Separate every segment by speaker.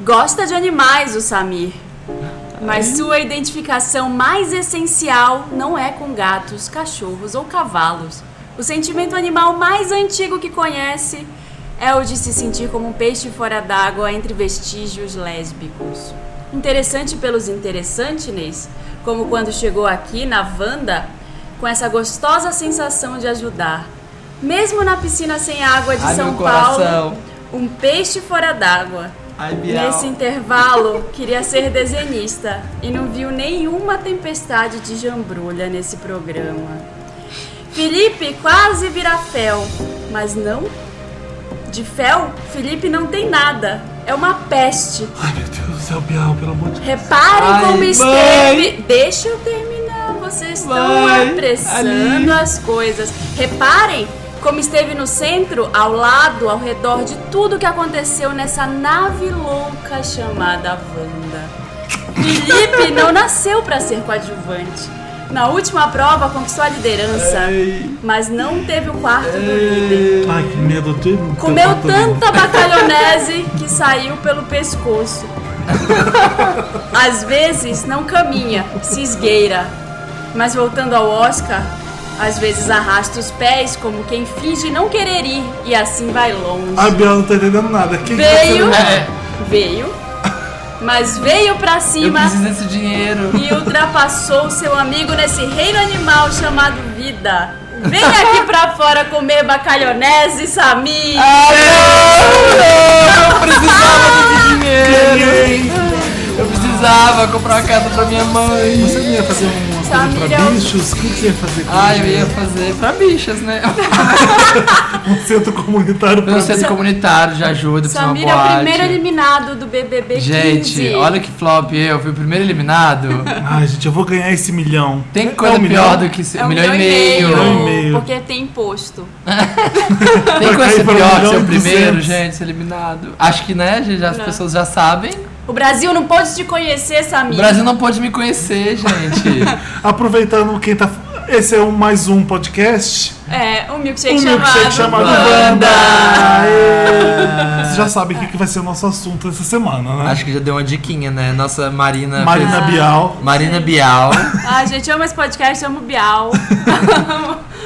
Speaker 1: Gosta de animais, o Samir.
Speaker 2: Hum?
Speaker 1: Mas sua identificação mais essencial não é com gatos, cachorros ou cavalos. O sentimento animal mais antigo que conhece é o de se sentir como um peixe fora d'água entre vestígios lésbicos. Interessante pelos interessantes, como quando chegou aqui na Wanda com essa gostosa sensação de ajudar. Mesmo na piscina sem água de
Speaker 2: Ai,
Speaker 1: São
Speaker 2: meu coração.
Speaker 1: Paulo, um peixe fora d'água.
Speaker 2: Ai, Bial.
Speaker 1: Nesse intervalo, queria ser desenhista e não viu nenhuma tempestade de jambrulha nesse programa. Felipe quase vira fel, mas não. De fel, Felipe não tem nada. É uma peste.
Speaker 2: Ai, meu Deus do céu, Bial, pelo amor de Deus.
Speaker 1: Reparem
Speaker 2: Ai,
Speaker 1: como
Speaker 2: mãe!
Speaker 1: esteve. Deixa eu terminar. Vocês estão
Speaker 2: Mãe,
Speaker 1: apressando
Speaker 2: ali.
Speaker 1: as coisas. Reparem como esteve no centro, ao lado, ao redor de tudo que aconteceu nessa nave louca chamada Wanda. Felipe não nasceu para ser coadjuvante. Na última prova conquistou a liderança,
Speaker 2: Ai.
Speaker 1: mas não teve o quarto do líder.
Speaker 3: Ai, que medo. Tudo
Speaker 1: Comeu tanta bacalhonese que saiu pelo pescoço. Às vezes não caminha, se esgueira. Mas voltando ao Oscar, às vezes arrasta os pés como quem finge não querer ir e assim vai longe.
Speaker 3: A Biel não tá entendendo nada. Quem que tá
Speaker 1: Veio,
Speaker 3: sendo-
Speaker 2: É,
Speaker 1: veio, mas veio pra
Speaker 2: eu
Speaker 1: cima
Speaker 2: preciso desse dinheiro.
Speaker 1: e ultrapassou seu amigo nesse reino animal chamado vida. Vem aqui pra fora comer bacalhonese, Samir!
Speaker 2: Eu precisava desse
Speaker 1: É.
Speaker 2: dinheiro.
Speaker 3: Ninguém.
Speaker 2: Eu precisava comprar uma casa pra minha mãe.
Speaker 3: Você não ia fazer uma coisa
Speaker 1: Família-
Speaker 3: pra bichos? O que você ia fazer com
Speaker 2: Ah, eu ia fazer pra bichas, né?
Speaker 3: um centro comunitário pra
Speaker 2: Meu centro comunitário de ajuda, pra uma
Speaker 1: Samir é o
Speaker 2: boate.
Speaker 1: primeiro eliminado do BBB 15.
Speaker 2: Gente, olha que flop eu, fui o primeiro eliminado.
Speaker 3: Ai, gente, eu vou ganhar esse milhão.
Speaker 2: Tem coisa
Speaker 3: É um
Speaker 2: pior
Speaker 3: milhão?
Speaker 2: do que ser.
Speaker 1: É um
Speaker 2: milhão, e meio.
Speaker 3: Milhão e meio.
Speaker 1: Porque tem imposto.
Speaker 2: Tem
Speaker 3: Vai
Speaker 2: coisa
Speaker 3: cair pra um
Speaker 2: pior que
Speaker 3: milhão
Speaker 2: ser
Speaker 3: e
Speaker 2: o primeiro,
Speaker 3: duzentos.
Speaker 2: gente, ser eliminado. Acho que, né, gente, as
Speaker 1: Não.
Speaker 2: pessoas já sabem.
Speaker 1: O Brasil não pode te conhecer,
Speaker 2: O
Speaker 1: Samir.
Speaker 2: Brasil não pôde me conhecer, gente.
Speaker 3: Aproveitando quem tá. Esse é um mais um podcast.
Speaker 1: É, um milkshake
Speaker 3: Um
Speaker 1: chamado.
Speaker 3: milkshake chamado Wanda.
Speaker 2: Wanda.
Speaker 3: Aê. Vocês já sabem o que que vai ser o nosso assunto essa semana, né?
Speaker 2: Acho que já deu uma diquinha, né? Nossa Marina.
Speaker 3: Marina Bial.
Speaker 2: Marina Bial.
Speaker 1: Ah, gente, amo esse podcast, amo o Bial.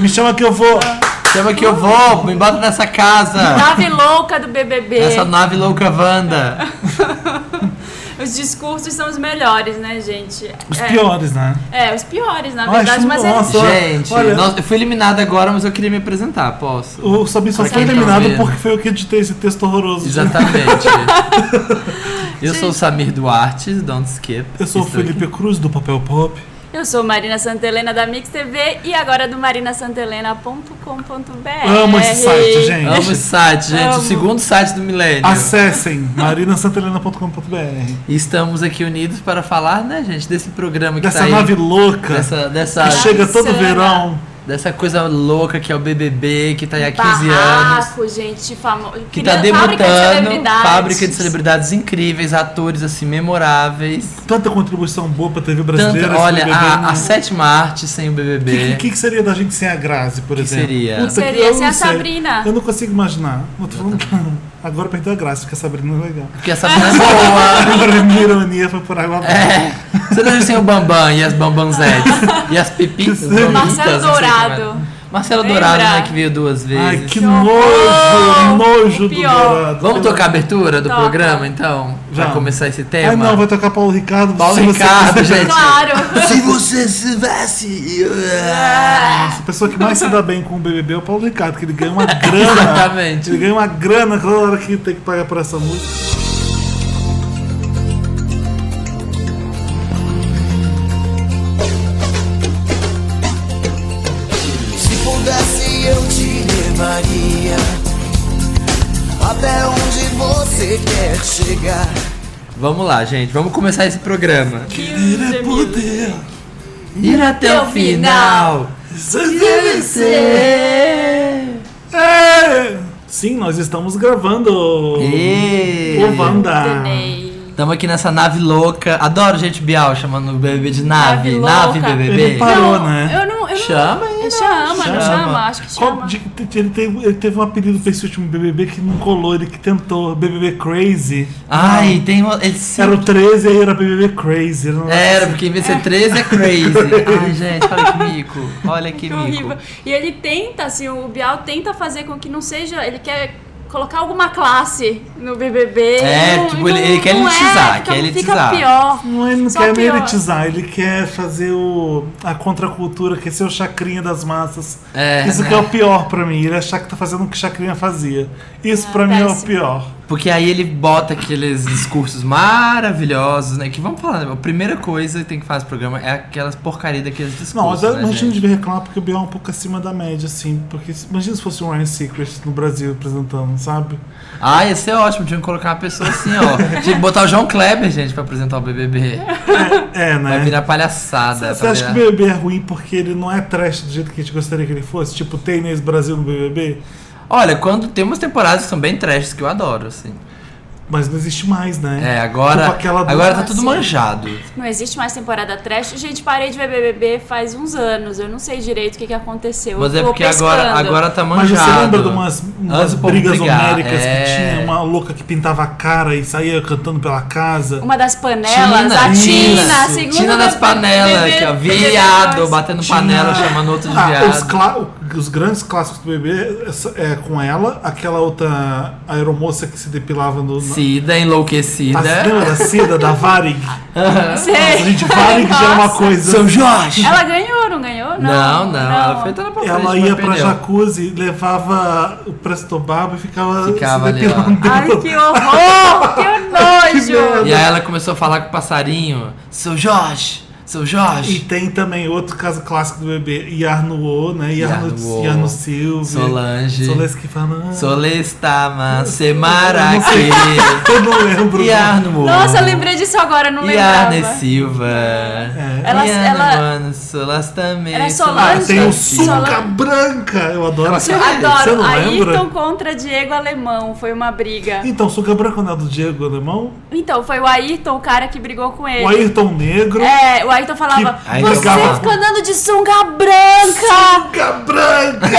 Speaker 3: Me chama que eu vou.
Speaker 2: Chama que eu vou, me bota nessa casa.
Speaker 1: Nave louca do BBB.
Speaker 2: Nessa nave louca Wanda.
Speaker 1: Os discursos são os melhores, né, gente?
Speaker 3: Os
Speaker 1: é,
Speaker 3: piores, né?
Speaker 1: É, os piores, na
Speaker 3: Ai,
Speaker 1: verdade,
Speaker 3: acho
Speaker 1: mas
Speaker 3: nossa.
Speaker 1: é.
Speaker 2: Gente,
Speaker 3: Olha-
Speaker 2: nós- eu fui eliminada agora, mas eu queria me apresentar, posso?
Speaker 3: O Sabino só
Speaker 2: Pra
Speaker 3: foi
Speaker 2: quem tá
Speaker 3: eliminado
Speaker 2: vendo.
Speaker 3: porque foi eu que editei esse texto horroroso.
Speaker 2: Exatamente. eu sou o Samir Duarte, Don't Skip.
Speaker 3: Eu sou o
Speaker 2: Estou aqui.
Speaker 3: Felipe Cruz do Papel Pop.
Speaker 1: Eu sou Marina Santelena da Mix TV e agora do marinasantelena.com.br.
Speaker 3: Amo esse site, gente.
Speaker 2: Amo esse site, gente.
Speaker 1: Amo.
Speaker 2: O segundo site do milênio.
Speaker 3: Acessem marinasantelena.com.br.
Speaker 2: E estamos aqui unidos para falar, né, gente, desse programa que
Speaker 3: Dessa
Speaker 2: tá aí.
Speaker 3: nave louca
Speaker 2: Dessa,
Speaker 3: que
Speaker 2: dessa,
Speaker 3: chega todo
Speaker 1: Insana.
Speaker 3: verão.
Speaker 2: dessa coisa louca que é o BBB, que tá aí há 15 anos.
Speaker 1: Barraco, gente, famoso.
Speaker 2: Que tá debutando, fábrica de celebridades incríveis, atores assim memoráveis.
Speaker 3: Tanta contribuição boa pra TV brasileira.
Speaker 2: Tanto,
Speaker 3: esse
Speaker 2: olha,
Speaker 3: BBB
Speaker 2: a,
Speaker 3: não-
Speaker 2: a sétima arte sem o
Speaker 3: O é que,
Speaker 2: BBB.
Speaker 3: que- que seria da gente sem a Grazi, por
Speaker 2: que
Speaker 3: exemplo?
Speaker 2: seria?
Speaker 1: Não sei. Seria
Speaker 3: eu
Speaker 1: sem
Speaker 3: não
Speaker 1: a
Speaker 3: sei.
Speaker 1: Sabrina.
Speaker 3: Eu não consigo imaginar. Eu tô falando, agora perdeu a graça, porque a Sabrina é legal.
Speaker 2: Porque essa menina é boa.
Speaker 3: Agora a minha ironia foi por água abaixo.
Speaker 2: É. Você deve ser o Bambam e as Bambanzetes. E as Pepitas.
Speaker 3: Sim.
Speaker 2: Bambitas,
Speaker 1: Marcelo
Speaker 2: não sei como era.
Speaker 1: Dourado.
Speaker 2: Marcelo
Speaker 1: Lembra?
Speaker 2: Dourado, né? Que veio duas vezes.
Speaker 3: Ai, que
Speaker 1: Que horror!
Speaker 3: nojo! Nojo
Speaker 1: O
Speaker 3: do
Speaker 1: pior.
Speaker 3: dourado.
Speaker 2: Vamos tocar a abertura do
Speaker 1: Toca.
Speaker 2: programa, então? Pra
Speaker 3: Vamos.
Speaker 2: começar esse
Speaker 3: Ai,
Speaker 2: tema?
Speaker 3: não, vai tocar Paulo Ricardo.
Speaker 2: Paulo
Speaker 3: se você
Speaker 2: Ricardo,
Speaker 3: quiser.
Speaker 2: é gente.
Speaker 1: Claro.
Speaker 2: Se vocês estivesse.
Speaker 1: Ah,
Speaker 3: Nossa, a pessoa que mais se dá bem com o BBB é o Paulo Ricardo, que ele ganha uma grana.
Speaker 2: Exatamente.
Speaker 3: ele ganha uma grana toda hora que tem que pagar por essa música.
Speaker 4: Se pudesse eu te levaria até onde você quer chegar.
Speaker 2: Vamos lá, gente. Vamos começar esse programa.
Speaker 3: Querer é poder.
Speaker 2: Ir até o
Speaker 1: o final.
Speaker 2: final. Vencer.
Speaker 3: É. Sim, nós estamos gravando.
Speaker 2: Ê.
Speaker 3: O
Speaker 2: Ah.
Speaker 3: Wanda.
Speaker 1: Ney.
Speaker 2: Tamo aqui nessa nave louca. Adoro gente Bial chamando o BBB de nave.
Speaker 1: Nave
Speaker 2: Nave,
Speaker 1: louca.
Speaker 2: BBB.
Speaker 3: Ele parou.
Speaker 1: não,
Speaker 3: né?
Speaker 1: Eu não. Eu
Speaker 2: Chama
Speaker 1: não,
Speaker 2: aí,
Speaker 1: É, chama,
Speaker 2: chama.
Speaker 1: não chama? Acho que
Speaker 3: Qual-
Speaker 1: chama.
Speaker 3: de- te- ele, teve, ele teve um apelido pra esse último BBB que não colou, ele que tentou, BBB Crazy.
Speaker 2: Ai, tem uma. Ele sim.
Speaker 3: Era o 13 e era BBB Crazy. Era, um negócio
Speaker 2: Era,
Speaker 3: assim.
Speaker 2: porque em vez de ser 13 é crazy. Ai, gente, olha que mico. Olha que,
Speaker 1: Que
Speaker 2: mico.
Speaker 1: horrível. E ele tenta, assim, o Bial tenta fazer com que não seja. Ele quer colocar alguma classe no BBB.
Speaker 2: É,
Speaker 1: e não-
Speaker 2: tipo,
Speaker 1: e não-
Speaker 2: ele- ele quer
Speaker 1: não
Speaker 2: elitizar,
Speaker 1: é, fica,
Speaker 2: quer
Speaker 1: fica
Speaker 2: elitizar.
Speaker 1: pior.
Speaker 3: Não, ele não
Speaker 1: Só
Speaker 3: quer nem
Speaker 1: pior.
Speaker 3: elitizar, ele quer fazer o, a contracultura, quer ser o chacrinha das massas.
Speaker 2: É,
Speaker 3: Isso
Speaker 2: né?
Speaker 3: que é o pior pra mim, ele achar que tá fazendo o que chacrinha fazia. Isso pra mim é o
Speaker 1: Ah, péssimo.
Speaker 3: pior.
Speaker 2: Porque aí ele bota aqueles discursos maravilhosos, né? Que vamos falar, né? a primeira coisa que tem que fazer no programa é aquelas porcaria daqueles discursos.
Speaker 3: Não, mas eu
Speaker 2: né,
Speaker 3: imagino
Speaker 2: gente?
Speaker 3: de reclamar porque o Biel é um pouco acima da média, assim. Porque se- imagina se fosse um Ryan Secret no Brasil apresentando, sabe?
Speaker 2: Ah, ia ser ótimo, tinha que colocar uma pessoa assim, ó. Tinha que botar o João Kleber, gente, pra apresentar o BBB.
Speaker 3: É, né?
Speaker 2: Vai virar palhaçada. tá
Speaker 3: Você
Speaker 2: vai
Speaker 3: acha que o
Speaker 2: virar-
Speaker 3: BBB é ruim porque ele não é trash do jeito que a gente gostaria que ele fosse? Tipo, tem Inês Brasil no BBB?
Speaker 2: Olha, quando tem umas temporadas que são bem trashes que eu adoro, assim.
Speaker 3: Mas não existe mais, né?
Speaker 2: É, agora.
Speaker 3: Tipo aquela do-
Speaker 2: Agora tá tudo
Speaker 1: Assim.
Speaker 2: manjado.
Speaker 1: Não existe mais temporada trash. Gente, parei de ver BBB faz uns anos. Eu não sei direito o que, que aconteceu.
Speaker 2: Mas
Speaker 1: eu
Speaker 2: é
Speaker 1: tô
Speaker 2: porque agora,
Speaker 1: pescando.
Speaker 2: agora tá
Speaker 3: Mas
Speaker 2: manjado.
Speaker 3: você lembra de umas, umas
Speaker 2: Antes do povo
Speaker 3: brigas
Speaker 2: brigar,
Speaker 3: homéricas que
Speaker 2: é.
Speaker 3: tinha uma louca que pintava a cara e saía cantando pela casa?
Speaker 1: Uma das panelas,
Speaker 2: Tina,
Speaker 1: a Tina, a
Speaker 2: Tina,
Speaker 1: segunda.
Speaker 2: Tina das
Speaker 1: da-
Speaker 2: panelas,
Speaker 1: BBB,
Speaker 2: aqui, ó.
Speaker 1: BBB
Speaker 2: Viado,
Speaker 1: dois.
Speaker 2: batendo
Speaker 3: Tina.
Speaker 2: panela, chamando outro de
Speaker 3: Ah, os,
Speaker 2: viado.
Speaker 3: clá- os grandes clássicos do BBB é, é com ela, aquela outra aeromoça que se depilava no. na-
Speaker 2: Cida,
Speaker 3: A
Speaker 2: enlouquecida.
Speaker 3: Cida, da Cida, da Varig.
Speaker 1: Sei.
Speaker 3: A gente, Varig já é uma
Speaker 1: Nossa.
Speaker 3: coisa.
Speaker 2: Jorge!
Speaker 1: Ela ganhou, não ganhou?
Speaker 2: Não, não, ela foi toda pra frente,
Speaker 3: Ela
Speaker 2: mas
Speaker 3: ia pra
Speaker 2: perdeu.
Speaker 3: jacuzzi, levava o Presto Barba e ficava,
Speaker 2: Ficava
Speaker 3: se
Speaker 2: ali, ó.
Speaker 3: depilando.
Speaker 1: Ai, que horror! que nojo!
Speaker 2: E aí ela começou a falar com o passarinho. Seu Jorge! Seu
Speaker 3: E
Speaker 2: Jorge!
Speaker 3: tem também outro caso clássico do bebê, Yarnuô, né? Yarno,
Speaker 2: Yarnuo,
Speaker 3: Yarno Silva.
Speaker 2: Solange.
Speaker 3: Solange "Ah, Fernandes.
Speaker 2: Solestama, Semaraki,
Speaker 3: Eu não lembro.
Speaker 2: Yarno.
Speaker 1: Nossa, eu lembrei disso agora, não lembrava.
Speaker 2: Yarne Silva.
Speaker 1: Ela- É. ela-
Speaker 2: Mano, Solastame.
Speaker 1: Era
Speaker 3: Ah,
Speaker 1: Solange.
Speaker 3: tem o
Speaker 1: Solange.
Speaker 3: Suca Branca. Eu adoro
Speaker 2: Eu
Speaker 3: essa Você
Speaker 1: Adoro.
Speaker 3: não lembra?
Speaker 1: Ayrton contra Diego Alemão. Foi uma briga.
Speaker 3: Então, Suca Branca não é do Diego Alemão?
Speaker 1: Então, foi o Ayrton, o cara que brigou com ele.
Speaker 3: O Ayrton Negro.
Speaker 1: É, o Ayrton falava,
Speaker 3: Que-
Speaker 2: Ayrton
Speaker 1: você
Speaker 2: Galo.
Speaker 1: fica andando de sunga branca!
Speaker 3: Suca Branca.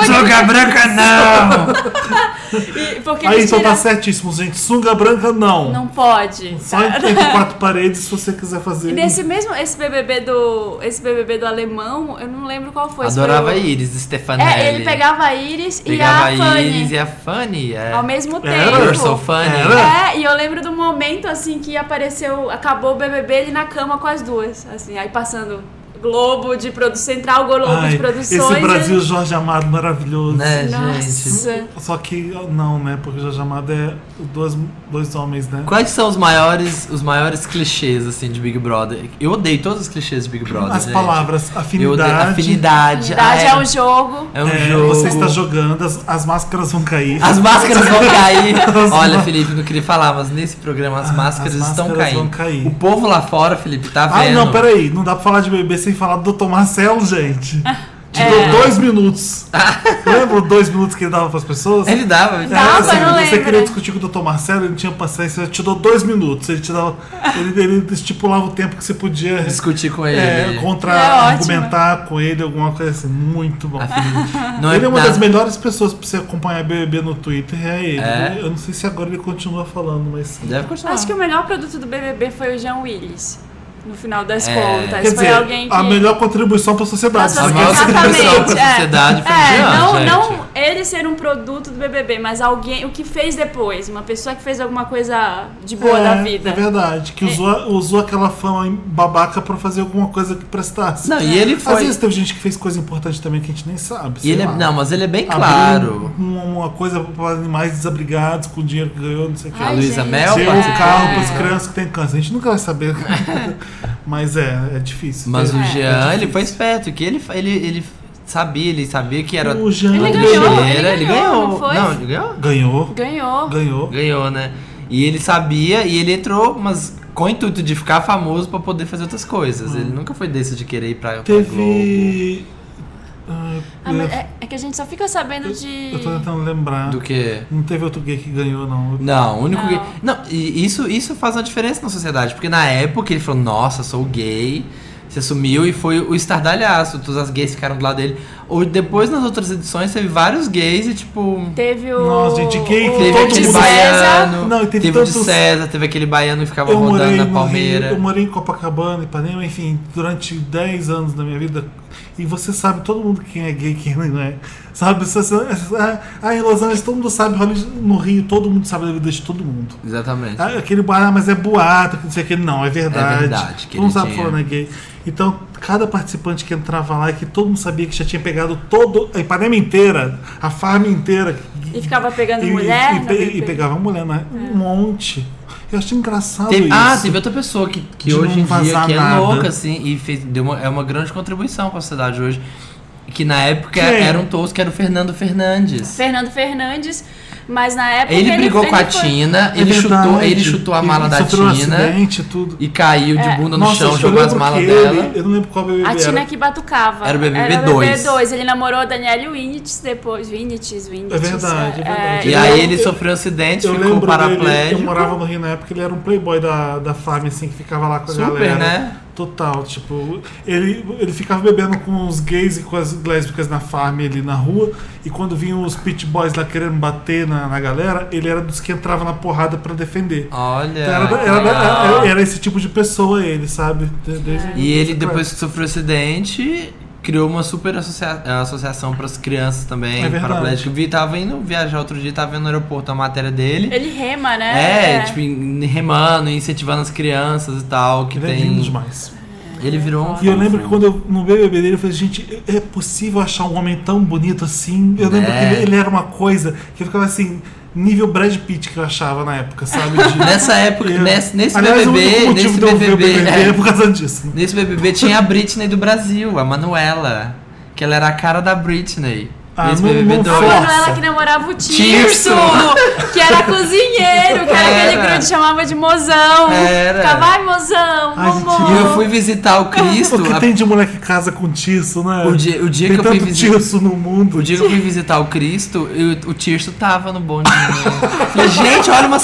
Speaker 3: é
Speaker 2: Suga branca não!
Speaker 1: E- porque eles
Speaker 3: Ayrton
Speaker 1: tiram-
Speaker 3: tá certíssimo, gente. Sunga Branca não.
Speaker 1: Não pode.
Speaker 3: Só entre quatro paredes se você quiser fazer.
Speaker 1: E nesse mesmo, esse BBB do, esse BBB do alemão, eu não lembro qual foi. se foi
Speaker 2: Adorava
Speaker 1: o-
Speaker 2: Iris, Stefanelli.
Speaker 1: É, ele pegava a Iris
Speaker 2: Pegava
Speaker 1: e a Fanny
Speaker 2: Iris e a Fanny. É.
Speaker 1: ao mesmo
Speaker 3: Era?
Speaker 1: tempo.
Speaker 2: Eu sou Fanny.
Speaker 3: Era?
Speaker 1: É, e eu lembro do momento assim que apareceu, acabou o BBB ele na cama com as duas, assim, aí passando Globo de produção Central, Globo de
Speaker 3: um- Ai,
Speaker 1: Produções. né?
Speaker 3: Esse Brasil Jorge Amado maravilhoso.
Speaker 2: Né, gente?
Speaker 1: Nossa.
Speaker 3: Só que não, né? Porque Jorge Amado é dois, dois homens, né?
Speaker 2: Quais são os maiores, os maiores clichês, assim, de Big Brother? Eu odeio todos os clichês de Big Brother,
Speaker 3: As
Speaker 2: gente.
Speaker 3: palavras
Speaker 2: é, tipo, Eu odeio
Speaker 3: afinidade.
Speaker 2: afinidade.
Speaker 1: Verdade,
Speaker 2: ah,
Speaker 1: é um jogo.
Speaker 2: é um
Speaker 3: é,
Speaker 2: jogo.
Speaker 3: Você está jogando, as, as máscaras vão cair.
Speaker 2: As máscaras vão cair.
Speaker 3: As
Speaker 2: Olha,
Speaker 3: má-
Speaker 2: Felipe, não queria falar, mas nesse programa as
Speaker 3: Ah,
Speaker 2: máscaras,
Speaker 3: as
Speaker 2: estão
Speaker 3: máscaras
Speaker 2: caindo.
Speaker 3: vão cair.
Speaker 2: O povo lá fora, Felipe, tá
Speaker 3: Ah,
Speaker 2: vendo?
Speaker 3: não, peraí. Não dá pra falar de bebê sem falar do Dr. Marcelo, gente.
Speaker 1: Ah,
Speaker 3: Te
Speaker 1: é.
Speaker 3: dou dois minutos. Lembra os dois minutos que ele dava pras pessoas?
Speaker 2: Ele dava.
Speaker 1: Dava,
Speaker 3: Era assim,
Speaker 1: não
Speaker 3: você
Speaker 1: lembro.
Speaker 3: queria discutir com o Dr. Marcelo, ele não tinha paciência, ele te deu dois minutos. Ele, te dava, ele, ele estipulava o tempo que você podia
Speaker 2: Discutir com ele.
Speaker 3: é,
Speaker 1: É
Speaker 3: contra
Speaker 1: ótimo.
Speaker 3: argumentar com ele, alguma coisa assim. Muito bom.
Speaker 2: Não
Speaker 3: ele é uma
Speaker 2: nada-
Speaker 3: das melhores pessoas pra você acompanhar BBB no Twitter, é ele.
Speaker 2: É?
Speaker 3: Eu não sei se agora ele continua falando, mas.
Speaker 2: Deve continuar.
Speaker 1: Acho que o melhor produto do BBB foi o Jean Willis. No final das
Speaker 2: É.
Speaker 1: contas,
Speaker 3: Quer
Speaker 1: foi
Speaker 3: dizer,
Speaker 1: alguém que é
Speaker 3: a melhor contribuição pra
Speaker 1: Pra
Speaker 3: sociedade.
Speaker 1: sociedade.
Speaker 2: maior
Speaker 3: Esquece que-
Speaker 2: contribuição pra
Speaker 1: Exatamente, é.
Speaker 2: sociedade foi o
Speaker 1: É,
Speaker 2: Jean,
Speaker 1: não,
Speaker 2: gente.
Speaker 1: não, ele ser um produto do BBB, mas alguém, o que fez depois? Uma pessoa que fez alguma coisa de boa
Speaker 3: é,
Speaker 1: da vida.
Speaker 3: É verdade, que usou, usou aquela fama babaca pra fazer alguma coisa que prestasse.
Speaker 2: Não,
Speaker 1: é.
Speaker 2: e ele
Speaker 3: Às
Speaker 2: foi.
Speaker 3: vezes teve gente que fez coisa importante também que a gente nem sabe.
Speaker 2: E
Speaker 3: sei
Speaker 2: ele é-
Speaker 3: lá.
Speaker 2: não, mas ele é bem
Speaker 3: Abriu
Speaker 2: claro.
Speaker 3: Uma, uma coisa para animais desabrigados com o dinheiro que ganhou, não sei o que.
Speaker 2: A
Speaker 1: Ai,
Speaker 2: Luísa
Speaker 1: gente.
Speaker 2: Mel
Speaker 3: Deu
Speaker 2: participou.
Speaker 3: um carro
Speaker 1: É.
Speaker 3: pros crianças que tem câncer. A gente nunca vai saber. Mas é, é difícil.
Speaker 2: Mas o
Speaker 3: É.
Speaker 2: Jean,
Speaker 3: É
Speaker 2: ele
Speaker 3: difícil.
Speaker 2: foi esperto, que ele, ele, ele sabia, ele sabia que era
Speaker 3: O Jean
Speaker 1: Ele
Speaker 3: ele
Speaker 1: ganhou,
Speaker 2: besteira.
Speaker 1: ele
Speaker 2: Ele
Speaker 1: ganhou, não
Speaker 2: ganhou.
Speaker 1: foi?
Speaker 2: Não, ele ganhou?
Speaker 3: Ganhou,
Speaker 1: Ganhou.
Speaker 3: ganhou.
Speaker 2: Ganhou, né? E ele sabia e ele entrou, mas com o intuito de ficar famoso pra poder fazer outras coisas. Ele nunca foi desse de querer ir pra, pra Globo.
Speaker 3: Teve. ah,
Speaker 1: Ah, mas é, é que a gente só fica sabendo de.
Speaker 3: Eu tô tentando lembrar.
Speaker 2: Do que.
Speaker 3: Não teve outro gay que ganhou, não.
Speaker 2: Não, o único
Speaker 1: Não.
Speaker 2: gay. Não, e isso, isso faz uma diferença na sociedade, porque na época ele falou, nossa, sou gay, se assumiu e foi o estardalhaço, todas as gays ficaram do lado dele. Ou depois nas outras edições teve vários gays e tipo.
Speaker 1: Teve o.
Speaker 3: Nossa, gente, quem-
Speaker 1: o-
Speaker 3: Todo
Speaker 2: Teve
Speaker 1: o de
Speaker 2: aquele
Speaker 3: mundo-
Speaker 1: César.
Speaker 2: baiano,
Speaker 3: Não, e
Speaker 2: teve,
Speaker 3: teve
Speaker 2: o de
Speaker 3: tantos-
Speaker 2: César, teve aquele baiano que ficava
Speaker 3: Eu morei,
Speaker 2: rodando na
Speaker 3: no Rio,
Speaker 2: Palmeira.
Speaker 3: eu morei em Copacabana, Ipanema, enfim, durante 10 anos da minha vida. E você sabe todo mundo quem é gay e quem não é. Sabe? Você- você- ah, Ah, em Los Angeles todo mundo sabe, Hollywood- no Rio todo mundo sabe da vida de todo mundo.
Speaker 2: Exatamente.
Speaker 3: Ah, Aquele ah, mas é boato, que não sei o que. Não, é verdade.
Speaker 2: É verdade,
Speaker 3: Todo mundo sabe
Speaker 2: queridinha.
Speaker 3: falando é gay. Então, cada participante que entrava lá, que todo mundo sabia que já tinha pegado todo, a Ipanema inteira, a farm inteira.
Speaker 1: E ficava pegando
Speaker 3: E-
Speaker 1: mulher.
Speaker 3: E,
Speaker 1: na
Speaker 3: pe-
Speaker 1: BP.
Speaker 3: e pegava mulher, né?
Speaker 1: É.
Speaker 3: Um monte. Eu achei engraçado
Speaker 2: Teve-
Speaker 3: isso.
Speaker 2: ah, teve outra pessoa que, que
Speaker 3: De
Speaker 2: hoje
Speaker 3: não
Speaker 2: em dia
Speaker 3: vazar
Speaker 2: que é
Speaker 3: nada.
Speaker 2: louca, assim, e fez, deu uma, é uma grande contribuição pra sociedade hoje. Que na época
Speaker 3: Quem?
Speaker 2: era um tosco, que era o Fernando Fernandes.
Speaker 1: Fernando Fernandes, mas na época.
Speaker 2: Ele brigou com a
Speaker 1: foi-
Speaker 2: Tina,
Speaker 3: É
Speaker 2: ele,
Speaker 3: verdade.
Speaker 2: chutou, ele chutou a mala
Speaker 3: Ele
Speaker 2: da
Speaker 3: sofreu um
Speaker 2: Tina
Speaker 3: acidente e tudo.
Speaker 2: e caiu de
Speaker 1: É.
Speaker 2: bunda no
Speaker 3: Nossa,
Speaker 2: chão,
Speaker 3: eu
Speaker 2: jogou as
Speaker 3: lembro
Speaker 2: malas
Speaker 3: que
Speaker 2: dela.
Speaker 3: ele- eu não lembro qual bebê
Speaker 1: A Tina
Speaker 3: era.
Speaker 1: que batucava.
Speaker 2: Era o BBB
Speaker 1: Era o BBB
Speaker 2: dois.
Speaker 1: 2. Ele namorou a Daniele Winitz depois. Winitz, Winitz.
Speaker 3: É verdade, é verdade.
Speaker 2: E
Speaker 3: Eu
Speaker 2: aí
Speaker 3: lembro-
Speaker 2: ele
Speaker 3: eu-
Speaker 2: sofreu um acidente,
Speaker 3: Eu
Speaker 2: ficou
Speaker 3: lembro dele, eu
Speaker 2: paraplégico.
Speaker 3: morava no Rio na época, ele era um playboy da, da farm, assim, que ficava lá com a
Speaker 2: Super,
Speaker 3: galera.
Speaker 2: né?
Speaker 3: Total, tipo, ele, ele ficava bebendo com os gays e com as lésbicas na farm ali na rua, e quando vinham os pit boys lá querendo bater na, na galera, ele era dos que entrava na porrada pra defender.
Speaker 2: Olha.
Speaker 3: Então era,
Speaker 2: que
Speaker 3: era-
Speaker 2: legal.
Speaker 3: era- era esse tipo de pessoa ele, sabe? De- desde-
Speaker 2: ah. E
Speaker 3: desde
Speaker 2: ele, depois que sofreu o acidente, criou uma super associa- associação para as crianças também,
Speaker 3: É verdade.
Speaker 2: paraplégico. Vi, tava indo viajar outro dia, tava vendo no aeroporto a matéria dele.
Speaker 1: Ele rema, né?
Speaker 2: É, tipo, em- remando, incentivando as crianças e tal, que
Speaker 3: Ele é
Speaker 2: tem...
Speaker 3: lindo demais.
Speaker 2: Ele virou um
Speaker 3: E eu
Speaker 2: fofo.
Speaker 3: lembro que quando eu, no BBB dele, eu falei, gente, é possível achar um homem tão bonito assim? Eu lembro
Speaker 2: Né?
Speaker 3: que ele, ele era uma coisa que eu ficava assim, nível Brad Pitt que eu achava na época, sabe? De-
Speaker 2: Nessa época,
Speaker 3: Eu-
Speaker 2: nesse, nesse
Speaker 3: Aliás, o único
Speaker 2: BBB,
Speaker 3: motivo
Speaker 2: nesse
Speaker 3: de eu ver o
Speaker 2: BBB,
Speaker 3: BBB é
Speaker 2: é,
Speaker 3: por causa disso.
Speaker 2: nesse BBB tinha a Britney do Brasil, a Manuela, que ela era a cara da Britney.
Speaker 3: Ah,
Speaker 2: nesse
Speaker 3: não-
Speaker 2: BBB
Speaker 3: não
Speaker 1: A
Speaker 2: dois.
Speaker 3: fala.
Speaker 1: Manuela
Speaker 3: Nossa.
Speaker 1: que namorava o Tirso,
Speaker 2: Tirso.
Speaker 1: que era cozinheiro, que era aquele
Speaker 2: Era.
Speaker 1: grande que chamava de mozão.
Speaker 2: Era.
Speaker 1: Ficava, ai, mozão,
Speaker 3: Ai, gente,
Speaker 1: mamô.
Speaker 2: E eu fui visitar o Cristo,
Speaker 3: o que
Speaker 2: É a-
Speaker 3: tem de mulher que casa com tiço, né?
Speaker 2: o dia, o dia
Speaker 3: tem
Speaker 2: que eu fui
Speaker 3: tanto
Speaker 2: visitar...
Speaker 3: tiço no mundo.
Speaker 2: O dia que eu fui visitar o Cristo, eu- o Tirso tava no bonde. Eu Falei, gente, olha uma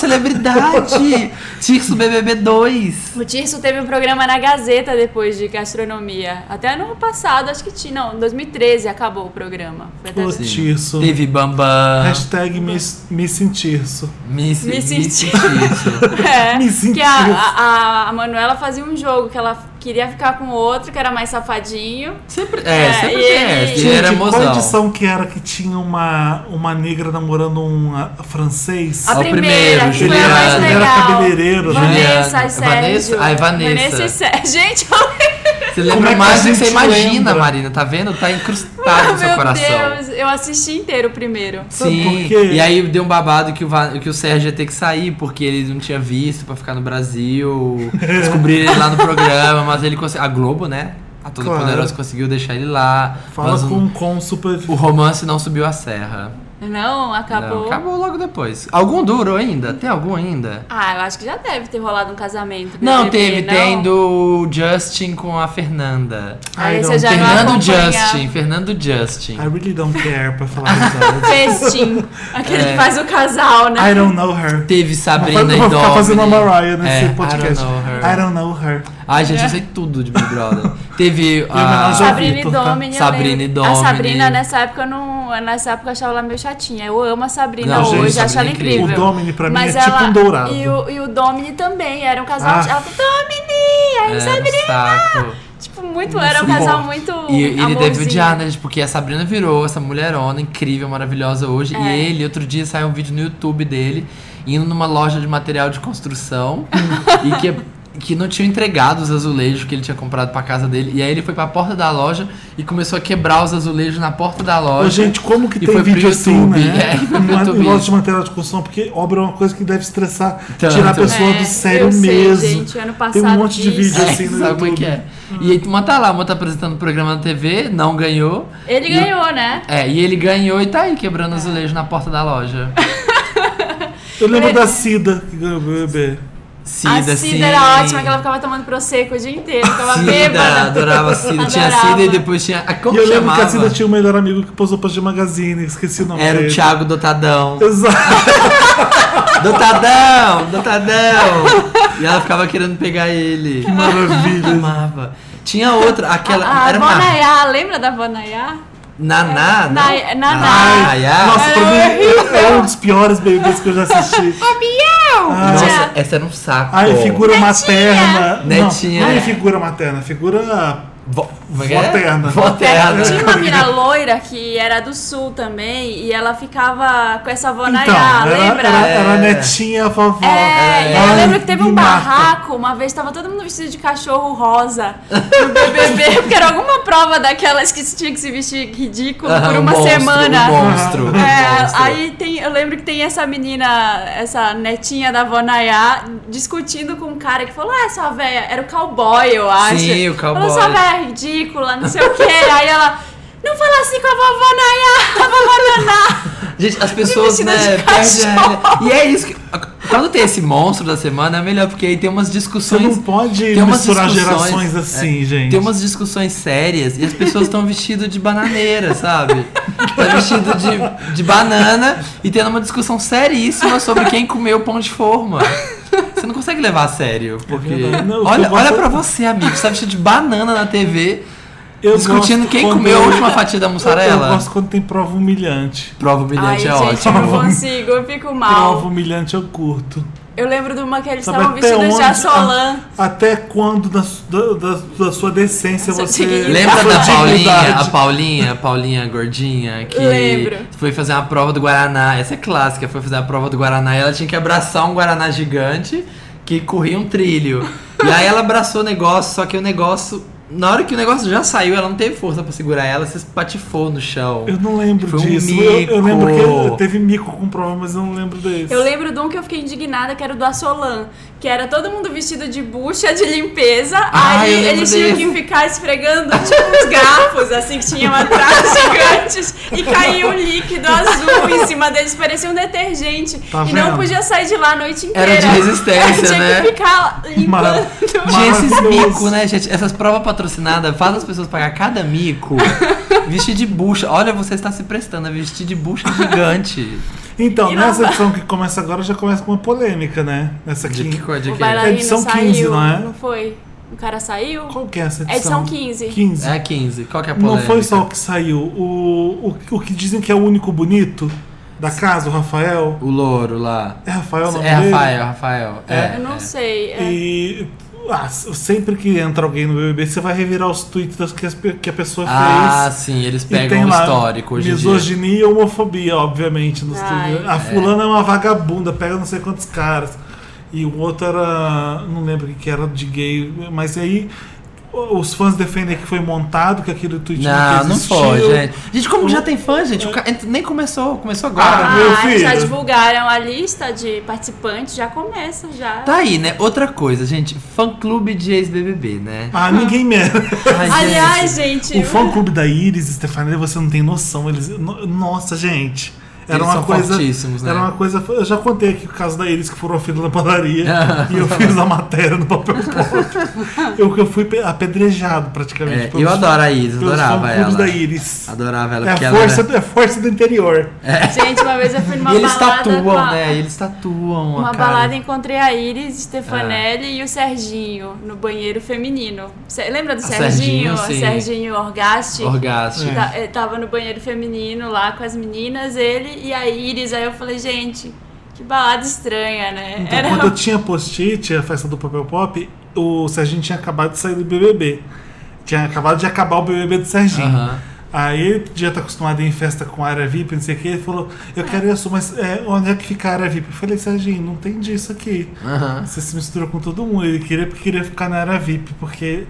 Speaker 2: celebridade! Tirso BBB 2.
Speaker 1: O Tirso teve um programa na Gazeta depois de gastronomia. Até no ano passado, acho que tinha. Não, 2013 acabou o programa. Foi até-
Speaker 3: Pô, tiço.
Speaker 2: Teve Bambam.
Speaker 3: Hashtag me, me sentirço.
Speaker 2: Me,
Speaker 1: Me
Speaker 2: me
Speaker 1: senti.
Speaker 2: senti.
Speaker 1: É,
Speaker 3: Me
Speaker 1: que
Speaker 3: senti.
Speaker 1: a, a, a Manuela fazia um jogo que ela queria ficar com o outro, que era mais safadinho.
Speaker 2: Sempre,
Speaker 1: É,
Speaker 2: é, sempre
Speaker 1: e
Speaker 2: tem
Speaker 1: ele-
Speaker 2: essa. E
Speaker 3: Gente,
Speaker 2: era
Speaker 3: qual
Speaker 2: mozão.
Speaker 3: edição que era que tinha uma, uma negra namorando um ah, francês?
Speaker 1: A
Speaker 2: Ó,
Speaker 1: primeira,
Speaker 2: primeiro,
Speaker 1: que foi a mais
Speaker 2: Juliana.
Speaker 1: legal.
Speaker 3: Era cabeleireiro, né?
Speaker 1: Vanessa e
Speaker 2: Juliana.
Speaker 1: Sérgio.
Speaker 2: Vanessa? Ai, Vanessa.
Speaker 1: e Sérgio. Gente, eu
Speaker 3: Como
Speaker 2: Você
Speaker 3: é
Speaker 2: lembra
Speaker 3: que a
Speaker 2: mais do que
Speaker 3: gente
Speaker 2: você imagina,
Speaker 3: lembra?
Speaker 2: Marina. Tá vendo? Tá incrustado no seu
Speaker 1: Meu
Speaker 2: coração.
Speaker 1: Deus, eu assisti inteiro o primeiro.
Speaker 3: Sabe
Speaker 2: Sim,
Speaker 3: por quê?
Speaker 2: e aí deu um babado que o, Va- que o Sérgio ia ter que sair, porque ele não tinha visto pra ficar no Brasil. Descobriram ele lá no programa, mas ele conseguiu. A Globo, né? A Todo
Speaker 3: Claro.
Speaker 2: Poderoso conseguiu deixar ele lá.
Speaker 3: Fala
Speaker 2: mas o-
Speaker 3: com um cônsul pra
Speaker 2: o romance não subiu a serra.
Speaker 1: Não, acabou.
Speaker 2: Não, acabou logo depois. Algum duro ainda? Tem algum ainda?
Speaker 1: Ah, eu acho que já deve ter rolado um casamento.
Speaker 2: Não,
Speaker 1: BBB,
Speaker 2: teve,
Speaker 1: não?
Speaker 2: tem do Justin com a Fernanda.
Speaker 1: Aí
Speaker 3: I
Speaker 1: você
Speaker 3: don't-
Speaker 1: já não
Speaker 2: Fernando
Speaker 1: acompanha.
Speaker 2: Justin, Fernando Justin.
Speaker 3: I really don't care pra falar isso.
Speaker 1: Festim. Aquele que
Speaker 2: É.
Speaker 1: faz o casal, né?
Speaker 3: I don't know her.
Speaker 2: Teve
Speaker 3: Eu
Speaker 2: Sabrina
Speaker 3: vou
Speaker 2: e
Speaker 3: ficar fazendo a
Speaker 2: Domini.
Speaker 3: Mariah nesse
Speaker 2: É, I
Speaker 3: podcast.
Speaker 2: don't know her.
Speaker 3: I don't know her.
Speaker 2: Ai, gente, eu sei tudo de Big Brother. Teve
Speaker 3: mas nós
Speaker 2: a...
Speaker 1: Sabrina e
Speaker 3: Vitor, tá?
Speaker 1: Domini. eu
Speaker 2: Sabrina
Speaker 1: lembro.
Speaker 2: e Domini.
Speaker 1: A Sabrina, nessa época, eu não, nessa época eu achava ela meio chatinha. Eu amo a Sabrina
Speaker 2: Não,
Speaker 1: hoje,
Speaker 3: gente,
Speaker 1: hoje, acho ela
Speaker 2: Sabrina é
Speaker 1: incrível.
Speaker 2: incrível.
Speaker 3: O Domini pra mim
Speaker 1: Mas
Speaker 3: é
Speaker 1: ela,
Speaker 3: tipo um dourado.
Speaker 1: E o, e o Domini também, era um casal.
Speaker 3: Ah.
Speaker 1: de- Ela falou, Domini! Aí
Speaker 2: É,
Speaker 1: Sabrina!
Speaker 2: saco.
Speaker 1: Tipo, muito. Era um casal muito.
Speaker 2: E ele teve o
Speaker 1: amorzinho.
Speaker 3: né?
Speaker 2: Diana, porque a Sabrina virou essa mulherona incrível, maravilhosa hoje. E ele, outro dia, saiu um vídeo no YouTube dele indo numa loja de material de construção e que, que não tinha entregado os azulejos que ele tinha comprado pra casa dele. E aí ele foi pra porta da loja e começou a quebrar os azulejos na porta da
Speaker 3: Ô,
Speaker 2: loja.
Speaker 3: gente, como que
Speaker 2: E
Speaker 3: tem
Speaker 2: foi pro
Speaker 3: vídeo assim,
Speaker 2: YouTube,
Speaker 3: né?
Speaker 2: é, e foi pro
Speaker 3: Não é-
Speaker 2: YouTube.
Speaker 3: Eu gosto de material de construção, porque obra é uma coisa que deve estressar,
Speaker 2: Tanto.
Speaker 3: tirar a pessoa
Speaker 1: É,
Speaker 3: do sério
Speaker 1: eu sei,
Speaker 3: mesmo.
Speaker 1: gente, é- ano
Speaker 3: tem um
Speaker 1: passado
Speaker 3: monte de
Speaker 1: disso.
Speaker 3: vídeo assim
Speaker 2: É,
Speaker 3: no
Speaker 2: sabe como é
Speaker 3: YouTube.
Speaker 2: que é? E aí uma tá lá, uma tá apresentando o programa na TV, não ganhou.
Speaker 1: Ele
Speaker 2: E o-
Speaker 1: ganhou, né?
Speaker 2: É, e ele ganhou e tá aí quebrando
Speaker 1: É.
Speaker 2: azulejo na porta da loja.
Speaker 3: Eu lembro
Speaker 1: Ele-
Speaker 3: da Cida que ganhou o BBB.
Speaker 2: Cida,
Speaker 1: a Cida
Speaker 2: sim.
Speaker 1: era ótima, que ela ficava tomando prosecco o dia inteiro, ficava
Speaker 2: Cida,
Speaker 1: bêbada.
Speaker 2: adorava a Cida. Tinha a
Speaker 1: Adorava.
Speaker 2: Cida e depois tinha. a- Como
Speaker 3: e eu lembro
Speaker 2: chamava?
Speaker 3: que a Cida tinha um o melhor amigo que posou pra G Magazine, esqueci o nome
Speaker 2: Era o
Speaker 3: dele.
Speaker 2: Thiago Dotadão.
Speaker 3: Exato.
Speaker 2: Dotadão! Dotadão! E ela ficava querendo pegar ele. Que
Speaker 3: maravilha.
Speaker 2: Amava. Tinha outra, aquela.
Speaker 1: A, a
Speaker 2: era uma.
Speaker 1: Vonayá, Ah, lembra da Vonayá?
Speaker 2: Naná? não?
Speaker 1: Na- Naná.
Speaker 2: Nayá?
Speaker 3: Nossa,
Speaker 1: Era
Speaker 3: pra mim é um dos piores BBBs que eu já assisti.
Speaker 1: Ah,
Speaker 2: Nossa,
Speaker 1: já.
Speaker 2: essa era um saco.
Speaker 3: Ai, figura materna.
Speaker 2: Netinha,
Speaker 3: Não, não
Speaker 2: né?
Speaker 3: é figura materna, figura
Speaker 2: Vo- como é que é?
Speaker 3: Voterna.
Speaker 2: Voterna.
Speaker 1: Tinha uma mina loira que era do sul também, e ela ficava com essa Vonayá,
Speaker 3: Então, era,
Speaker 1: lembra?
Speaker 3: era,
Speaker 2: É.
Speaker 3: era a netinha, a vovó.
Speaker 1: É, e eu
Speaker 3: Ai,
Speaker 1: lembro que teve um
Speaker 3: me mata.
Speaker 1: barraco, uma vez tava todo mundo vestido de cachorro rosa no BBB, porque era alguma prova daquelas que se tinha que se vestir ridículo por
Speaker 2: Aham,
Speaker 1: uma
Speaker 2: um monstro,
Speaker 1: semana.
Speaker 2: Um monstro. um
Speaker 1: É,
Speaker 2: monstro.
Speaker 1: aí tem, eu lembro que tem essa menina, essa netinha da Vonayá, discutindo com um cara que falou, ah, essa véia, era o cowboy, eu acho.
Speaker 2: Sim, o cowboy.
Speaker 1: Falou, essa véia é ridícula, não sei o quê. aí ela, não fala assim com a vovó Nayá, a vovó Naná.
Speaker 2: Gente, as pessoas,
Speaker 1: vestido
Speaker 2: né,
Speaker 1: de
Speaker 2: perdem a
Speaker 1: cachorro.
Speaker 2: realidade. E é isso que. Quando tem esse monstro da semana, é melhor, porque aí tem umas
Speaker 3: Você
Speaker 2: discussões.
Speaker 3: não pode
Speaker 2: Tem umas
Speaker 3: misturar
Speaker 2: discussões, é,
Speaker 3: gerações assim, gente.
Speaker 2: Tem umas discussões sérias e as pessoas estão vestidas de bananeira, sabe? Tá vestido de, de banana e tendo uma discussão seríssima sobre quem comeu pão de forma. Você não consegue levar a sério, porque.
Speaker 3: É verdade. Não, eu
Speaker 2: olha,
Speaker 3: gosto-
Speaker 2: olha pra você, amigo, você tá vestido de banana na TV,
Speaker 3: Eu
Speaker 2: discutindo
Speaker 3: gosto
Speaker 2: quem
Speaker 3: quando-
Speaker 2: comeu a última fatia da mussarela.
Speaker 3: Eu gosto quando tem prova humilhante.
Speaker 2: Prova
Speaker 1: Ai,
Speaker 2: humilhante
Speaker 1: gente,
Speaker 2: é
Speaker 1: eu
Speaker 2: ótimo.
Speaker 1: não consigo, eu fico mal.
Speaker 3: Prova humilhante eu curto.
Speaker 1: Eu lembro de uma que eles
Speaker 3: Sabe
Speaker 1: estavam
Speaker 3: até
Speaker 1: vestidos de
Speaker 3: onde-
Speaker 1: assolã.
Speaker 3: a- Até quando da, su- da, da- da sua decência
Speaker 1: Sua
Speaker 3: você.
Speaker 1: dignidade.
Speaker 2: Lembra da
Speaker 3: sua
Speaker 2: Paulinha, a
Speaker 3: dignidade?
Speaker 2: Paulinha, a Paulinha gordinha, que
Speaker 1: Lembro.
Speaker 2: foi fazer uma prova do Guaraná. Essa é clássica, foi fazer a prova do Guaraná e ela tinha que abraçar um Guaraná gigante que corria um trilho. E aí ela abraçou o negócio, só que o negócio. Na hora que o negócio já saiu, ela não teve força pra segurar ela, se espatifou no chão.
Speaker 3: Eu não lembro
Speaker 2: Foi um
Speaker 3: disso. Eu, eu
Speaker 2: mico.
Speaker 3: lembro que eu- teve mico com prova, mas eu não lembro desse.
Speaker 1: Eu lembro de um que eu fiquei indignada, que era o do Assolan. Que era todo mundo vestido de bucha de limpeza.
Speaker 2: Ah, eu
Speaker 1: aí
Speaker 2: lembro
Speaker 1: eles tinham
Speaker 2: desse.
Speaker 1: que ficar esfregando tipo uns garfos, assim, que tinham atrás gigantes. E caía um líquido azul em cima deles, parecia um detergente.
Speaker 3: Tá
Speaker 1: e não
Speaker 3: vendo?
Speaker 1: podia sair de lá a noite inteira.
Speaker 2: Era de resistência,
Speaker 1: Tinha que
Speaker 2: né?
Speaker 1: ficar
Speaker 3: Mara-
Speaker 1: limpando.
Speaker 2: Tinha esses
Speaker 3: Maravilhoso.
Speaker 2: micos, né, gente? Essas provas patrocinadas faz as pessoas pagar cada mico. Vestir de bucha. Olha, você está se prestando a vestir de bucha gigante.
Speaker 3: Então,
Speaker 1: E não-
Speaker 3: nessa edição que começa agora já começa com uma polêmica, né? Nessa
Speaker 2: De
Speaker 3: aqui.
Speaker 2: que cor de
Speaker 1: O
Speaker 2: que é?
Speaker 1: bailarino
Speaker 3: edição
Speaker 1: saiu,
Speaker 3: 15, não é?
Speaker 1: foi? O cara saiu?
Speaker 3: Qual que é essa
Speaker 1: É edição
Speaker 3: edição?
Speaker 1: 15.
Speaker 3: 15.
Speaker 2: É 15. Qual que é a
Speaker 3: Não
Speaker 2: polêmica?
Speaker 3: foi só o que saiu. O, o, o que dizem que é o único bonito da casa, o Rafael.
Speaker 2: O louro lá.
Speaker 3: É Rafael o nome
Speaker 2: É
Speaker 3: dele?
Speaker 2: Rafael, Rafael. É.
Speaker 1: Eu não sei. é.
Speaker 3: E ah, sempre que entra alguém no BBB, você vai revirar os tweets das que, as pe- que a pessoa
Speaker 2: Ah,
Speaker 3: fez.
Speaker 2: sim, eles
Speaker 3: E tem
Speaker 2: pegam o
Speaker 3: lá
Speaker 2: histórico hoje em dia.
Speaker 3: misoginia e homofobia, obviamente, nos
Speaker 1: Ai.
Speaker 3: tweets. A fulana é. uma vagabunda, pega não sei quantos caras. E o outro era. não lembro o que que era de gay, mas aí o- os fãs defendem que foi montado, que aquele tweet
Speaker 2: Não,
Speaker 3: nunca
Speaker 2: não
Speaker 3: existiu.
Speaker 2: foi, gente. Gente, como já tem fã, gente? O ca... Nem começou, começou
Speaker 3: Ah,
Speaker 2: agora.
Speaker 3: meu
Speaker 1: Ah, eles já
Speaker 3: filho.
Speaker 1: divulgaram a lista de participantes, já começa já.
Speaker 2: Tá aí, né? Outra coisa, gente. Fã clube de ex-BBB, né?
Speaker 3: Ah, ninguém merece.
Speaker 2: Ai,
Speaker 1: Aliás,
Speaker 2: gente.
Speaker 1: gente,
Speaker 3: O fã clube da Iris e Stefanelli, você não tem noção. Eles, no- nossa, gente. Era
Speaker 2: Eles
Speaker 3: uma
Speaker 2: são
Speaker 3: coisa.
Speaker 2: fortíssimos, né?
Speaker 3: Era uma coisa. Eu já contei aqui o caso da Iris que furou a fila na padaria e eu fiz a matéria no papel pop. Eu, eu fui pe- apedrejado praticamente.
Speaker 2: É, eu adoro a Iris,
Speaker 3: pelos
Speaker 2: adorava
Speaker 3: fã-clubes
Speaker 2: ela.
Speaker 3: da Iris.
Speaker 2: Adorava ela.
Speaker 3: É
Speaker 2: porque
Speaker 3: a,
Speaker 2: ela
Speaker 3: força,
Speaker 2: era-
Speaker 3: do- é a força do interior.
Speaker 1: gente, uma vez eu fui numa
Speaker 2: E eles
Speaker 1: balada. com
Speaker 2: tatuam,
Speaker 1: a-
Speaker 2: né? Eles tatuam. a
Speaker 1: Uma
Speaker 2: cara. Ah.
Speaker 1: balada encontrei a Iris, Stefanelli e o Serginho no banheiro feminino. Cê- Lembra do Serginho?
Speaker 2: Serginho, sim.
Speaker 1: Serginho Orgasti.
Speaker 2: Orgaste.
Speaker 3: É.
Speaker 1: Ta- eh, Tava no banheiro feminino lá com as meninas, ele e a Iris. Aí eu falei, gente, que balada estranha, né?
Speaker 3: Então, quando eu tinha post-it, a festa do papel pop, o Serginho tinha acabado de sair do BBB. Tinha acabado de acabar o BBB do Serginho.
Speaker 2: Aham.
Speaker 3: Aí ele já tá acostumado a ir em festa com área VIP, não sei o que. Ele falou, eu quero isso, mas é, onde é que fica a área VIP? Eu falei, Serginho, não tem disso aqui.
Speaker 2: Aham.
Speaker 3: Você se misturou com todo mundo. Ele queria porque queria ficar na área VIP, porque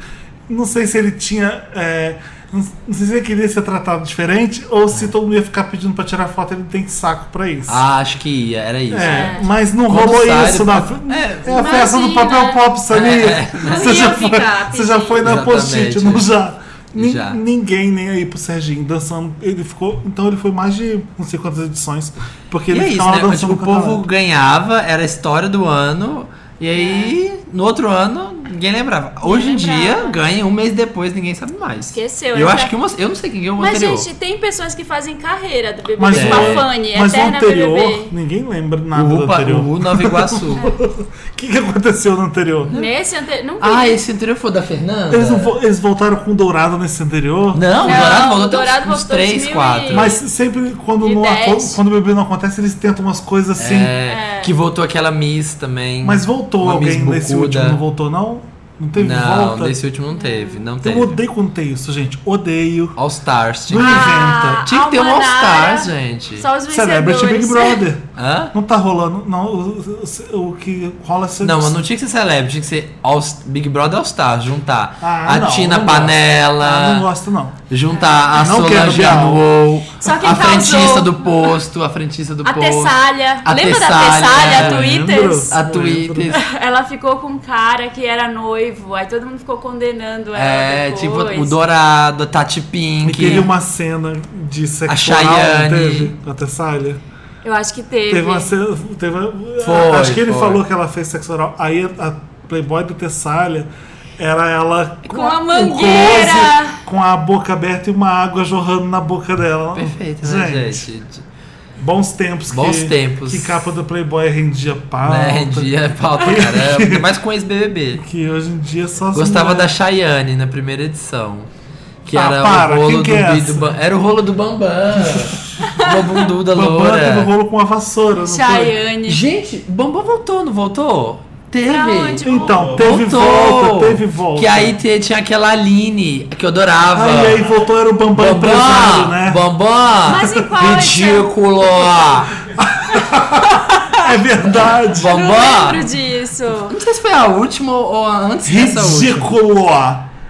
Speaker 3: não sei se ele tinha. é, não não sei se ele queria ser tratado diferente ou
Speaker 2: É.
Speaker 3: se todo mundo ia ficar pedindo pra tirar foto, ele não tem saco pra isso.
Speaker 2: Ah, acho que ia, era isso.
Speaker 3: É, mas não
Speaker 2: Quando
Speaker 3: rolou
Speaker 2: sai
Speaker 3: isso
Speaker 2: do
Speaker 3: na.
Speaker 2: papel-
Speaker 3: É,
Speaker 2: É,
Speaker 3: a festa do
Speaker 1: imagina.
Speaker 3: papel pop, sabe?
Speaker 2: É.
Speaker 1: Não
Speaker 3: Você,
Speaker 1: ia
Speaker 3: já foi,
Speaker 1: ficar
Speaker 3: você já foi na
Speaker 2: pedindo.
Speaker 3: post-it,
Speaker 2: Exatamente,
Speaker 3: não
Speaker 2: é.
Speaker 3: já. Ni-
Speaker 2: Já.
Speaker 3: Ninguém nem aí pro Serginho dançando. Ele ficou. Então ele foi mais de não sei quantas edições. Porque
Speaker 2: E
Speaker 3: ele
Speaker 2: é isso,
Speaker 3: ficava
Speaker 2: né? Mas,
Speaker 3: dançando
Speaker 2: tipo, o
Speaker 3: com a
Speaker 2: povo
Speaker 3: galera.
Speaker 2: ganhava, era a história do ano, e
Speaker 1: É.
Speaker 2: aí no outro ano ninguém lembrava. Hoje em
Speaker 1: lembrava.
Speaker 2: dia, ganha um mês depois, ninguém sabe mais.
Speaker 1: Esqueceu,
Speaker 2: Eu
Speaker 1: né?
Speaker 2: acho que uma, eu não sei quem ganhou o
Speaker 1: Mas,
Speaker 2: um anterior.
Speaker 1: gente, tem pessoas que fazem carreira do BBB.
Speaker 3: Mas,
Speaker 1: tipo
Speaker 2: é.
Speaker 1: a Fanny,
Speaker 3: mas o
Speaker 1: eterna
Speaker 3: anterior,
Speaker 1: BBB.
Speaker 3: ninguém lembra nada
Speaker 2: o
Speaker 3: Ah, do
Speaker 2: Upa,
Speaker 3: anterior.
Speaker 2: o U Nova Iguaçu.
Speaker 3: O que, que aconteceu no anterior?
Speaker 1: Nesse anterior. Não vi.
Speaker 2: ah, esse anterior foi o da Fernanda?
Speaker 3: Eles, não vo- eles voltaram com dourado nesse anterior?
Speaker 2: Não, o
Speaker 1: Não,
Speaker 2: Dourado
Speaker 1: o
Speaker 2: voltou até
Speaker 1: Dourado
Speaker 2: uns, uns
Speaker 1: voltou
Speaker 2: 3,
Speaker 1: 2000 e-
Speaker 2: 4.
Speaker 3: Mas sempre quando,
Speaker 1: De
Speaker 3: não aco-
Speaker 1: dez.
Speaker 3: quando o bebê não acontece, eles tentam umas coisas assim.
Speaker 2: É, Que voltou aquela Miss também.
Speaker 3: Mas voltou
Speaker 2: Uma
Speaker 3: alguém
Speaker 2: Miss
Speaker 3: nesse
Speaker 2: Bucuda.
Speaker 3: último, não voltou não? Não teve
Speaker 2: Não,
Speaker 3: volta? Então
Speaker 2: desse último não teve. Não
Speaker 3: Eu
Speaker 2: teve.
Speaker 3: odeio quando tem isso, gente. Odeio.
Speaker 2: All Stars.
Speaker 3: Não
Speaker 2: Tinha,
Speaker 1: Ah,
Speaker 3: inventa.
Speaker 2: tinha que ter um All
Speaker 1: Almanara,
Speaker 2: Stars, gente.
Speaker 1: Só os vencedores.
Speaker 3: Celebrity Big Brother.
Speaker 2: Hã?
Speaker 3: Não tá rolando. Não, o, o- o que rola é ser-
Speaker 2: Não, mas não tinha que ser celebre, tinha que ser All- Big Brother All Stars, juntar
Speaker 3: Ah,
Speaker 2: a
Speaker 3: não,
Speaker 2: Tina
Speaker 3: não gosto. Ah, não
Speaker 2: Panela,
Speaker 3: gosto, não.
Speaker 2: juntar a
Speaker 3: Não quero
Speaker 2: Solange
Speaker 3: Bial.
Speaker 2: Anuou,
Speaker 1: Só quem
Speaker 2: a
Speaker 1: causou.
Speaker 2: frentista do posto, a frentista do
Speaker 1: A
Speaker 2: posto,
Speaker 1: Tessália.
Speaker 2: A
Speaker 1: Lembra
Speaker 2: Tessália, é,
Speaker 1: da Tessália,
Speaker 2: eu
Speaker 1: Twitters?
Speaker 2: a Twitter.
Speaker 1: Ela ficou com um cara que era noivo, aí todo mundo ficou condenando ela.
Speaker 2: É, tipo,
Speaker 1: depois.
Speaker 2: o Dourado, a Tati
Speaker 3: E teve
Speaker 2: Pink.
Speaker 3: uma cena de sexual,
Speaker 2: é? Chayane.
Speaker 3: não teve? Com a Tessália.
Speaker 1: Eu acho que teve.
Speaker 3: Teve uma cena. Teve,
Speaker 2: Foi,
Speaker 3: acho que ele
Speaker 2: foi.
Speaker 3: falou que ela fez sexo oral. Aí a Playboy do Tessalha era ela
Speaker 1: Com a
Speaker 3: um
Speaker 1: mangueira.
Speaker 3: close, com a boca aberta e uma água jorrando na boca dela.
Speaker 2: Perfeito, né, gente?
Speaker 3: Bons tempos que-
Speaker 2: Bons tempos.
Speaker 3: que capa do Playboy rendia pauta.
Speaker 2: Né, rendia pau pra caramba, ainda mais com ex-BBB.
Speaker 3: Que hoje em dia só assim, né? as
Speaker 2: Gostava da
Speaker 3: mulheres-
Speaker 2: Cheyenne na primeira edição. Que
Speaker 3: Ah,
Speaker 2: era
Speaker 3: para,
Speaker 2: o
Speaker 3: quem
Speaker 2: rolo
Speaker 3: que
Speaker 2: do
Speaker 3: é
Speaker 2: Bi
Speaker 3: essa?
Speaker 2: do Bam- Era o rolo do Bambam. Uma bunduda
Speaker 3: Bambam teve um
Speaker 2: loura.
Speaker 3: rolo com uma vassoura, não foi?
Speaker 1: Chayane.
Speaker 2: Gente, o Bambam voltou, não voltou? Teve.
Speaker 1: Pra onde?
Speaker 3: Então, teve
Speaker 2: Voltou.
Speaker 3: volta, teve volta.
Speaker 2: Que aí te- tinha aquela Aline, que eu adorava.
Speaker 3: Aí, aí voltou, era o Bambam empresário,
Speaker 2: Bambam,
Speaker 3: né?
Speaker 2: Bambam.
Speaker 1: Mas em qual
Speaker 2: Ridículo.
Speaker 3: É verdade.
Speaker 1: Eu não lembro
Speaker 2: Bambam.
Speaker 1: disso.
Speaker 2: Não sei se foi a última ou a antes dessa última.
Speaker 3: Ridículo!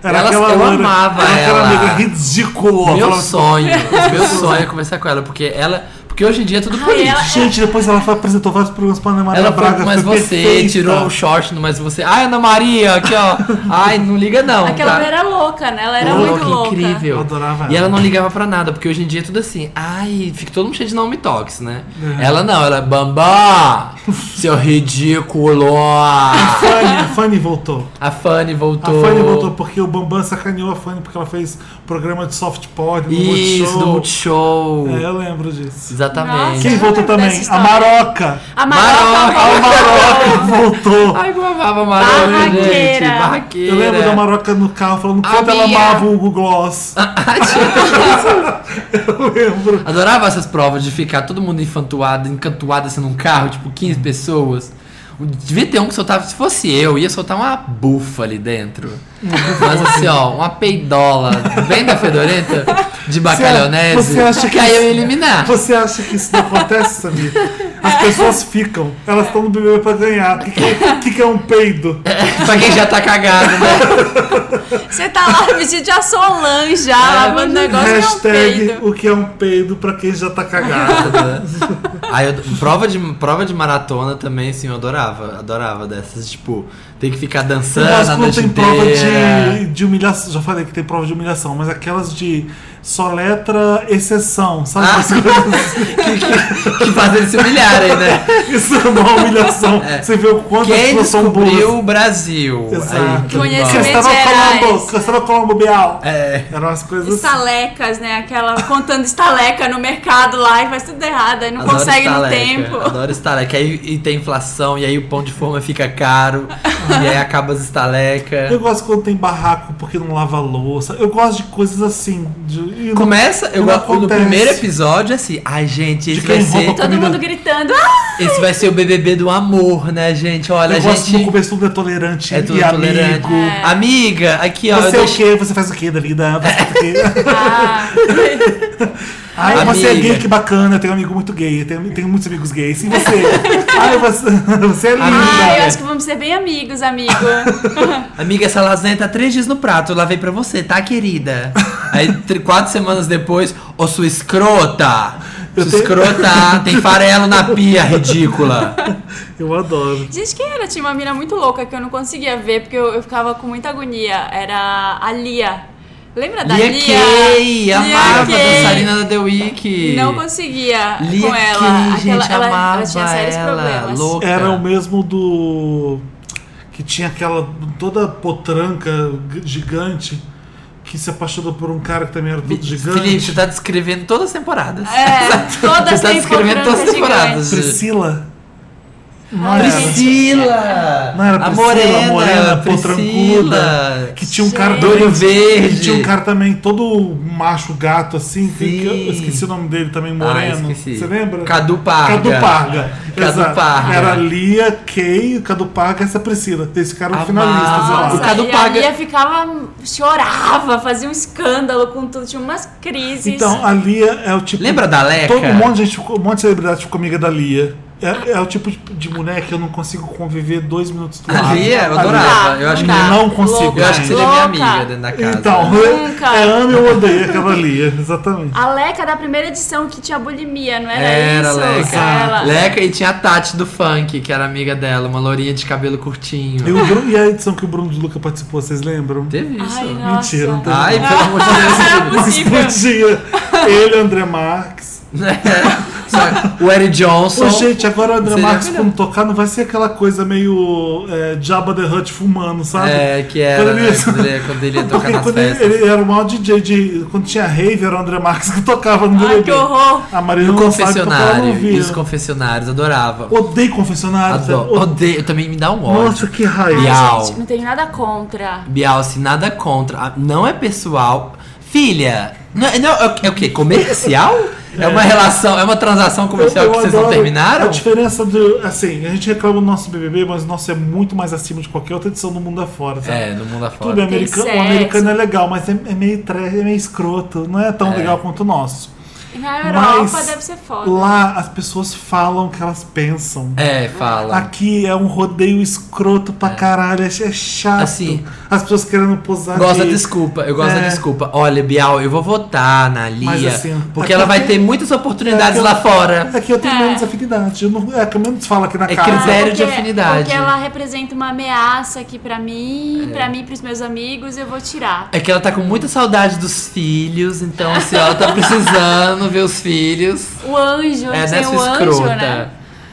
Speaker 3: Era
Speaker 2: Ela-
Speaker 3: aquela
Speaker 2: eu
Speaker 3: loira-
Speaker 2: amava
Speaker 3: era
Speaker 2: ela.
Speaker 3: aquela amiga ridícula.
Speaker 2: Meu
Speaker 3: Falava-
Speaker 2: sonho, meu sonho é conversar com ela, porque ela. Porque hoje em dia é tudo
Speaker 1: Ai,
Speaker 2: político.
Speaker 1: ela-
Speaker 3: assim, Gente, depois ela foi- apresentou vários programas pra Ana Maria
Speaker 2: Ela
Speaker 3: Braga.
Speaker 2: foi, mas
Speaker 3: foi
Speaker 2: você
Speaker 3: "Tá perfeita.
Speaker 2: tirou o short, mas você. Ai, Ana Maria, aqui ó. Ai, não liga não.
Speaker 1: Aquela
Speaker 2: tá?
Speaker 1: mulher era louca, né? Ela era
Speaker 2: Louca,
Speaker 1: muito louca.
Speaker 2: incrível.
Speaker 3: Eu adorava
Speaker 2: E
Speaker 3: ela.
Speaker 2: ela não ligava pra nada, porque hoje em dia é tudo assim. Ai, fica todo mundo cheio de nome tox, né?
Speaker 3: É.
Speaker 2: Ela não, ela bambá, seu ridículo.
Speaker 3: Fanny, a Fanny voltou.
Speaker 2: A Fanny
Speaker 3: A
Speaker 2: voltou.
Speaker 3: Fanny voltou porque o Bambam sacaneou a Fanny porque ela fez programa de soft porn no
Speaker 2: Isso, do
Speaker 3: Multishow.
Speaker 2: Multishow.
Speaker 3: É, eu lembro disso.
Speaker 2: Exatamente.
Speaker 3: Quem
Speaker 1: Eu
Speaker 3: voltou
Speaker 1: lembro dessa
Speaker 3: também? A
Speaker 1: história.
Speaker 3: Maroca.
Speaker 1: A
Speaker 2: Maroca.
Speaker 1: Maroca.
Speaker 3: A Maroca voltou.
Speaker 2: Ai, como eu amava a Maroca, gente.
Speaker 1: Barraqueira.
Speaker 2: Barraqueira.
Speaker 3: Eu lembro da Maroca no carro falando quanto ela
Speaker 2: Amiga.
Speaker 3: amava o Google Gloss. Eu lembro.
Speaker 2: Adorava essas provas de ficar todo mundo infantuado, encantuado assim num carro, tipo 15 pessoas. Devia ter um que soltava, se fosse eu, ia soltar uma bufa ali dentro. Mas assim, ó, uma peidola bem da fedorenta de bacalhonese.
Speaker 3: você acha que
Speaker 2: aí eu ia
Speaker 3: isso-
Speaker 2: eliminar.
Speaker 3: Você acha que isso não acontece, Samir? As pessoas ficam, elas estão no BBB pra ganhar. O que, que, é- o que que é um peido?
Speaker 2: pra quem já tá cagado, né?
Speaker 1: Você tá lá vestido de a Solange já, lavando o negócio e é um
Speaker 3: Hashtag
Speaker 1: peido.
Speaker 3: o que é um peido pra quem já tá cagado.
Speaker 2: Aí eu- prova, de, prova de maratona também, assim, eu adorava. Adorava dessas, tipo, tem que ficar dançando
Speaker 3: Mas
Speaker 2: a
Speaker 3: quando
Speaker 2: noite
Speaker 3: tem prova
Speaker 2: inteira.
Speaker 3: de, de humilhação, já falei que tem prova de humilhação, mas aquelas de só letra exceção, sabe?
Speaker 2: Ah.
Speaker 3: Essas coisas
Speaker 2: que, que, que faz eles se humilharem, né?
Speaker 3: Isso é uma humilhação. Você vê o quanto as
Speaker 2: Quem
Speaker 3: pessoas são
Speaker 2: descobriu
Speaker 3: burras.
Speaker 2: o Brasil?
Speaker 3: Exato.
Speaker 2: Aí, tudo
Speaker 1: Conhecimento.
Speaker 2: bom.
Speaker 3: Castelo
Speaker 1: Gerais.
Speaker 3: Colombo, Castelo Colombo Bial.
Speaker 2: É.
Speaker 3: Eram umas coisas
Speaker 1: Estalecas, né? Aquela contando estaleca no mercado lá e faz tudo errado, aí não
Speaker 2: Adoro é,
Speaker 1: consegue no
Speaker 2: estaleca,
Speaker 1: tempo.
Speaker 2: Adoro estaleca. Aí e tem inflação, e aí o pão de forma fica caro. e aí acaba as estalecas.
Speaker 3: Eu gosto quando tem barraco porque não lava a louça. Eu gosto de coisas assim. De, e não-
Speaker 2: Começa, eu
Speaker 3: não
Speaker 2: gosto no
Speaker 3: acontece.
Speaker 2: primeiro episódio é assim, ai gente, esse
Speaker 3: De
Speaker 2: vai
Speaker 3: quem
Speaker 2: ser,
Speaker 3: rouba
Speaker 1: Todo
Speaker 3: Comida-
Speaker 1: mundo gritando. "Ah!"
Speaker 2: esse vai ser o BBB do amor, né, gente? Olha,
Speaker 3: Eu
Speaker 2: a
Speaker 3: gosto
Speaker 2: gente
Speaker 3: no começo tudo é tolerante
Speaker 2: é tudo
Speaker 3: e
Speaker 2: tolerante.
Speaker 3: amigo.
Speaker 1: É.
Speaker 2: Amiga, aqui ó, eu
Speaker 3: Você é o
Speaker 2: deixei-
Speaker 3: quê? Você faz o quê da vida? Você faz o quê?
Speaker 1: Ah,
Speaker 3: Ai, você é
Speaker 2: Amiga.
Speaker 3: gay, que bacana. Eu tenho um amigo muito gay. Eu tenho, tenho muitos amigos gays. E você? Ai, você, você é
Speaker 1: ah, eu
Speaker 3: linda.
Speaker 1: acho que vamos ser bem amigos, amigo.
Speaker 2: Amiga, essa lasanha tá três dias no prato, eu lavei pra você, tá, querida? Aí, tr- quatro semanas depois, ô sua escrota!
Speaker 3: Eu
Speaker 2: Sua
Speaker 3: tenho-
Speaker 2: escrota, tem farelo na pia, ridícula!
Speaker 3: Eu adoro.
Speaker 1: Gente, quem era? Tinha uma mina muito louca que eu não conseguia ver porque eu, eu ficava com muita agonia. Era a Lia. Lembra da Lia?
Speaker 2: Lia Kay, é amava,
Speaker 1: Kay.
Speaker 2: dançarina da The Week.
Speaker 1: é Não conseguia
Speaker 2: Lia
Speaker 1: com ela.
Speaker 2: Kay, gente,
Speaker 1: Aquela- ela,
Speaker 2: amava
Speaker 1: ela tinha sérios
Speaker 2: ela,
Speaker 1: problemas.
Speaker 2: louca.
Speaker 3: Era o mesmo do. Que tinha aquela. toda potranca g- gigante que se apaixonou por um cara que também era todo gigante.
Speaker 2: Felipe, você tá descrevendo todas as temporadas.
Speaker 1: É, todas
Speaker 2: Você tá
Speaker 1: têm
Speaker 2: descrevendo todas as
Speaker 1: potranca
Speaker 2: temporadas.
Speaker 1: gigante.
Speaker 3: Priscila. Não
Speaker 1: Ai,
Speaker 3: era.
Speaker 1: gente.
Speaker 2: Priscila!
Speaker 3: Não era
Speaker 2: a
Speaker 3: Priscila,
Speaker 2: morena,
Speaker 3: morena,
Speaker 2: Priscila.
Speaker 3: potrancuda. Que tinha um cara.
Speaker 1: Gente.
Speaker 2: Dori
Speaker 3: Que
Speaker 2: Verde.
Speaker 3: tinha um cara também, todo macho gato assim, que, que eu
Speaker 2: Sim.
Speaker 3: esqueci o nome dele também,
Speaker 2: Ah,
Speaker 3: moreno.
Speaker 2: esqueci.
Speaker 3: Você lembra?
Speaker 2: Cadu Parga.
Speaker 3: Cadu Parga.
Speaker 2: Cadu
Speaker 3: Exato.
Speaker 2: Parga.
Speaker 3: Era Lia, Kay, Cadu Parga, essa Priscila. Esse cara é um finalista, sei lá.
Speaker 2: O
Speaker 1: Nossa,
Speaker 2: Cadu
Speaker 1: e a
Speaker 2: paga-
Speaker 1: Lia ficava, chorava, fazia um escândalo com tudo, tinha umas crises.
Speaker 3: Então, a Lia é o tipo.
Speaker 2: Lembra da Leca?
Speaker 3: Todo um monte de gente, ficou- um monte de celebridade ficou amiga da Lia. É, é o tipo de, de mulher que eu não consigo conviver dois minutos do
Speaker 2: A
Speaker 3: lado.
Speaker 2: Lia, eu
Speaker 3: A
Speaker 2: adorava. eu acho que-
Speaker 3: não consigo,
Speaker 1: Louca,
Speaker 2: Eu acho que seria minha
Speaker 1: louca.
Speaker 2: amiga dentro da casa.
Speaker 3: Então,
Speaker 1: Nunca.
Speaker 3: é ama ou odeia aquela Lia, exatamente.
Speaker 1: A Leca da primeira edição que tinha bulimia, não era,
Speaker 2: Era
Speaker 1: isso?
Speaker 2: Leca.
Speaker 1: Ela.
Speaker 2: Leca e tinha a Tati do funk, que era amiga dela, uma lourinha de cabelo curtinho.
Speaker 3: E, o Bruno- e a edição que o Bruno de Luca participou, vocês lembram?
Speaker 2: Teve isso.
Speaker 1: Ai,
Speaker 2: Ai,
Speaker 1: nossa.
Speaker 3: Mentira, não tem
Speaker 2: pelo amor de
Speaker 1: Era
Speaker 2: Deus.
Speaker 1: possível.
Speaker 3: Mas podia. Ele, André Marques.
Speaker 2: Sabe, É, o Eric Johnson.
Speaker 3: Ô, gente, agora o André
Speaker 2: Seria
Speaker 3: Marques,
Speaker 2: melhor.
Speaker 3: quando tocar, não vai ser aquela coisa meio é, Jabba the Hutt fumando, sabe?
Speaker 2: é, que era
Speaker 3: Quando
Speaker 2: quando
Speaker 3: ele-
Speaker 2: ele, né, quando ele, quando ele ia tocar
Speaker 3: Porque
Speaker 2: nas
Speaker 3: quando
Speaker 2: festas.
Speaker 3: ele, ele era o maior DJ de. Quando tinha rave, era o André Marques que tocava no
Speaker 1: Ai,
Speaker 3: BBB.
Speaker 1: que horror.
Speaker 3: A Marina
Speaker 2: No
Speaker 3: não sabe tocar, ela não
Speaker 2: confessionário,
Speaker 3: ouvia.
Speaker 2: e os confessionários, adorava.
Speaker 3: Odeio confessionários.
Speaker 2: Adoro.
Speaker 3: sabe?
Speaker 2: Odeio, também me dá um ódio.
Speaker 3: Nossa, que raiva.
Speaker 2: E a- Bial.
Speaker 1: Gente, não tenho nada contra.
Speaker 2: Bial, assim, nada contra. Ah, Não é pessoal. Filha, não, é- não, é, é o quê? Comercial? É. uma relação, é uma transação comercial que vocês não
Speaker 3: adoro
Speaker 2: terminaram?
Speaker 3: A diferença do. Assim, a gente reclama do nosso BBB, mas o nosso é muito mais acima de qualquer outra edição do mundo afora, sabe?
Speaker 2: É, no mundo afora.
Speaker 3: Tudo bem, americano,
Speaker 1: sexo.
Speaker 3: o americano é legal, mas é, é meio trash, é meio escroto, não é tão legal quanto o nosso.
Speaker 1: Na Europa
Speaker 3: mas
Speaker 1: deve ser foda.
Speaker 3: lá as pessoas falam o que elas pensam.
Speaker 2: É, fala.
Speaker 3: Aqui é um rodeio escroto pra caralho, é, é chato.
Speaker 2: Assim,
Speaker 3: as pessoas querendo posar
Speaker 2: Gosto da
Speaker 3: de-
Speaker 2: desculpa, eu gosto
Speaker 3: É.
Speaker 2: da desculpa. Olha, Bial, eu vou votar na
Speaker 3: Mas,
Speaker 2: Lia,
Speaker 3: assim,
Speaker 2: porque
Speaker 3: é
Speaker 2: ela vai
Speaker 3: porque-
Speaker 2: ter muitas oportunidades
Speaker 3: É que eu-
Speaker 2: lá fora.
Speaker 3: É que eu tenho
Speaker 1: É.
Speaker 3: menos afinidade. Eu não, é que eu menos falo aqui na
Speaker 2: É
Speaker 3: cara.
Speaker 2: critério de afinidade.
Speaker 1: Ah, Porque ela representa uma ameaça aqui pra mim, pra mim e pros meus amigos, eu vou tirar.
Speaker 2: É que ela tá com muita saudade dos filhos, então assim, ela tá precisando ver os filhos.
Speaker 1: O anjo, a
Speaker 2: É
Speaker 1: gente tem
Speaker 2: dessa
Speaker 1: o um anjo,
Speaker 2: escrota.
Speaker 1: né?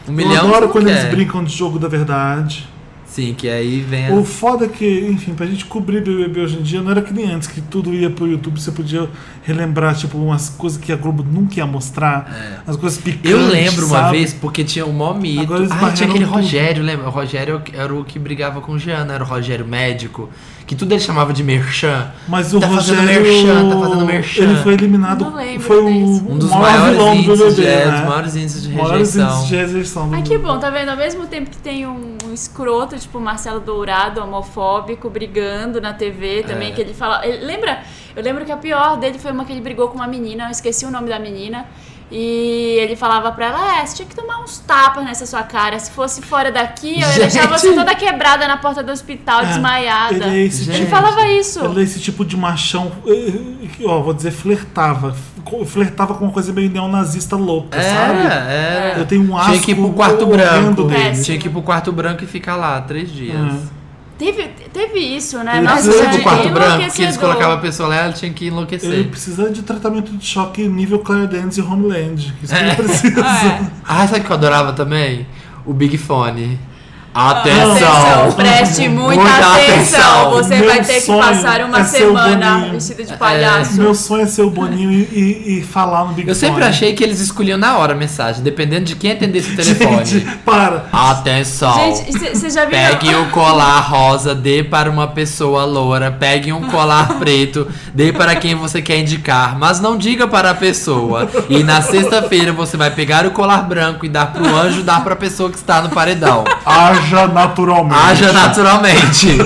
Speaker 2: Um milhão
Speaker 3: eu
Speaker 2: você
Speaker 3: adoro
Speaker 2: não
Speaker 3: quando
Speaker 2: quer.
Speaker 3: eles brincam de jogo da verdade.
Speaker 2: Sim, que aí vem.
Speaker 3: O foda é que, enfim, pra gente cobrir BBB hoje em dia, não era que nem antes, que tudo ia pro YouTube, você podia relembrar, tipo, umas coisas que a Globo nunca ia mostrar, as coisas picantes,
Speaker 2: É. Eu lembro uma
Speaker 3: sabe?
Speaker 2: vez, porque tinha um mó mito.
Speaker 3: Agora eles
Speaker 2: Ah, tinha
Speaker 3: barreram
Speaker 2: aquele
Speaker 3: tudo.
Speaker 2: Rogério, lembra? O Rogério era o que brigava com o Jean, era o Rogério médico. Que tudo ele chamava de merchan.
Speaker 3: Mas o
Speaker 2: Tá fazendo
Speaker 3: Rogério...
Speaker 2: merchan, tá fazendo merchan.
Speaker 3: Ele foi eliminado,
Speaker 1: Não lembro
Speaker 3: foi o,
Speaker 1: disso.
Speaker 2: Um dos
Speaker 3: o maior
Speaker 2: maiores
Speaker 3: vilão do
Speaker 2: índices, de,
Speaker 3: BBB,
Speaker 2: é,
Speaker 3: né?
Speaker 2: dos maiores índices de
Speaker 3: Maiores
Speaker 2: rejeição.
Speaker 3: índices de rejeição do
Speaker 1: Ai, que
Speaker 3: BBB.
Speaker 1: bom, tá vendo? Ao mesmo tempo que tem um, um escroto, tipo o Marcelo Dourado, homofóbico, brigando na TV também, que ele fala. ele- lembra? Eu lembro que a pior dele foi uma que ele brigou com uma menina, eu esqueci o nome da menina. E ele falava pra ela, é, você tinha que tomar uns tapas nessa sua cara. Se fosse fora daqui, eu ia deixar
Speaker 2: Gente!
Speaker 1: você toda quebrada na porta do hospital, desmaiada.
Speaker 3: Ele é esse
Speaker 2: Gente.
Speaker 1: Ele
Speaker 3: tipo,
Speaker 1: falava isso.
Speaker 3: ele é esse tipo de machão, eh, que, ó, vou dizer, flertava. Co- Flertava com uma coisa meio neonazista louca,
Speaker 2: É,
Speaker 3: sabe?
Speaker 2: Era, era.
Speaker 3: Eu tenho um asco
Speaker 2: Tinha que ir pro quarto
Speaker 3: horrendo
Speaker 2: branco. É,
Speaker 1: dele.
Speaker 2: Tinha que ir pro quarto branco e ficar lá três dias.
Speaker 3: É.
Speaker 1: Teve, teve isso, né?
Speaker 3: Ele
Speaker 1: Nossa,
Speaker 3: precisa
Speaker 1: é
Speaker 2: Do quarto branco, que eles
Speaker 1: enlouquecedor.
Speaker 2: colocavam a pessoa lá, ela tinha que
Speaker 3: Ele
Speaker 2: enlouquecer.
Speaker 3: precisa de tratamento de choque nível Claire Danes e
Speaker 2: É.
Speaker 3: Homeland. que Isso que ele precisa.
Speaker 1: É.
Speaker 2: Ah, sabe o que eu adorava também? O Big Fone.
Speaker 1: Atenção,
Speaker 3: Tá
Speaker 2: Atenção!
Speaker 1: preste muita,
Speaker 2: Muita
Speaker 1: atenção.
Speaker 2: atenção.
Speaker 1: Você
Speaker 3: Meu
Speaker 1: vai ter que
Speaker 3: sonho
Speaker 1: passar uma
Speaker 3: é ser o
Speaker 1: semana
Speaker 3: Boninho.
Speaker 1: vestido de palhaço.
Speaker 3: Meu sonho é ser o Boninho e, e- e falar no Big
Speaker 2: Eu sempre
Speaker 3: Fone.
Speaker 2: achei que eles escolhiam na hora a mensagem, dependendo de quem atendesse o telefone.
Speaker 3: Gente, para.
Speaker 2: Atenção!
Speaker 1: Gente, você já viu?
Speaker 2: É. Pegue um o colar rosa, dê para uma pessoa loura. Pegue um colar preto, dê para quem você quer indicar, mas não diga para a pessoa. E na sexta-feira você vai pegar o colar branco e dar pro anjo, dar para a pessoa que está no paredão.
Speaker 3: Haja naturalmente.
Speaker 2: Haja naturalmente.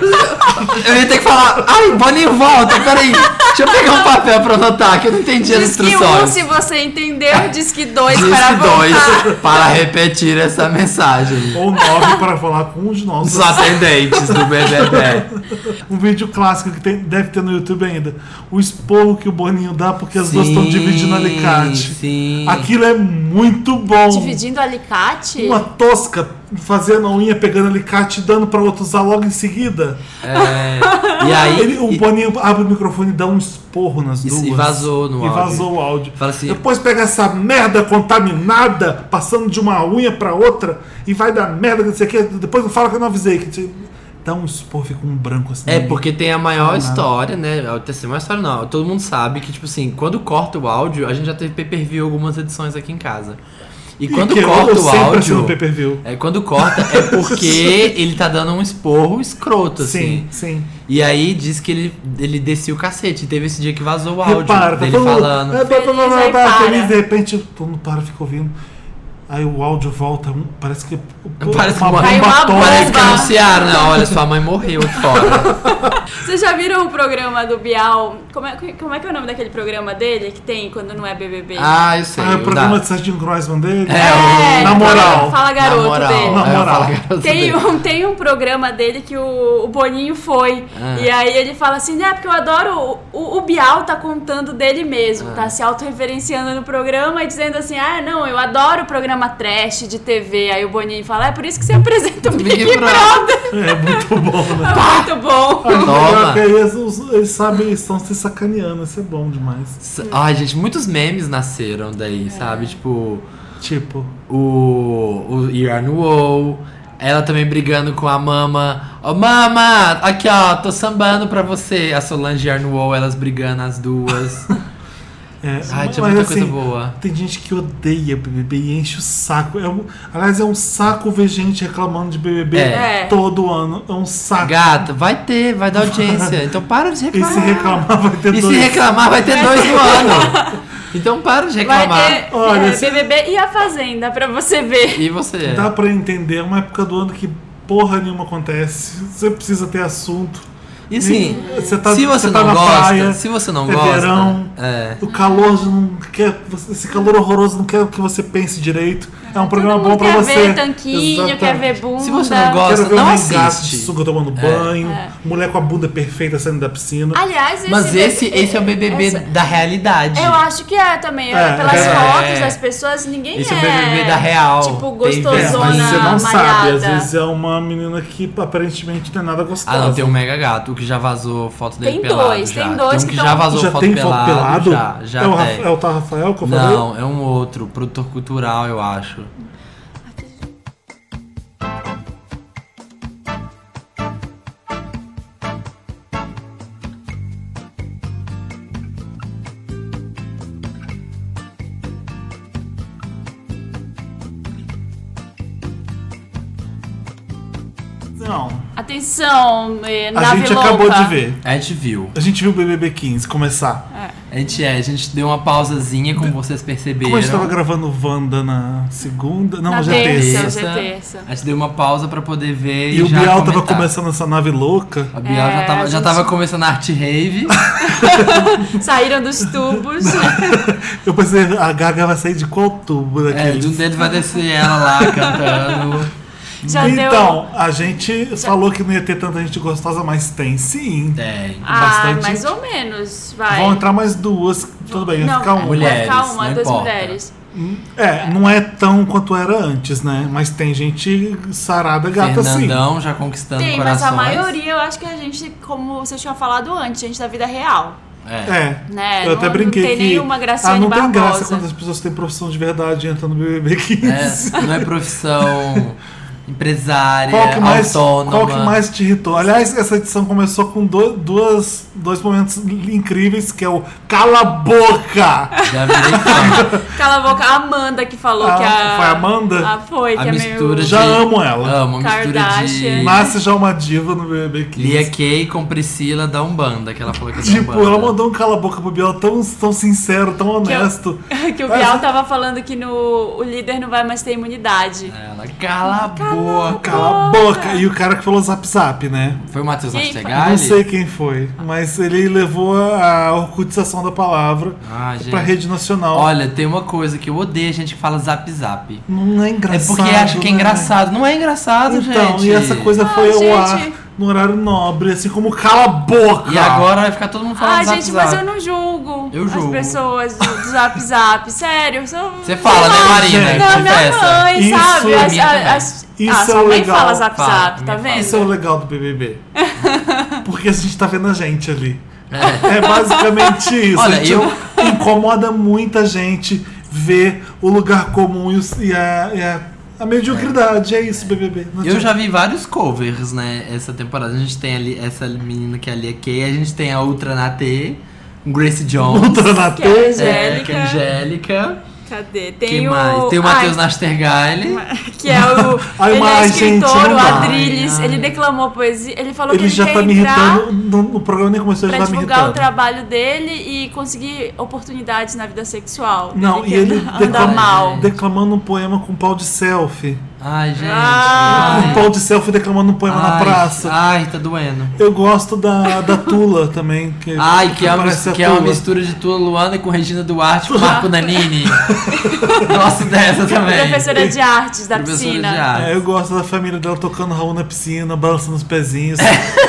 Speaker 2: Eu ia ter que falar, ai, Boninho, volta, peraí. Deixa eu pegar um papel para anotar, que eu não entendi as
Speaker 1: Diz que um
Speaker 2: instruções.
Speaker 1: se você entendeu, diz que dois
Speaker 2: Diz
Speaker 1: para
Speaker 2: que
Speaker 1: voltar.
Speaker 2: dois para repetir essa mensagem.
Speaker 3: Ou nove para falar com um de nós.
Speaker 2: Os atendentes do BBB.
Speaker 3: Um vídeo clássico que tem- deve ter no YouTube ainda. O esporro que o Boninho dá porque as duas estão
Speaker 2: Sim,
Speaker 3: dividindo alicate.
Speaker 2: sim.
Speaker 3: Aquilo é muito bom.
Speaker 1: Dividindo alicate?
Speaker 3: Uma tosca fazendo a unha, pegando alicate e dando pra outro usar logo em seguida.
Speaker 2: E aí,
Speaker 3: Ele, é um o
Speaker 2: e-
Speaker 3: Boninho abre o microfone e dá um esporro nas
Speaker 2: E-
Speaker 3: duas.
Speaker 2: e vazou no
Speaker 3: E
Speaker 2: áudio.
Speaker 3: vazou o áudio.
Speaker 2: Fala assim-
Speaker 3: Depois pega essa merda contaminada, passando de uma unha pra outra, e vai dar merda, que não sei o quê. Depois não fala que eu não avisei. Que te- Dá um esporro, fica um branco assim.
Speaker 2: é porque tem a maior
Speaker 3: Não, nada.
Speaker 2: história, né? Assim, maior história não. Todo mundo sabe que, tipo assim, quando corta o áudio, a gente já teve pay-per-view algumas edições aqui em casa. E quando
Speaker 3: que eu-
Speaker 2: corta
Speaker 3: eu
Speaker 2: o
Speaker 3: sempre assino
Speaker 2: áudio.
Speaker 3: o pay-per-view.
Speaker 2: É quando corta, é porque ele tá dando um esporro escroto, assim.
Speaker 3: Sim, sim.
Speaker 2: E aí diz que ele, ele descia o cacete. E Teve esse dia que vazou o áudio
Speaker 3: Repara, tá
Speaker 2: dele
Speaker 3: todo mundo-
Speaker 2: falando.
Speaker 3: É, blá, blá, blá, blá,
Speaker 1: Feliz, aí
Speaker 3: blá,
Speaker 1: para.
Speaker 3: feliz, de repente todo mundo para, fica ouvindo. Aí o áudio volta, um- parece que
Speaker 2: Parece
Speaker 3: uma
Speaker 2: uma-
Speaker 1: Caiu uma
Speaker 3: bomba
Speaker 2: Parece que
Speaker 1: Bomba.
Speaker 3: atômica.
Speaker 2: anunciaram, né? Olha, sua mãe morreu aqui fora.
Speaker 1: Vocês já viram o programa do Bial? Como é, como é que é o nome daquele programa dele que tem quando não é BBB?
Speaker 2: Ah, eu sei.
Speaker 3: Ah, é o
Speaker 2: dá.
Speaker 3: programa de Serginho Grossman dele.
Speaker 2: É,
Speaker 1: É,
Speaker 3: na moral.
Speaker 1: Fala garoto
Speaker 2: na moral,
Speaker 1: dele.
Speaker 2: é,
Speaker 3: Na moral.
Speaker 2: fala garoto
Speaker 1: Tem
Speaker 2: dele.
Speaker 1: um, tem um programa dele que o, o Boninho foi.
Speaker 2: Ah.
Speaker 1: E aí ele fala assim: é porque eu adoro. O, o, o Bial tá contando dele mesmo,
Speaker 2: Ah.
Speaker 1: tá se autorreferenciando no programa e dizendo assim: ah, não, eu adoro o programa trash de TV. Aí o Boninho fala: é por isso que você apresenta o Big,
Speaker 2: Big
Speaker 1: Brother.
Speaker 3: É muito bom, né?
Speaker 1: É muito bom.
Speaker 2: Toma.
Speaker 3: Porque aí Eles, eles sabem, eles estão se sacaneando, isso é bom demais.
Speaker 2: S- Ai, gente, muitos memes nasceram
Speaker 1: É.
Speaker 2: daí, sabe? Tipo,
Speaker 3: Tipo,
Speaker 2: o, o Yarn Wall, ela também brigando com a Mama. Ó, Mama, aqui ó, tô sambando pra você. A Solange e Yarn Wall, elas brigando as duas.
Speaker 3: é,
Speaker 2: Ai, tinha
Speaker 3: mas
Speaker 2: muita coisa
Speaker 3: assim,
Speaker 2: boa.
Speaker 3: Tem gente que odeia BBB e enche o saco. É um, aliás, é um saco ver gente reclamando de BBB
Speaker 2: É.
Speaker 1: É.
Speaker 3: todo ano. É um saco.
Speaker 2: Gata, vai ter, vai dar audiência. Então para de
Speaker 3: E se
Speaker 2: reclamar.
Speaker 3: reclamar vai ter
Speaker 2: E se
Speaker 3: dois.
Speaker 2: reclamar, vai ter dois no ano. Então para de
Speaker 1: Vai
Speaker 2: reclamar.
Speaker 1: ter
Speaker 3: Olha,
Speaker 1: é,
Speaker 3: se-
Speaker 1: BBB e a Fazenda pra você ver.
Speaker 2: E você?
Speaker 1: Então
Speaker 3: Dá pra entender, é uma época do ano que porra nenhuma acontece. Você precisa ter assunto.
Speaker 2: E assim,
Speaker 3: Você tá-
Speaker 2: se você,
Speaker 3: você tá
Speaker 2: não
Speaker 3: na
Speaker 2: gosta,
Speaker 3: praia,
Speaker 2: se você não
Speaker 3: é
Speaker 2: gosta,
Speaker 3: verão.
Speaker 2: é.
Speaker 3: O calor não quer. Esse calor horroroso não quer que você pense direito. É um programa
Speaker 1: Todo
Speaker 3: bom
Speaker 1: mundo
Speaker 3: pra
Speaker 1: quer
Speaker 3: você.
Speaker 1: ver tanquinho, quer
Speaker 3: Exatamente.
Speaker 1: ver bunda.
Speaker 2: Se você não gosta-
Speaker 3: Quero ver
Speaker 2: não
Speaker 3: um
Speaker 2: assiste. É.
Speaker 3: regaço de suco tomando banho,
Speaker 1: É.
Speaker 3: mulher com a bunda perfeita saindo da piscina.
Speaker 1: Aliás, esse
Speaker 2: Mas esse,
Speaker 1: bebê-
Speaker 2: esse é o BBB
Speaker 1: essa-
Speaker 2: da realidade.
Speaker 1: Eu acho que é também. é,
Speaker 3: É,
Speaker 1: pelas
Speaker 3: é.
Speaker 1: fotos das pessoas, ninguém
Speaker 2: Esse é
Speaker 1: é.
Speaker 2: o BBB da real.
Speaker 1: Tipo,
Speaker 2: Tem
Speaker 1: gostosona,
Speaker 2: vergonha.
Speaker 3: É, mas você
Speaker 1: malhada.
Speaker 3: não sabe. Às vezes é uma menina que aparentemente não é nada gostosa.
Speaker 2: Ah, não, tem um mega gato que já vazou foto dele
Speaker 1: Tem
Speaker 2: pelado.
Speaker 1: dois,
Speaker 2: já.
Speaker 1: tem dois
Speaker 2: um
Speaker 1: que
Speaker 2: que,
Speaker 1: tão-
Speaker 2: já vazou
Speaker 3: Já
Speaker 2: foto
Speaker 3: tem
Speaker 2: pelado.
Speaker 3: foto pelado?
Speaker 2: Já, já
Speaker 3: é, o Rafa-
Speaker 2: tem.
Speaker 3: é o tal Rafael que eu falei?
Speaker 2: Não, é um outro, produtor cultural, eu acho.
Speaker 3: Não.
Speaker 1: Atenção, eh,
Speaker 3: A
Speaker 1: nave
Speaker 3: gente
Speaker 1: louca.
Speaker 3: acabou de ver.
Speaker 2: A gente viu.
Speaker 3: A gente viu o BBB 15 começar.
Speaker 2: A gente, é, a gente deu uma pausazinha, como vocês perceberam.
Speaker 3: Como a gente tava gravando Wanda na segunda. Não,
Speaker 1: Na
Speaker 3: hoje é
Speaker 1: terça.
Speaker 3: terça.
Speaker 1: hoje é terça.
Speaker 2: A gente deu uma pausa pra poder ver.
Speaker 3: E o
Speaker 2: já
Speaker 3: Bial tava
Speaker 2: comentar.
Speaker 3: começando essa nave louca.
Speaker 2: A Bial já,
Speaker 1: É,
Speaker 2: tava,
Speaker 1: a
Speaker 2: já
Speaker 1: gente-
Speaker 2: tava começando a arte rave.
Speaker 1: Saíram dos tubos.
Speaker 3: Eu pensei, a Gaga vai sair de qual tubo
Speaker 2: É,
Speaker 3: daquele?
Speaker 2: de um dedo vai descer ela lá cantando.
Speaker 1: Já deu.
Speaker 3: então, a gente falou que não ia ter tanta gente gostosa, mas tem sim.
Speaker 2: Tem.
Speaker 1: Ah,
Speaker 3: bastante-
Speaker 1: mais ou menos. Vai. é.
Speaker 3: Vão entrar mais duas, tudo bem, vai ficar uma.
Speaker 2: Mulher. Mulheres,
Speaker 1: Vai ficar uma,
Speaker 2: não
Speaker 1: duas
Speaker 2: importa.
Speaker 1: mulheres.
Speaker 3: É, não é tão quanto era antes, né? Mas tem gente sarada gata assim. sim.
Speaker 2: Fernandão já conquistando
Speaker 1: Tem, mas
Speaker 2: corações.
Speaker 1: a maioria eu acho que a gente, como vocês tinham falado antes, gente da vida real.
Speaker 2: É.
Speaker 3: É.
Speaker 1: Né,
Speaker 3: Eu
Speaker 1: não-
Speaker 3: até
Speaker 1: não
Speaker 3: brinquei
Speaker 1: tem
Speaker 3: que.
Speaker 1: nenhuma Graciane
Speaker 3: ah, não tem
Speaker 1: Barbosa.
Speaker 3: É. graça quando as pessoas têm profissão de verdade e entram no BBB 15.
Speaker 2: É, Não é profissão empresária,
Speaker 3: Qual que, mais,
Speaker 2: É, autônoma.
Speaker 3: qual que mais te irritou? Aliás, essa edição começou com do- duas, dois momentos incríveis, que é o Cala a Boca!
Speaker 2: Já virei fã.
Speaker 1: Cala a boca, a Amanda que falou
Speaker 3: Ah,
Speaker 1: que a.
Speaker 3: foi a Amanda?
Speaker 1: Ah, foi,
Speaker 2: A
Speaker 1: que é
Speaker 2: mistura
Speaker 1: meio.
Speaker 2: de-
Speaker 3: Já amo ela.
Speaker 2: Amo, a mistura
Speaker 1: Kardashian.
Speaker 2: de...
Speaker 3: Nasce já uma diva no BBB 15.
Speaker 2: Lia Kay com Priscila da Umbanda, que ela falou que é da
Speaker 3: Tipo,
Speaker 2: Umbanda.
Speaker 3: ela mandou um cala a boca pro Biel tão, tão sincero, tão
Speaker 1: Que eu-
Speaker 3: honesto.
Speaker 1: Que o Bial tava falando que no, o líder não vai mais ter imunidade.
Speaker 2: Ela, cala a boca.
Speaker 3: Cala a boca! E o cara que falou zap zap, né?
Speaker 2: Foi o Matheus
Speaker 1: Quem
Speaker 2: Nastegali?
Speaker 3: Não sei quem foi, mas ele levou a orcutização da palavra
Speaker 2: Ah, gente.
Speaker 3: pra rede nacional.
Speaker 2: Olha, tem uma coisa que eu odeio gente que fala zap zap.
Speaker 3: não é
Speaker 2: É
Speaker 3: engraçado.
Speaker 2: porque acha que é
Speaker 3: né?
Speaker 2: engraçado. Não é engraçado,
Speaker 3: Então,
Speaker 2: gente.
Speaker 3: e essa coisa foi
Speaker 1: gente.
Speaker 3: ao ar no horário nobre, assim como cala a boca!
Speaker 2: E agora vai ficar todo mundo falando
Speaker 1: Ah,
Speaker 2: zap
Speaker 1: gente,
Speaker 2: zap.
Speaker 1: mas eu não julgo
Speaker 2: Eu julgo.
Speaker 1: as pessoas do, do Zap Zap, sério. eu sou-
Speaker 2: Você fala, né, Marina?
Speaker 3: gente.
Speaker 1: Não,
Speaker 2: Tipo
Speaker 1: minha
Speaker 2: essa.
Speaker 1: mãe,
Speaker 3: Isso- é
Speaker 1: sabe? As-
Speaker 2: Minha também.
Speaker 1: as-
Speaker 3: Isso
Speaker 1: ah,
Speaker 3: é
Speaker 1: sua mãe
Speaker 3: legal.
Speaker 1: fala Zap
Speaker 2: Fala,
Speaker 1: Zap, tá
Speaker 2: minha
Speaker 1: vendo?
Speaker 3: Isso é o legal do BBB. Porque a gente tá vendo a gente ali. É, basicamente isso.
Speaker 2: Olha,
Speaker 3: Tipo, Incomoda muita gente ver o lugar comum e, o- e a, e a- a mediocridade. É isso, BBB. Não
Speaker 2: Eu
Speaker 3: adianta.
Speaker 2: já vi vários covers, né, essa temporada. A gente tem ali essa menina que é a Lia Kay, a gente tem a Ultra Natê, Grace Jones,
Speaker 3: Ultra na
Speaker 1: Que é a
Speaker 3: T.
Speaker 2: é, que é
Speaker 1: Angélica.
Speaker 2: a Angélica.
Speaker 1: Cadê? Tem
Speaker 2: Quem
Speaker 1: o.
Speaker 2: mais? Tem o
Speaker 1: Ai,
Speaker 2: Matheus Nastergalli.
Speaker 1: Que é o.
Speaker 3: Ai,
Speaker 1: ele é
Speaker 3: mas, gente,
Speaker 1: escritor, o
Speaker 3: não dá.
Speaker 1: Adrilles.
Speaker 2: Ai, ai.
Speaker 1: Ele declamou poesia. Ele falou que
Speaker 3: Ele
Speaker 1: ele
Speaker 3: já
Speaker 1: quer
Speaker 3: tá me
Speaker 1: entrar
Speaker 3: irritando. No, no programa nem começou, ele
Speaker 1: pra
Speaker 3: já tá me
Speaker 1: divulgar o
Speaker 3: irritando.
Speaker 1: trabalho dele e conseguir oportunidades na vida sexual. ele
Speaker 3: Não, e
Speaker 1: quer
Speaker 3: ele
Speaker 1: andar
Speaker 3: declama-
Speaker 1: mal.
Speaker 3: Declamando um poema com pau de selfie.
Speaker 2: Ai, gente.
Speaker 1: Ah.
Speaker 3: Com pau de selfie declamando um poema na
Speaker 2: Ai,
Speaker 3: praça.
Speaker 2: Ai, tá doendo.
Speaker 3: Eu gosto da, da Tula também. Que,
Speaker 2: Ai, que, é, uma,
Speaker 3: parece a
Speaker 2: que é uma
Speaker 3: Tula.
Speaker 2: mistura de tua Luana com Regina Duarte com Marco Nanini. Gosto dessa também.
Speaker 1: Professora de artes né? da
Speaker 2: Professora
Speaker 1: piscina.
Speaker 2: de arte.
Speaker 3: É, eu gosto da família dela tocando Raul na piscina, balançando os pezinhos.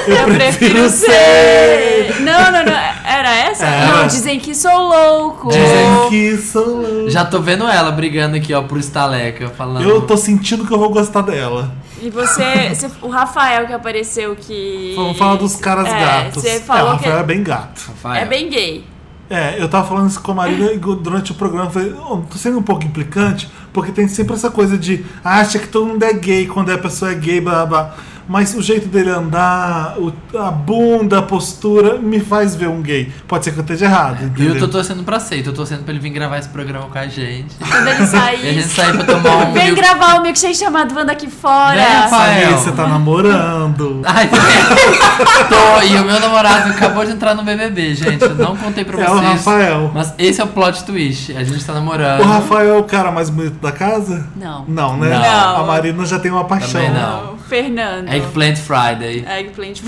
Speaker 1: Eu prefiro ser. Não, não, não. Era essa?
Speaker 3: Era.
Speaker 1: Não, dizem que sou louco.
Speaker 2: É.
Speaker 3: Dizem que sou louco.
Speaker 2: Já tô vendo ela brigando aqui, ó, pro estaleca, falando.
Speaker 3: Eu tô sentindo que eu vou gostar dela.
Speaker 1: E você, você- O Rafael que apareceu que.
Speaker 3: Vamos falar dos caras
Speaker 1: É,
Speaker 3: gatos.
Speaker 1: Você
Speaker 3: é, o
Speaker 1: falou que.
Speaker 3: Rafael é bem gato.
Speaker 2: Rafael.
Speaker 1: É bem gay.
Speaker 3: É, eu tava falando isso com a Marina e durante o programa. eu Falei, "Oh, tô sendo um pouco implicante, porque tem sempre essa coisa de "Ah, acha que todo mundo é gay quando é a pessoa é gay, blá blá. blá." Mas o jeito dele andar, o- a bunda, a postura, me faz ver um gay. Pode ser que eu esteja errado.
Speaker 2: E
Speaker 3: entendeu?
Speaker 2: eu tô torcendo pra ser, tô torcendo pra ele vir gravar esse programa com a gente.
Speaker 1: Quando ele
Speaker 2: E a
Speaker 1: sair.
Speaker 2: gente sair pra tomar um.
Speaker 1: Vem
Speaker 2: mil-
Speaker 1: gravar o milkshake chamado Wanda aqui fora.
Speaker 2: Vem, Rafael.
Speaker 3: Aí você tá namorando.
Speaker 2: Ai, tô, e o meu namorado acabou de entrar no BBB, gente. Eu não contei pra
Speaker 3: É o
Speaker 2: vocês.
Speaker 3: Rafael.
Speaker 2: Mas esse é o plot twist. A gente tá namorando.
Speaker 3: O Rafael é o cara mais bonito da casa?
Speaker 1: Não.
Speaker 3: Não, né?
Speaker 1: Não.
Speaker 3: A Marina já tem uma paixão.
Speaker 2: Também não.
Speaker 1: Não, Fernando. É
Speaker 2: Eggplant Friday.
Speaker 1: Eggplant.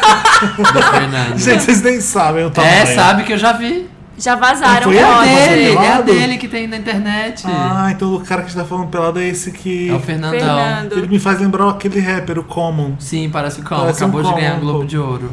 Speaker 2: do Fernando.
Speaker 3: Gente, vocês nem sabem o tamanho.
Speaker 2: é, sabe que eu já vi.
Speaker 1: Já vazaram
Speaker 3: Foi a
Speaker 1: fotos.
Speaker 2: Dele,
Speaker 3: pelado?
Speaker 2: é a dele que tem na internet.
Speaker 3: Ah, então o cara que tá falando pelado é esse que...
Speaker 2: é o Fernandão.
Speaker 3: Ele
Speaker 1: Fernando.
Speaker 3: me faz lembrar aquele rapper, o Common.
Speaker 2: Sim, parece o cão.
Speaker 3: Parece um
Speaker 2: Acabou de
Speaker 3: cão,
Speaker 2: ganhar o
Speaker 3: um
Speaker 2: Globo
Speaker 3: cão.
Speaker 2: de Ouro.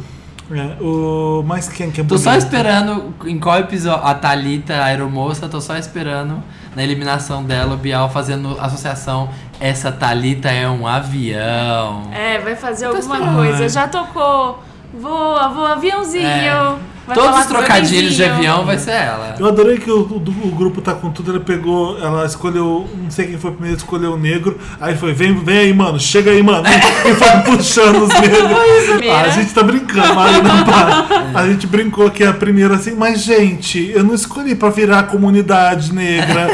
Speaker 3: É, o... Mas quem que é
Speaker 2: Tô
Speaker 3: bonito?
Speaker 2: só esperando em qual episódio. A Thalita, a aeromoça, tô só esperando na eliminação dela, o Bial fazendo associação. Essa Thalita é um avião.
Speaker 1: É, vai fazer alguma
Speaker 3: esperando.
Speaker 1: coisa.
Speaker 3: Ai.
Speaker 1: Já tocou. Voa, voa, aviãozinho.
Speaker 2: É.
Speaker 1: Vai
Speaker 2: Todos
Speaker 1: falar
Speaker 2: os
Speaker 1: com o
Speaker 2: trocadilhos de
Speaker 1: bebezinho.
Speaker 2: avião vai ser ela.
Speaker 3: Eu adorei que o, o do- o grupo tá com tudo, ela pegou, ela escolheu, não sei quem foi primeiro, escolheu o negro, aí foi, vem, vem aí, mano, chega aí, mano, e e foi puxando os negros.
Speaker 1: Primeira.
Speaker 3: Ah, a gente tá brincando, mas não para. A gente brincou que é a primeira assim, mas gente, eu não escolhi pra virar a comunidade negra.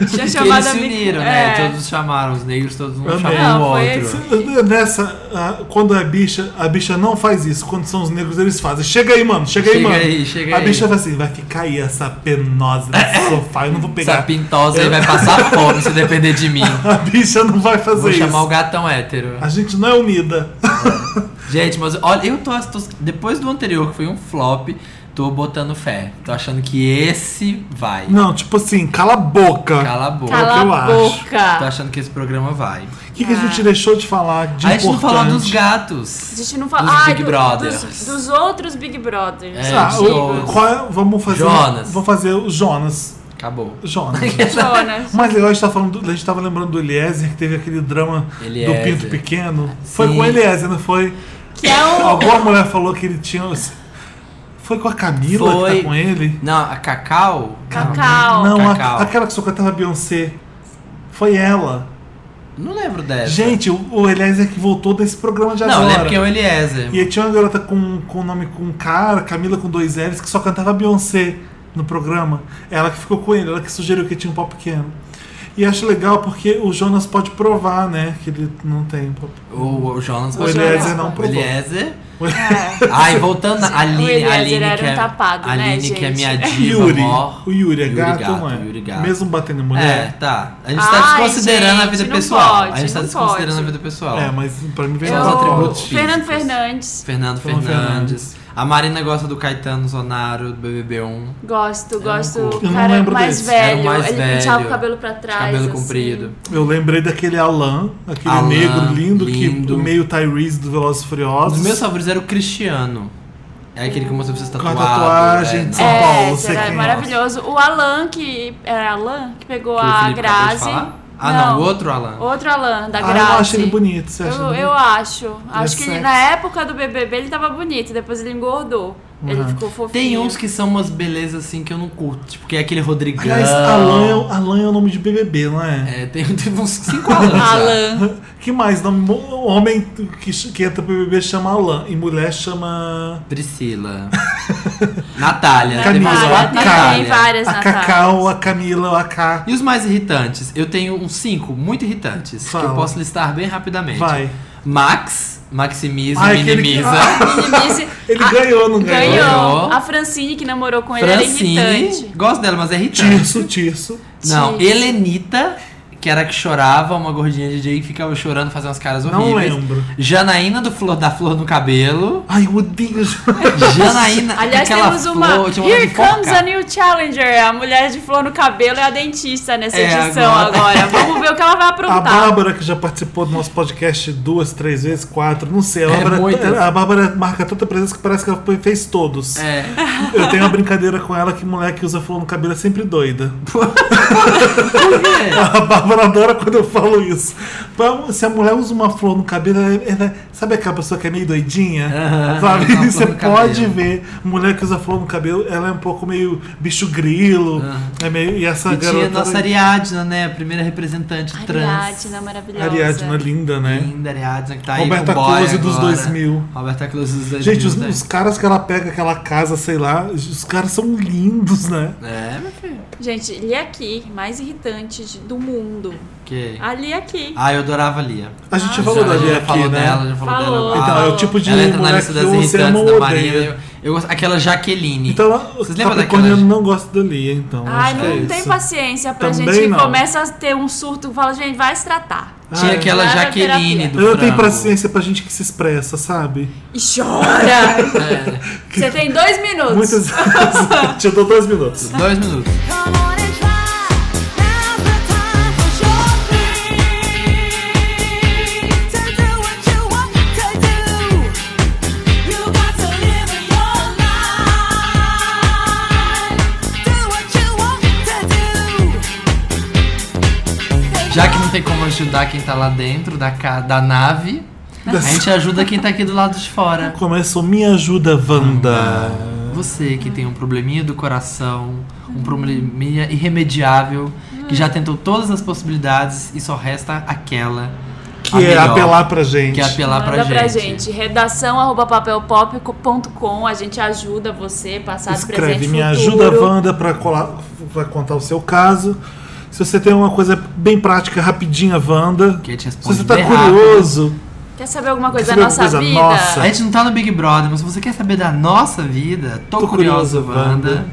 Speaker 1: Já
Speaker 2: Porque
Speaker 1: chamada
Speaker 2: eles se
Speaker 1: mi-
Speaker 2: uniram,
Speaker 1: É.
Speaker 2: né? Todos chamaram, os negros, todos um
Speaker 3: Amei.
Speaker 2: chamou
Speaker 1: Não,
Speaker 2: o
Speaker 1: foi
Speaker 2: outro.
Speaker 1: esse-
Speaker 3: Nessa, ah, quando é bicha, a bicha não faz isso, quando são os negros eles fazem, chega aí, mano, chega, aí,
Speaker 2: Chega
Speaker 3: mano.
Speaker 2: aí, chega
Speaker 3: a
Speaker 2: aí.
Speaker 3: bicha fala assim, vai ficar aí essa penosa nesse sofá, eu não vou
Speaker 2: Essa
Speaker 3: pegar.
Speaker 2: pintosa aí vai passar fome se depender de mim.
Speaker 3: A bicha não vai fazer
Speaker 2: Vou
Speaker 3: isso.
Speaker 2: chamar o gatão hétero.
Speaker 3: A gente não é unida.
Speaker 2: Gente, mas olha, eu tô, tô- Depois do anterior, que foi um flop, tô botando fé. Tô achando que esse vai.
Speaker 3: Não, tipo assim, cala a boca.
Speaker 2: Cala a boca.
Speaker 1: Cala
Speaker 3: eu
Speaker 1: a
Speaker 3: acho.
Speaker 2: Tô
Speaker 1: boca.
Speaker 2: achando que esse programa vai.
Speaker 3: O que, que a gente deixou de falar de
Speaker 2: Ah. a gente não
Speaker 3: importante?
Speaker 2: falou dos
Speaker 1: A
Speaker 2: gatos.
Speaker 1: gente não fala.
Speaker 2: Dos
Speaker 1: Ah,
Speaker 2: Big
Speaker 1: do-
Speaker 2: Brothers.
Speaker 1: Dos, dos outros Big Brothers. Tipo,
Speaker 2: É,
Speaker 3: Ah,
Speaker 2: dos
Speaker 3: o-
Speaker 2: outros.
Speaker 3: qual é- vamos fazer.
Speaker 2: Jonas.
Speaker 3: Vou fazer o Jonas.
Speaker 2: Acabou.
Speaker 3: Jonas.
Speaker 1: Jonas.
Speaker 3: Mas legal, a gente, tá falando do- a gente tava lembrando do Eliezer, que teve aquele drama
Speaker 2: Eliezer.
Speaker 3: do Pinto Pequeno. Foi
Speaker 2: Sim.
Speaker 3: com o Eliezer, não foi?
Speaker 1: Que é
Speaker 2: Então,
Speaker 1: um.
Speaker 3: Alguma mulher falou que ele tinha. os- Foi com a Camila que
Speaker 2: Foi.
Speaker 3: tá com ele?
Speaker 2: Não, a Cacau?
Speaker 1: Cacau.
Speaker 3: Não, a-
Speaker 2: Cacau.
Speaker 3: aquela que só cantava Beyoncé. Foi ela.
Speaker 2: Não lembro dessa.
Speaker 3: Gente, o, o Eliezer que voltou desse programa de
Speaker 2: não, eu
Speaker 3: agora.
Speaker 2: lembro que é o Eliezer.
Speaker 3: E aí tinha uma garota com, com nome com cara, Camila com dois L's, que só cantava Beyoncé no programa. Ela que ficou com ele, ela que sugeriu que tinha um pau pequeno. E acho legal porque o Jonas pode provar, né? Que ele não tem um pau pequeno.
Speaker 2: O, o Jonas
Speaker 3: O Eliezer não
Speaker 2: O
Speaker 3: provou.
Speaker 2: Eliezer.
Speaker 1: É.
Speaker 2: Ai, voltando a
Speaker 1: O
Speaker 2: Aline,
Speaker 1: Eliezer
Speaker 2: Aline
Speaker 1: era
Speaker 2: que
Speaker 1: um
Speaker 2: é,
Speaker 1: tapado, né,
Speaker 2: Aline que é
Speaker 1: gente?
Speaker 2: minha diva,
Speaker 3: Yuri.
Speaker 2: mor.
Speaker 3: O Yuri é gato,
Speaker 2: gato,
Speaker 3: não é?
Speaker 2: Yuri gato.
Speaker 3: Mesmo batendo em
Speaker 2: É,
Speaker 3: mulher.
Speaker 2: tá. A gente tá
Speaker 1: Ai,
Speaker 2: desconsiderando a
Speaker 1: gente,
Speaker 2: vida
Speaker 1: não
Speaker 2: pessoal.
Speaker 1: pode,
Speaker 2: a gente tá
Speaker 1: não
Speaker 2: desconsiderando
Speaker 1: pode.
Speaker 2: a vida pessoal.
Speaker 3: É, mas pra mim vem
Speaker 2: São os
Speaker 1: Eu-
Speaker 2: atributos
Speaker 1: Fernando
Speaker 2: físicos.
Speaker 1: Fernandes.
Speaker 2: Fernando
Speaker 3: Fernando
Speaker 2: Fernandes. A Marina gosta do Caetano Zonaro, do BBB1.
Speaker 1: Gosto, gosto.
Speaker 2: não curto.
Speaker 3: Eu
Speaker 1: O
Speaker 3: não
Speaker 1: cara
Speaker 3: lembro
Speaker 1: mais
Speaker 3: desse.
Speaker 2: Era
Speaker 1: velho.
Speaker 2: o mais
Speaker 1: ele penteava
Speaker 2: velho.
Speaker 1: o cabelo pra trás.
Speaker 2: Cabelo
Speaker 1: assim.
Speaker 2: comprido.
Speaker 3: Eu lembrei daquele Alan, aquele
Speaker 2: Alan,
Speaker 3: negro lindo, que
Speaker 2: lindo.
Speaker 3: meio Tyrese do Velozes e
Speaker 2: Um dos
Speaker 3: Furiosos.
Speaker 2: meus favoritos era o Cristiano. É aquele que mostrou pra vocês
Speaker 3: a
Speaker 2: tatuado.
Speaker 3: tatuagem de
Speaker 2: não.
Speaker 3: São
Speaker 1: é,
Speaker 3: Paulo,
Speaker 1: esse
Speaker 3: sei
Speaker 1: era
Speaker 3: quem é.
Speaker 1: maravilhoso. O Alan, que. Era Alan? Que pegou
Speaker 2: Que o
Speaker 1: a
Speaker 2: Felipe acabou de
Speaker 1: Grazi.
Speaker 2: falar? Ah, não, o outro Alan.
Speaker 1: Outro Alan, da
Speaker 3: Ah,
Speaker 1: Tá Grazi.
Speaker 3: eu acho ele bonito, você acha
Speaker 1: Eu,
Speaker 3: ele
Speaker 1: eu
Speaker 3: bonito?
Speaker 1: acho.
Speaker 2: é
Speaker 1: Acho que ele,
Speaker 3: sexy.
Speaker 1: na época do BBB ele tava bonito, depois ele engordou. Ele
Speaker 3: Uhum.
Speaker 1: ficou fofinho.
Speaker 2: Tem uns que são umas belezas assim que eu não curto. Tipo, que é aquele Rodrigão.
Speaker 3: Aliás, Alan é, o- Alan é o nome de BBB, não é?
Speaker 2: É, tem, teve uns 5 Alans. já.
Speaker 1: Alan.
Speaker 3: Que mais? Nome- Homem que, ch- que entra pro BBB chama Alan e mulher chama.
Speaker 2: Priscila.
Speaker 3: Camila,
Speaker 2: Natália. teve uns
Speaker 1: Natália,
Speaker 2: quatro
Speaker 1: tem
Speaker 2: Natália.
Speaker 1: várias
Speaker 3: A
Speaker 1: Natálias.
Speaker 3: Cacau, a Camila, a K.
Speaker 2: E os mais irritantes? Eu tenho uns cinco muito irritantes que
Speaker 3: Fala.
Speaker 2: eu posso listar bem rapidamente.
Speaker 3: Vai.
Speaker 2: Max, maximiza,
Speaker 3: Ah, aquele que-
Speaker 2: minimiza.
Speaker 1: Minimize.
Speaker 3: Ele
Speaker 1: A-
Speaker 3: ganhou, não ganhou?
Speaker 1: Ah, Ganhou.
Speaker 2: Ganhou.
Speaker 1: A Francine que namorou com ele era
Speaker 2: Francine,
Speaker 1: irritante.
Speaker 2: gosto dela, mas é irritante.
Speaker 3: Tirso, tirso.
Speaker 2: Não,
Speaker 1: Tirso.
Speaker 2: Helenita, que era a que chorava, uma gordinha de DJ que ficava chorando, fazendo umas caras
Speaker 3: Não
Speaker 2: horríveis.
Speaker 3: lembro.
Speaker 2: Janaína do flor, da flor no cabelo.
Speaker 3: Ai, eu odeio.
Speaker 2: Janaína,
Speaker 1: Aliás,
Speaker 2: aquela
Speaker 1: temos uma.
Speaker 2: flor, tinha uma
Speaker 1: Here
Speaker 2: de
Speaker 1: comes
Speaker 2: foca.
Speaker 1: a new challenger. A mulher de flor no cabelo é a dentista nessa
Speaker 2: É,
Speaker 1: edição agora.
Speaker 2: agora. Tá
Speaker 1: Vamos ver o que ela vai
Speaker 2: Então
Speaker 3: A
Speaker 1: aprontar.
Speaker 3: Bárbara, que já participou do nosso podcast duas, três vezes, quatro, não sei. A
Speaker 2: É,
Speaker 3: Bárbara,
Speaker 2: muitas.
Speaker 3: a Bárbara marca tanta presença que parece que ela foi- fez todos.
Speaker 2: É.
Speaker 3: Eu tenho uma brincadeira com ela que mulher que usa flor no cabelo é sempre doida.
Speaker 2: Por quê?
Speaker 3: A Bárbara adora quando eu falo isso. Pra- Se a mulher usa uma flor no cabelo, ela- é, ela- sabe aquela pessoa que é meio doidinha?
Speaker 2: Aham,
Speaker 3: sabe?
Speaker 2: uma flor
Speaker 3: Você
Speaker 2: no
Speaker 3: pode
Speaker 2: cabelo.
Speaker 3: ver. Mulher que usa flor no cabelo, ela é um pouco meio bicho grilo. É meio, e essa
Speaker 2: E tinha
Speaker 3: garota.
Speaker 2: nossa Ariadna, né? A primeira representante trans.
Speaker 1: Ariadna maravilhosa.
Speaker 3: Ariadna linda, né?
Speaker 2: Linda Ariadna, que tá aí
Speaker 3: Roberta
Speaker 2: com o boy
Speaker 3: Close dos
Speaker 2: agora.
Speaker 3: 2000.
Speaker 2: Roberta Close dos 2000.
Speaker 3: Gente, os,
Speaker 2: né?
Speaker 3: os caras que ela pega aquela casa, sei lá, os caras são lindos, né?
Speaker 2: É, meu filho.
Speaker 1: Gente, Lia aqui, mais irritante de- do mundo.
Speaker 2: Ok.
Speaker 1: A Lia aqui.
Speaker 2: Ah, eu adorava a Lia.
Speaker 3: A gente
Speaker 1: Ah,
Speaker 3: já falou
Speaker 2: já,
Speaker 3: da Lia
Speaker 2: já
Speaker 3: aqui,
Speaker 2: falou
Speaker 3: né?
Speaker 2: dela, já falou,
Speaker 1: Falou.
Speaker 2: dela.
Speaker 3: Então,
Speaker 2: Ah,
Speaker 3: é o tipo de
Speaker 2: Ela entra na
Speaker 3: mulher
Speaker 2: lista
Speaker 3: que
Speaker 2: das
Speaker 3: você ama
Speaker 2: irritantes
Speaker 3: ou
Speaker 2: da Marina.
Speaker 3: odeia.
Speaker 2: Eu gosto, aquela Jaqueline.
Speaker 3: Então,
Speaker 2: Vocês
Speaker 3: o
Speaker 2: lembram
Speaker 3: Capricorniano
Speaker 2: daquela?
Speaker 3: não gosta da Lia, então.
Speaker 1: Ai,
Speaker 3: acho que
Speaker 1: não
Speaker 3: é
Speaker 1: tem
Speaker 3: isso.
Speaker 1: paciência pra
Speaker 3: Também
Speaker 1: gente que
Speaker 3: não.
Speaker 1: começa a ter um surto. Fala, gente, vai se tratar.
Speaker 2: Tinha
Speaker 3: Ai.
Speaker 2: aquela
Speaker 1: Clara
Speaker 2: Jaqueline
Speaker 1: Terapia.
Speaker 2: do
Speaker 3: Ah, Eu não tenho
Speaker 2: frango.
Speaker 3: paciência pra gente que se expressa, sabe?
Speaker 1: E chora!
Speaker 2: É,
Speaker 1: Você tem dois minutos.
Speaker 3: Muitas vezes. Te dou dois minutos.
Speaker 2: dois minutos.
Speaker 5: Come on and try. Now's the time to show me to do what you want to do. You got to live in your mind. Do what you want to do.
Speaker 2: Já que não tem como ajudar quem tá lá dentro da, ca- da nave, a gente ajuda quem tá aqui do lado de fora.
Speaker 3: Começou Me Ajuda, Wanda.
Speaker 2: Você que tem um probleminha do coração, um probleminha irremediável, que já tentou todas as possibilidades e só resta aquela.
Speaker 3: Que
Speaker 2: a
Speaker 3: é
Speaker 2: melhor,
Speaker 3: apelar pra gente.
Speaker 2: Que é apelar
Speaker 1: Manda
Speaker 2: pra gente.
Speaker 1: pra gente. Redação arroba papelpop.com. A gente ajuda você, passado,
Speaker 3: Escreve
Speaker 1: Tá presente,
Speaker 3: Me
Speaker 1: futuro.
Speaker 3: Ajuda, Wanda, pra, colar, pra contar o seu caso. Se você tem uma coisa bem prática, rapidinha, Wanda.
Speaker 2: Que a gente
Speaker 3: Se
Speaker 2: responde
Speaker 3: você tá
Speaker 2: bem
Speaker 3: curioso,
Speaker 1: Quer saber alguma coisa
Speaker 3: Quer
Speaker 1: da
Speaker 3: saber
Speaker 1: nossa
Speaker 3: alguma
Speaker 1: vida?
Speaker 3: coisa
Speaker 2: A
Speaker 3: nossa?
Speaker 2: gente não tá no Big Brother, mas se você quer saber da nossa vida, tô,
Speaker 3: Tô
Speaker 2: curioso,
Speaker 3: curioso,
Speaker 2: Wanda.
Speaker 3: Wanda.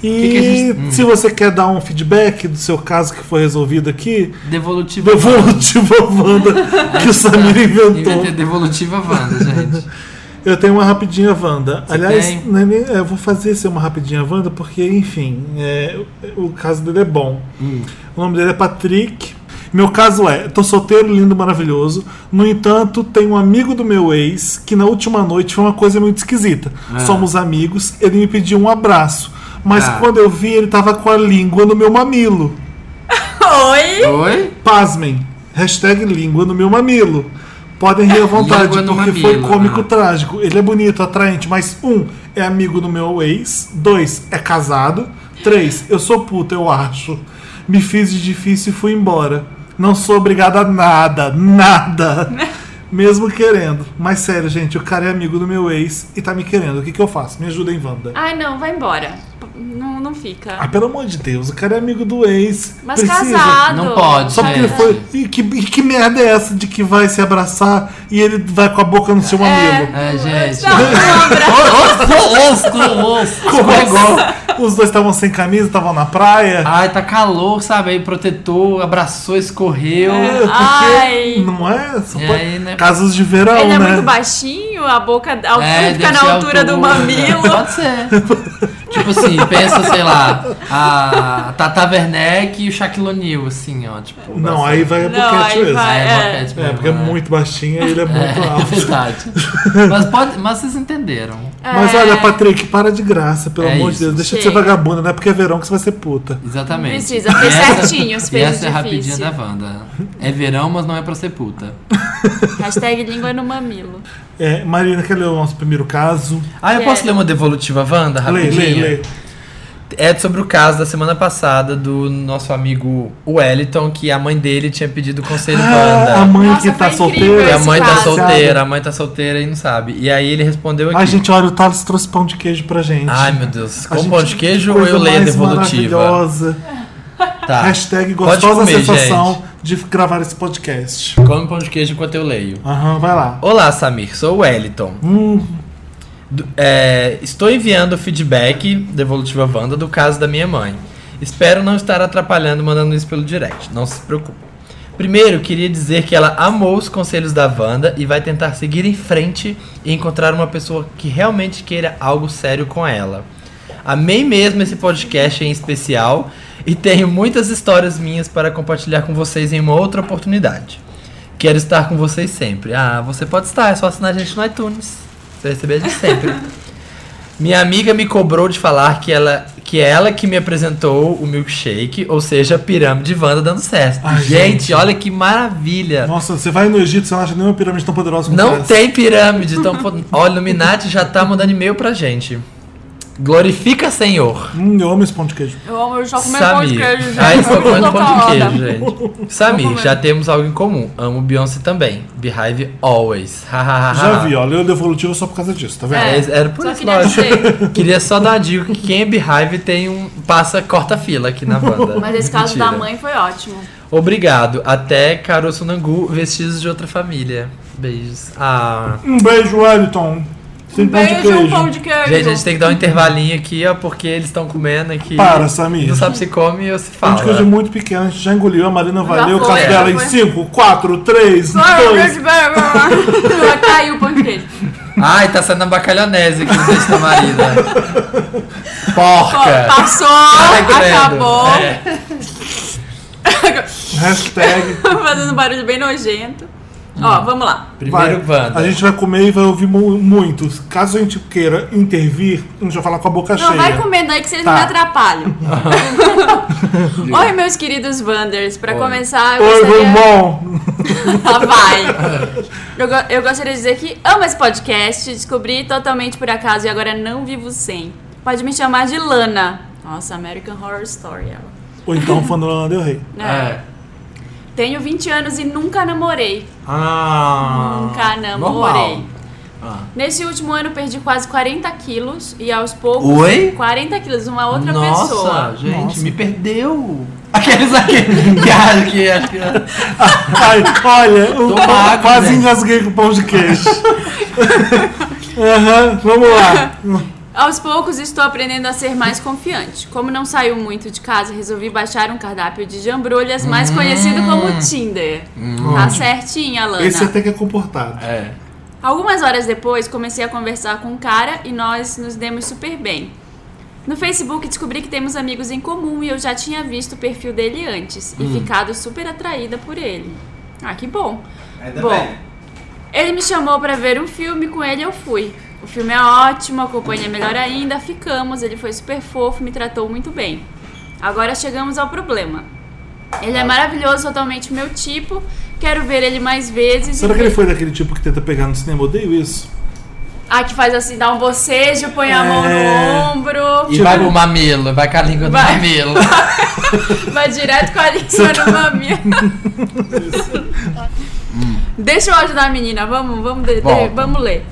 Speaker 2: que
Speaker 3: e
Speaker 2: que a gente- hum.
Speaker 3: se você quer dar um feedback do seu caso que foi resolvido aqui,
Speaker 2: Devolutiva
Speaker 3: devolutivo a Wanda que o Samir inventou.
Speaker 2: Wanda. Devolutiva Wanda, gente.
Speaker 3: Eu tenho uma rapidinha Wanda. Aliás,
Speaker 2: tem?
Speaker 3: não é nem- eu vou fazer ser uma rapidinha Wanda porque, enfim, é, o o caso dele é bom.
Speaker 2: Hum.
Speaker 3: O nome dele é Patrick. Meu caso é, tô solteiro, lindo, maravilhoso. No entanto, tem um amigo do meu ex que na última noite foi uma coisa muito esquisita. Somos amigos, ele me pediu um abraço. Mas
Speaker 2: Ah.
Speaker 3: quando eu vi, ele tava com a língua no meu mamilo.
Speaker 1: Oi!
Speaker 2: Oi?
Speaker 3: Pasmem. Hashtag língua no meu mamilo. Podem rir à vontade,
Speaker 2: Língua no
Speaker 3: porque
Speaker 2: mamilo,
Speaker 3: foi cômico
Speaker 2: né?
Speaker 3: trágico. Ele é bonito, atraente, mas um, é amigo do meu ex. Dois, é casado. Três, eu sou puta, eu acho. Me fiz de difícil e fui embora. Não sou obrigado a nada, nada. Mesmo querendo. Mas sério, gente, o cara é amigo do meu ex e tá me querendo. O que, que eu faço? Me ajudem, Wanda.
Speaker 2: Ah.
Speaker 1: Ai, não, vai embora. P- Não, não fica.
Speaker 3: Ah, pelo amor de Deus, o cara é amigo do ex.
Speaker 1: Mas
Speaker 3: precisa.
Speaker 1: casado.
Speaker 2: Não pode,
Speaker 3: Só porque ele
Speaker 2: É.
Speaker 3: foi. E que, e que merda é essa de que vai se abraçar e ele vai com a boca no seu amigo?
Speaker 2: É, gente.
Speaker 1: Não, não abraça.
Speaker 2: Osso, osso,
Speaker 3: Escorregou. é Os dois estavam sem camisa, estavam na praia.
Speaker 2: Ai, tá calor, sabe? Aí protetor, abraçou, escorreu.
Speaker 1: É,
Speaker 3: porque
Speaker 1: Ai.
Speaker 3: não é? Só
Speaker 2: E
Speaker 3: pode-
Speaker 2: aí, né?
Speaker 3: Casos de verão,
Speaker 1: Ele é
Speaker 3: né?
Speaker 1: muito baixinho, a boca a altura
Speaker 2: É,
Speaker 1: fica
Speaker 2: deve
Speaker 1: na
Speaker 2: ser né? a
Speaker 1: altura do mamilo.
Speaker 2: Pode ser. tipo assim, pensa, sei lá, a Tata Werneck e o Shaquille O'Neal, assim, ó. Tipo,
Speaker 3: Não, aí vai a
Speaker 1: Não,
Speaker 3: boquete
Speaker 1: aí
Speaker 3: mesmo.
Speaker 1: vai.
Speaker 2: É,
Speaker 1: É.
Speaker 2: boquete
Speaker 3: É,
Speaker 2: mesmo,
Speaker 3: porque é
Speaker 2: né?
Speaker 3: muito baixinho e ele é muito
Speaker 2: É, é
Speaker 3: alto.
Speaker 2: verdade. mas, pode, mas vocês entenderam.
Speaker 3: Mas
Speaker 1: É.
Speaker 3: olha, Patrick, para de graça, pelo
Speaker 2: É
Speaker 3: amor de
Speaker 2: isso.
Speaker 3: Deus. Deixa de ser
Speaker 1: Chega.
Speaker 3: vagabunda, não é porque é verão que você vai ser puta.
Speaker 2: Exatamente.
Speaker 1: Precisa, fez
Speaker 2: E essa-
Speaker 1: certinho, se
Speaker 2: E
Speaker 1: fez
Speaker 2: essa é a rapidinha
Speaker 1: difícil.
Speaker 2: da Wanda. É verão, mas não é pra ser puta.
Speaker 1: Hashtag língua no mamilo.
Speaker 3: É, Marina, quer ler o nosso primeiro caso?
Speaker 2: Ah, eu posso
Speaker 1: Quero.
Speaker 2: ler uma devolutiva Wanda
Speaker 3: Lê,
Speaker 2: rapidinho?
Speaker 3: lê, lê.
Speaker 2: É sobre o caso da semana passada do nosso amigo Wellington, que a mãe dele tinha pedido conselho
Speaker 3: Ah, a
Speaker 2: Wanda.
Speaker 3: mãe
Speaker 1: Nossa,
Speaker 3: que tá
Speaker 1: foi
Speaker 2: E
Speaker 1: incrível
Speaker 2: a
Speaker 3: solteira.
Speaker 1: esse
Speaker 2: mãe tá
Speaker 1: caso.
Speaker 2: solteira, a mãe tá solteira e não sabe. E aí ele respondeu aqui.
Speaker 3: Ai, gente, olha, o Thales trouxe pão de queijo pra gente.
Speaker 2: Ai, meu Deus.
Speaker 3: A
Speaker 2: Com
Speaker 3: gente-
Speaker 2: pão de queijo ou
Speaker 3: coisa
Speaker 2: eu leio a
Speaker 3: mais
Speaker 2: devolutiva?
Speaker 3: Maravilhosa.
Speaker 2: Tá.
Speaker 3: Hashtag
Speaker 2: Pode
Speaker 3: gostosa
Speaker 2: comer,
Speaker 3: sensação
Speaker 2: gente.
Speaker 3: de gravar esse podcast.
Speaker 2: Come pão de queijo enquanto eu leio.
Speaker 3: Aham, vai lá.
Speaker 2: Olá, Samir. Sou o Wellington.
Speaker 3: Hum,
Speaker 2: Do- é, estou enviando feedback devolutiva Wanda do caso da minha mãe. Espero não estar atrapalhando mandando isso pelo direct. Não se preocupe. Primeiro, queria dizer que ela amou os conselhos da Wanda e vai tentar seguir em frente e encontrar uma pessoa que realmente queira algo sério com ela. Amei mesmo esse podcast em especial e tenho muitas histórias minhas para compartilhar com vocês em uma outra oportunidade. Quero estar com vocês sempre. Ah, você pode estar, é só assinar a gente no iTunes. Você vai receber a gente sempre. Minha amiga me cobrou de falar que ela que é ela que me apresentou o milkshake, ou seja, a pirâmide Wanda dando certo.
Speaker 3: Ai,
Speaker 2: gente,
Speaker 3: gente.
Speaker 2: olha que maravilha.
Speaker 3: nossa, você vai no Egito, você não acha nenhuma pirâmide tão poderosa como
Speaker 2: Não
Speaker 3: essa.
Speaker 2: tem pirâmide. Então, pô, olha, o Illuminati já tá mandando e-mail pra gente. Glorifica, Senhor.
Speaker 3: Hum, eu amo esse pão de queijo.
Speaker 1: Eu amo, eu só comi pão de
Speaker 2: Samir.
Speaker 1: queijo, é gente.
Speaker 2: Aí foi
Speaker 1: Eu
Speaker 2: comendo
Speaker 1: tô com
Speaker 2: pão
Speaker 1: a
Speaker 2: de
Speaker 1: onda.
Speaker 2: queijo, gente. Samir,
Speaker 1: comer.
Speaker 2: já temos algo em comum. Amo Beyoncé também. Behive always. Ah.
Speaker 3: Já vi, ó, leu o devolutivo só por causa disso, tá vendo?
Speaker 1: É.
Speaker 2: É, era por
Speaker 1: Só
Speaker 2: isso,
Speaker 1: queria
Speaker 2: lógico.
Speaker 1: dizer.
Speaker 2: Queria só dar a dica que quem é Behive tem um. passa corta-fila aqui na banda.
Speaker 1: Mas esse caso da mãe foi ótimo.
Speaker 2: Obrigado. Até Caroço Nangu, vestidos de outra família. Beijos. Ah.
Speaker 3: Um beijo, Wellington. Sem pão de
Speaker 1: Beijo, um
Speaker 3: queijo.
Speaker 1: pão de queijo.
Speaker 2: Gente, a gente tem que dar um intervalinho aqui, ó, porque eles estão comendo aqui.
Speaker 3: Para, Samir.
Speaker 2: Não sabe se come ou se
Speaker 3: Pão
Speaker 2: fala.
Speaker 3: de queijo é muito pequeno, a gente já engoliu, a Marina valeu, o
Speaker 1: foi,
Speaker 3: caso
Speaker 1: já
Speaker 3: dela em
Speaker 1: foi.
Speaker 3: 5, 4, 3, 2.
Speaker 1: Vai cair o pão de queijo.
Speaker 2: Ai, tá saindo a bacalhonese aqui no beijo da Marina. Porca!
Speaker 1: Passou,
Speaker 2: Ai, Tá credo.
Speaker 1: Tá acabou.
Speaker 2: É.
Speaker 3: Hashtag.
Speaker 2: É.
Speaker 1: Fazendo um barulho bem nojento.
Speaker 2: Hum.
Speaker 1: Ó, vamos lá.
Speaker 2: Primeiro
Speaker 3: vai.
Speaker 2: Wanda.
Speaker 3: A gente vai comer e vai ouvir mu- muitos. Caso a gente queira intervir, a gente vai falar com a boca
Speaker 1: Não,
Speaker 3: cheia.
Speaker 1: vai comendo aí que vocês
Speaker 3: Tá.
Speaker 1: não me atrapalham. Oi, meus queridos Wanders. Pra
Speaker 2: Oi.
Speaker 1: começar, eu
Speaker 3: Oi,
Speaker 1: gostaria...
Speaker 3: meu irmão.
Speaker 1: Ah, vai! Eu, go- eu gostaria de dizer que amo esse podcast, descobri totalmente por acaso e agora não vivo sem. Pode me chamar de Lana. Nossa, American Horror Story. ela.
Speaker 3: Ou então, fã do Lana Del Rey.
Speaker 1: É.
Speaker 2: É.
Speaker 1: Tenho 20 anos e nunca namorei.
Speaker 2: Ah.
Speaker 1: Nunca namorei.
Speaker 2: normal. Ah.
Speaker 1: Nesse último ano perdi quase 40 quilos e aos poucos.
Speaker 2: Oi?
Speaker 1: 40 quilos, uma outra
Speaker 2: Nossa,
Speaker 1: pessoa.
Speaker 2: gente,
Speaker 3: Nossa.
Speaker 2: me perdeu. Aqueles aqui que acho que acho que é.
Speaker 3: Ai, olha, eu
Speaker 2: Tô magro,
Speaker 3: quase
Speaker 2: gente.
Speaker 3: engasguei com pão de queijo. Aham, vamos lá.
Speaker 1: Aos poucos estou aprendendo a ser mais confiante. Como não saiu muito de casa, resolvi baixar um cardápio de jambrolhas, mais conhecido como Tinder. Tá certinha, Lana.
Speaker 3: Esse até que é comportado.
Speaker 2: é.
Speaker 1: Algumas horas depois, comecei a conversar com um cara e nós nos demos super bem. No Facebook descobri que temos amigos em comum e eu já tinha visto o perfil dele antes
Speaker 3: Hum.
Speaker 1: e ficado super atraída por ele. Ah, que bom. bom, ele me chamou pra ver um filme, com ele eu fui. O filme é ótimo, a companhia é melhor ainda, ficamos, ele foi super fofo, me tratou muito bem. Agora chegamos ao problema. Ele é maravilhoso, totalmente meu tipo. Quero ver ele mais vezes. e
Speaker 3: Será que ele
Speaker 1: ver-
Speaker 3: foi daquele tipo que tenta pegar no cinema? Eu Odeio isso.
Speaker 1: A que faz assim, dá um bocejo, põe a mão
Speaker 3: É.
Speaker 1: no ombro,
Speaker 2: E vai pro mamilo, vai com a língua
Speaker 1: Vai.
Speaker 2: do mamilo.
Speaker 1: vai direto com a língua no mamilo. Deixa eu ajudar a menina, vamos, vamos, de- de-
Speaker 2: Bom.
Speaker 1: vamos ler.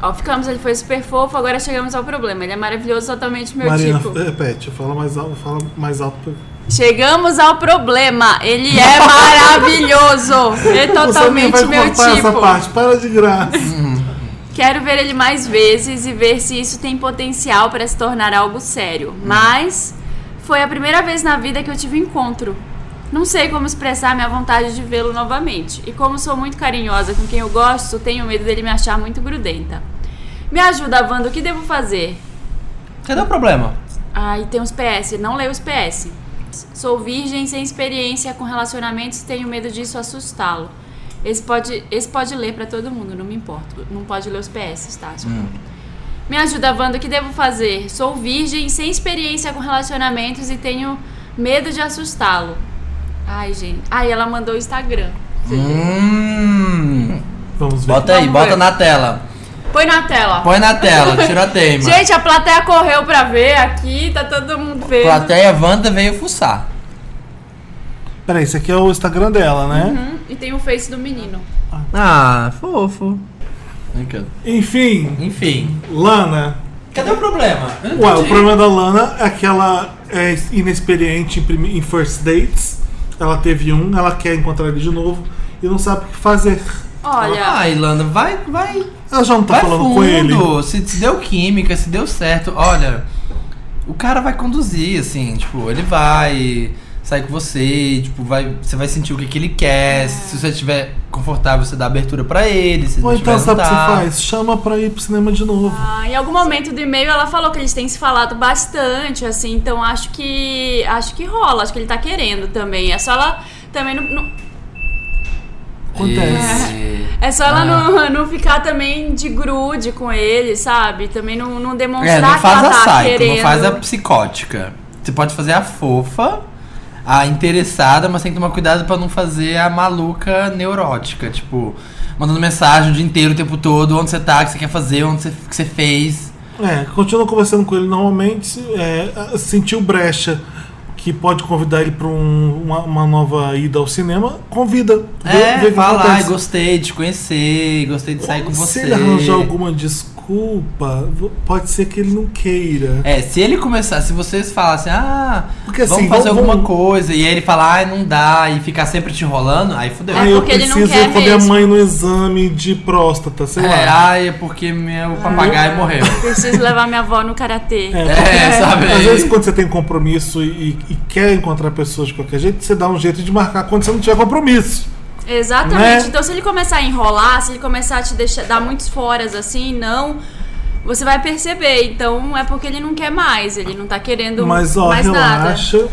Speaker 1: Ó, ficamos, ele foi super fofo, agora chegamos ao problema. Ele é maravilhoso, totalmente meu
Speaker 3: Marina,
Speaker 1: tipo.
Speaker 3: repete, fala mais alto, fala mais alto. pra-
Speaker 1: Chegamos ao problema, ele é maravilhoso. É totalmente
Speaker 3: Você nem vai
Speaker 1: meu
Speaker 3: cortar essa
Speaker 1: tipo.
Speaker 3: parte, para de graça.
Speaker 1: Quero ver ele mais vezes e ver se isso tem potencial para se tornar algo sério. Mas foi a primeira vez na vida que eu tive encontro. Não sei como expressar minha vontade de vê-lo novamente. E como sou muito carinhosa com quem eu gosto, tenho medo dele me achar muito grudenta. Me ajuda, Wanda, o que devo fazer?
Speaker 2: Cadê o problema?
Speaker 1: Ah, e tem os PS, não leio os PS. Sou virgem sem experiência com relacionamentos e tenho medo disso assustá-lo. Esse pode, esse pode ler pra todo mundo, não me importo. Não pode ler os PS, tá? Só- Me ajuda, Wanda, o que devo fazer? Sou virgem sem experiência com relacionamentos e tenho medo de assustá-lo. Ai, gente. Ai, ela mandou o Instagram.
Speaker 2: Hum.
Speaker 3: Vamos ver.
Speaker 2: Bota aí,
Speaker 1: Vamos
Speaker 2: bota
Speaker 1: ver.
Speaker 2: na tela.
Speaker 1: Põe na tela.
Speaker 2: Põe na tela, tira a teima.
Speaker 1: Gente, a plateia correu pra ver aqui, tá todo mundo vendo.
Speaker 2: Plateia Wanda veio fuçar.
Speaker 3: Peraí, esse aqui é o Instagram dela, né?
Speaker 1: Hum, E tem o Face do menino.
Speaker 2: Ah, fofo.
Speaker 3: Enfim,
Speaker 2: Enfim.
Speaker 3: Lana.
Speaker 2: Cadê o problema? Eu não
Speaker 3: Ué, o
Speaker 2: entendi.
Speaker 3: problema da Lana é que ela é inexperiente em, prime- em first dates. Ela teve um, ela quer encontrar ele de novo e não sabe o que fazer.
Speaker 1: Olha.
Speaker 2: Ah, Ilana, vai, vai.
Speaker 3: Ela já não tá
Speaker 2: vai
Speaker 3: falando
Speaker 2: fundo.
Speaker 3: com ele.
Speaker 2: Se, se deu química, se deu certo, olha. O cara vai conduzir, assim, tipo, ele vai sair com você, tipo, vai, você vai sentir o que, que ele quer. Se você estiver confortável, você dá abertura pra ele. Se
Speaker 3: Ou
Speaker 2: não
Speaker 3: então
Speaker 2: tiver,
Speaker 3: sabe o que
Speaker 2: não
Speaker 3: você
Speaker 2: dá.
Speaker 3: faz? Chama pra ir pro cinema de novo.
Speaker 1: Ah, em algum momento do e-mail ela falou que eles têm se falado bastante, assim, então acho que acho que rola, acho que ele tá querendo também. É só ela também não, não-
Speaker 3: Acontece.
Speaker 2: E-
Speaker 1: é só ela
Speaker 2: Ah.
Speaker 1: não, não ficar também de grude com ele, sabe? Também não, não demonstrar
Speaker 2: É, não faz
Speaker 1: que ela
Speaker 2: a
Speaker 1: tá
Speaker 2: psycho,
Speaker 1: querendo.
Speaker 2: não faz a psicótica. Você pode fazer a fofa, a interessada, mas tem que tomar cuidado pra não fazer a maluca neurótica. Tipo, mandando mensagem o dia inteiro, o tempo todo, onde você tá, o que você quer fazer, onde você, o que você fez.
Speaker 3: É, continua conversando com ele normalmente, se- é, sentiu brecha que pode convidar ele pra um- uma, uma nova ida ao cinema, convida. Vê,
Speaker 2: É,
Speaker 3: vê o que
Speaker 2: falar, "Ai,
Speaker 3: acontece.
Speaker 2: gostei de te conhecer, gostei de sair com
Speaker 3: Se
Speaker 2: você.
Speaker 3: ele arranjar alguma desculpa, vo- pode ser que ele não queira.
Speaker 2: É, se ele começar, se vocês falassem, ah,
Speaker 3: Porque
Speaker 2: vamos
Speaker 3: assim,
Speaker 2: fazer
Speaker 3: vamos-
Speaker 2: alguma coisa, e aí ele falar, ai, não dá, e ficar sempre te enrolando, aí fudeu.
Speaker 1: É,
Speaker 3: Aí eu
Speaker 1: porque ele não
Speaker 3: preciso
Speaker 1: quer
Speaker 3: ir com a minha
Speaker 1: mesmo.
Speaker 3: mãe no exame de próstata, sei
Speaker 2: É,
Speaker 3: lá.
Speaker 2: ai, é porque meu papagaio morreu.
Speaker 1: Preciso levar minha avó no karatê.
Speaker 3: É,
Speaker 2: É, sabe?
Speaker 3: Às vezes quando você tem compromisso e, e quer encontrar pessoas de qualquer jeito, você dá um jeito de marcar quando você não tiver compromisso.
Speaker 1: Exatamente.
Speaker 3: Né?
Speaker 1: Então, se ele começar a enrolar, se ele começar a te deixar, dar muitos foras assim, não, você vai perceber. Então, é porque ele não quer mais, ele não tá querendo
Speaker 3: Mas ó,
Speaker 1: mais nada.
Speaker 3: relaxa.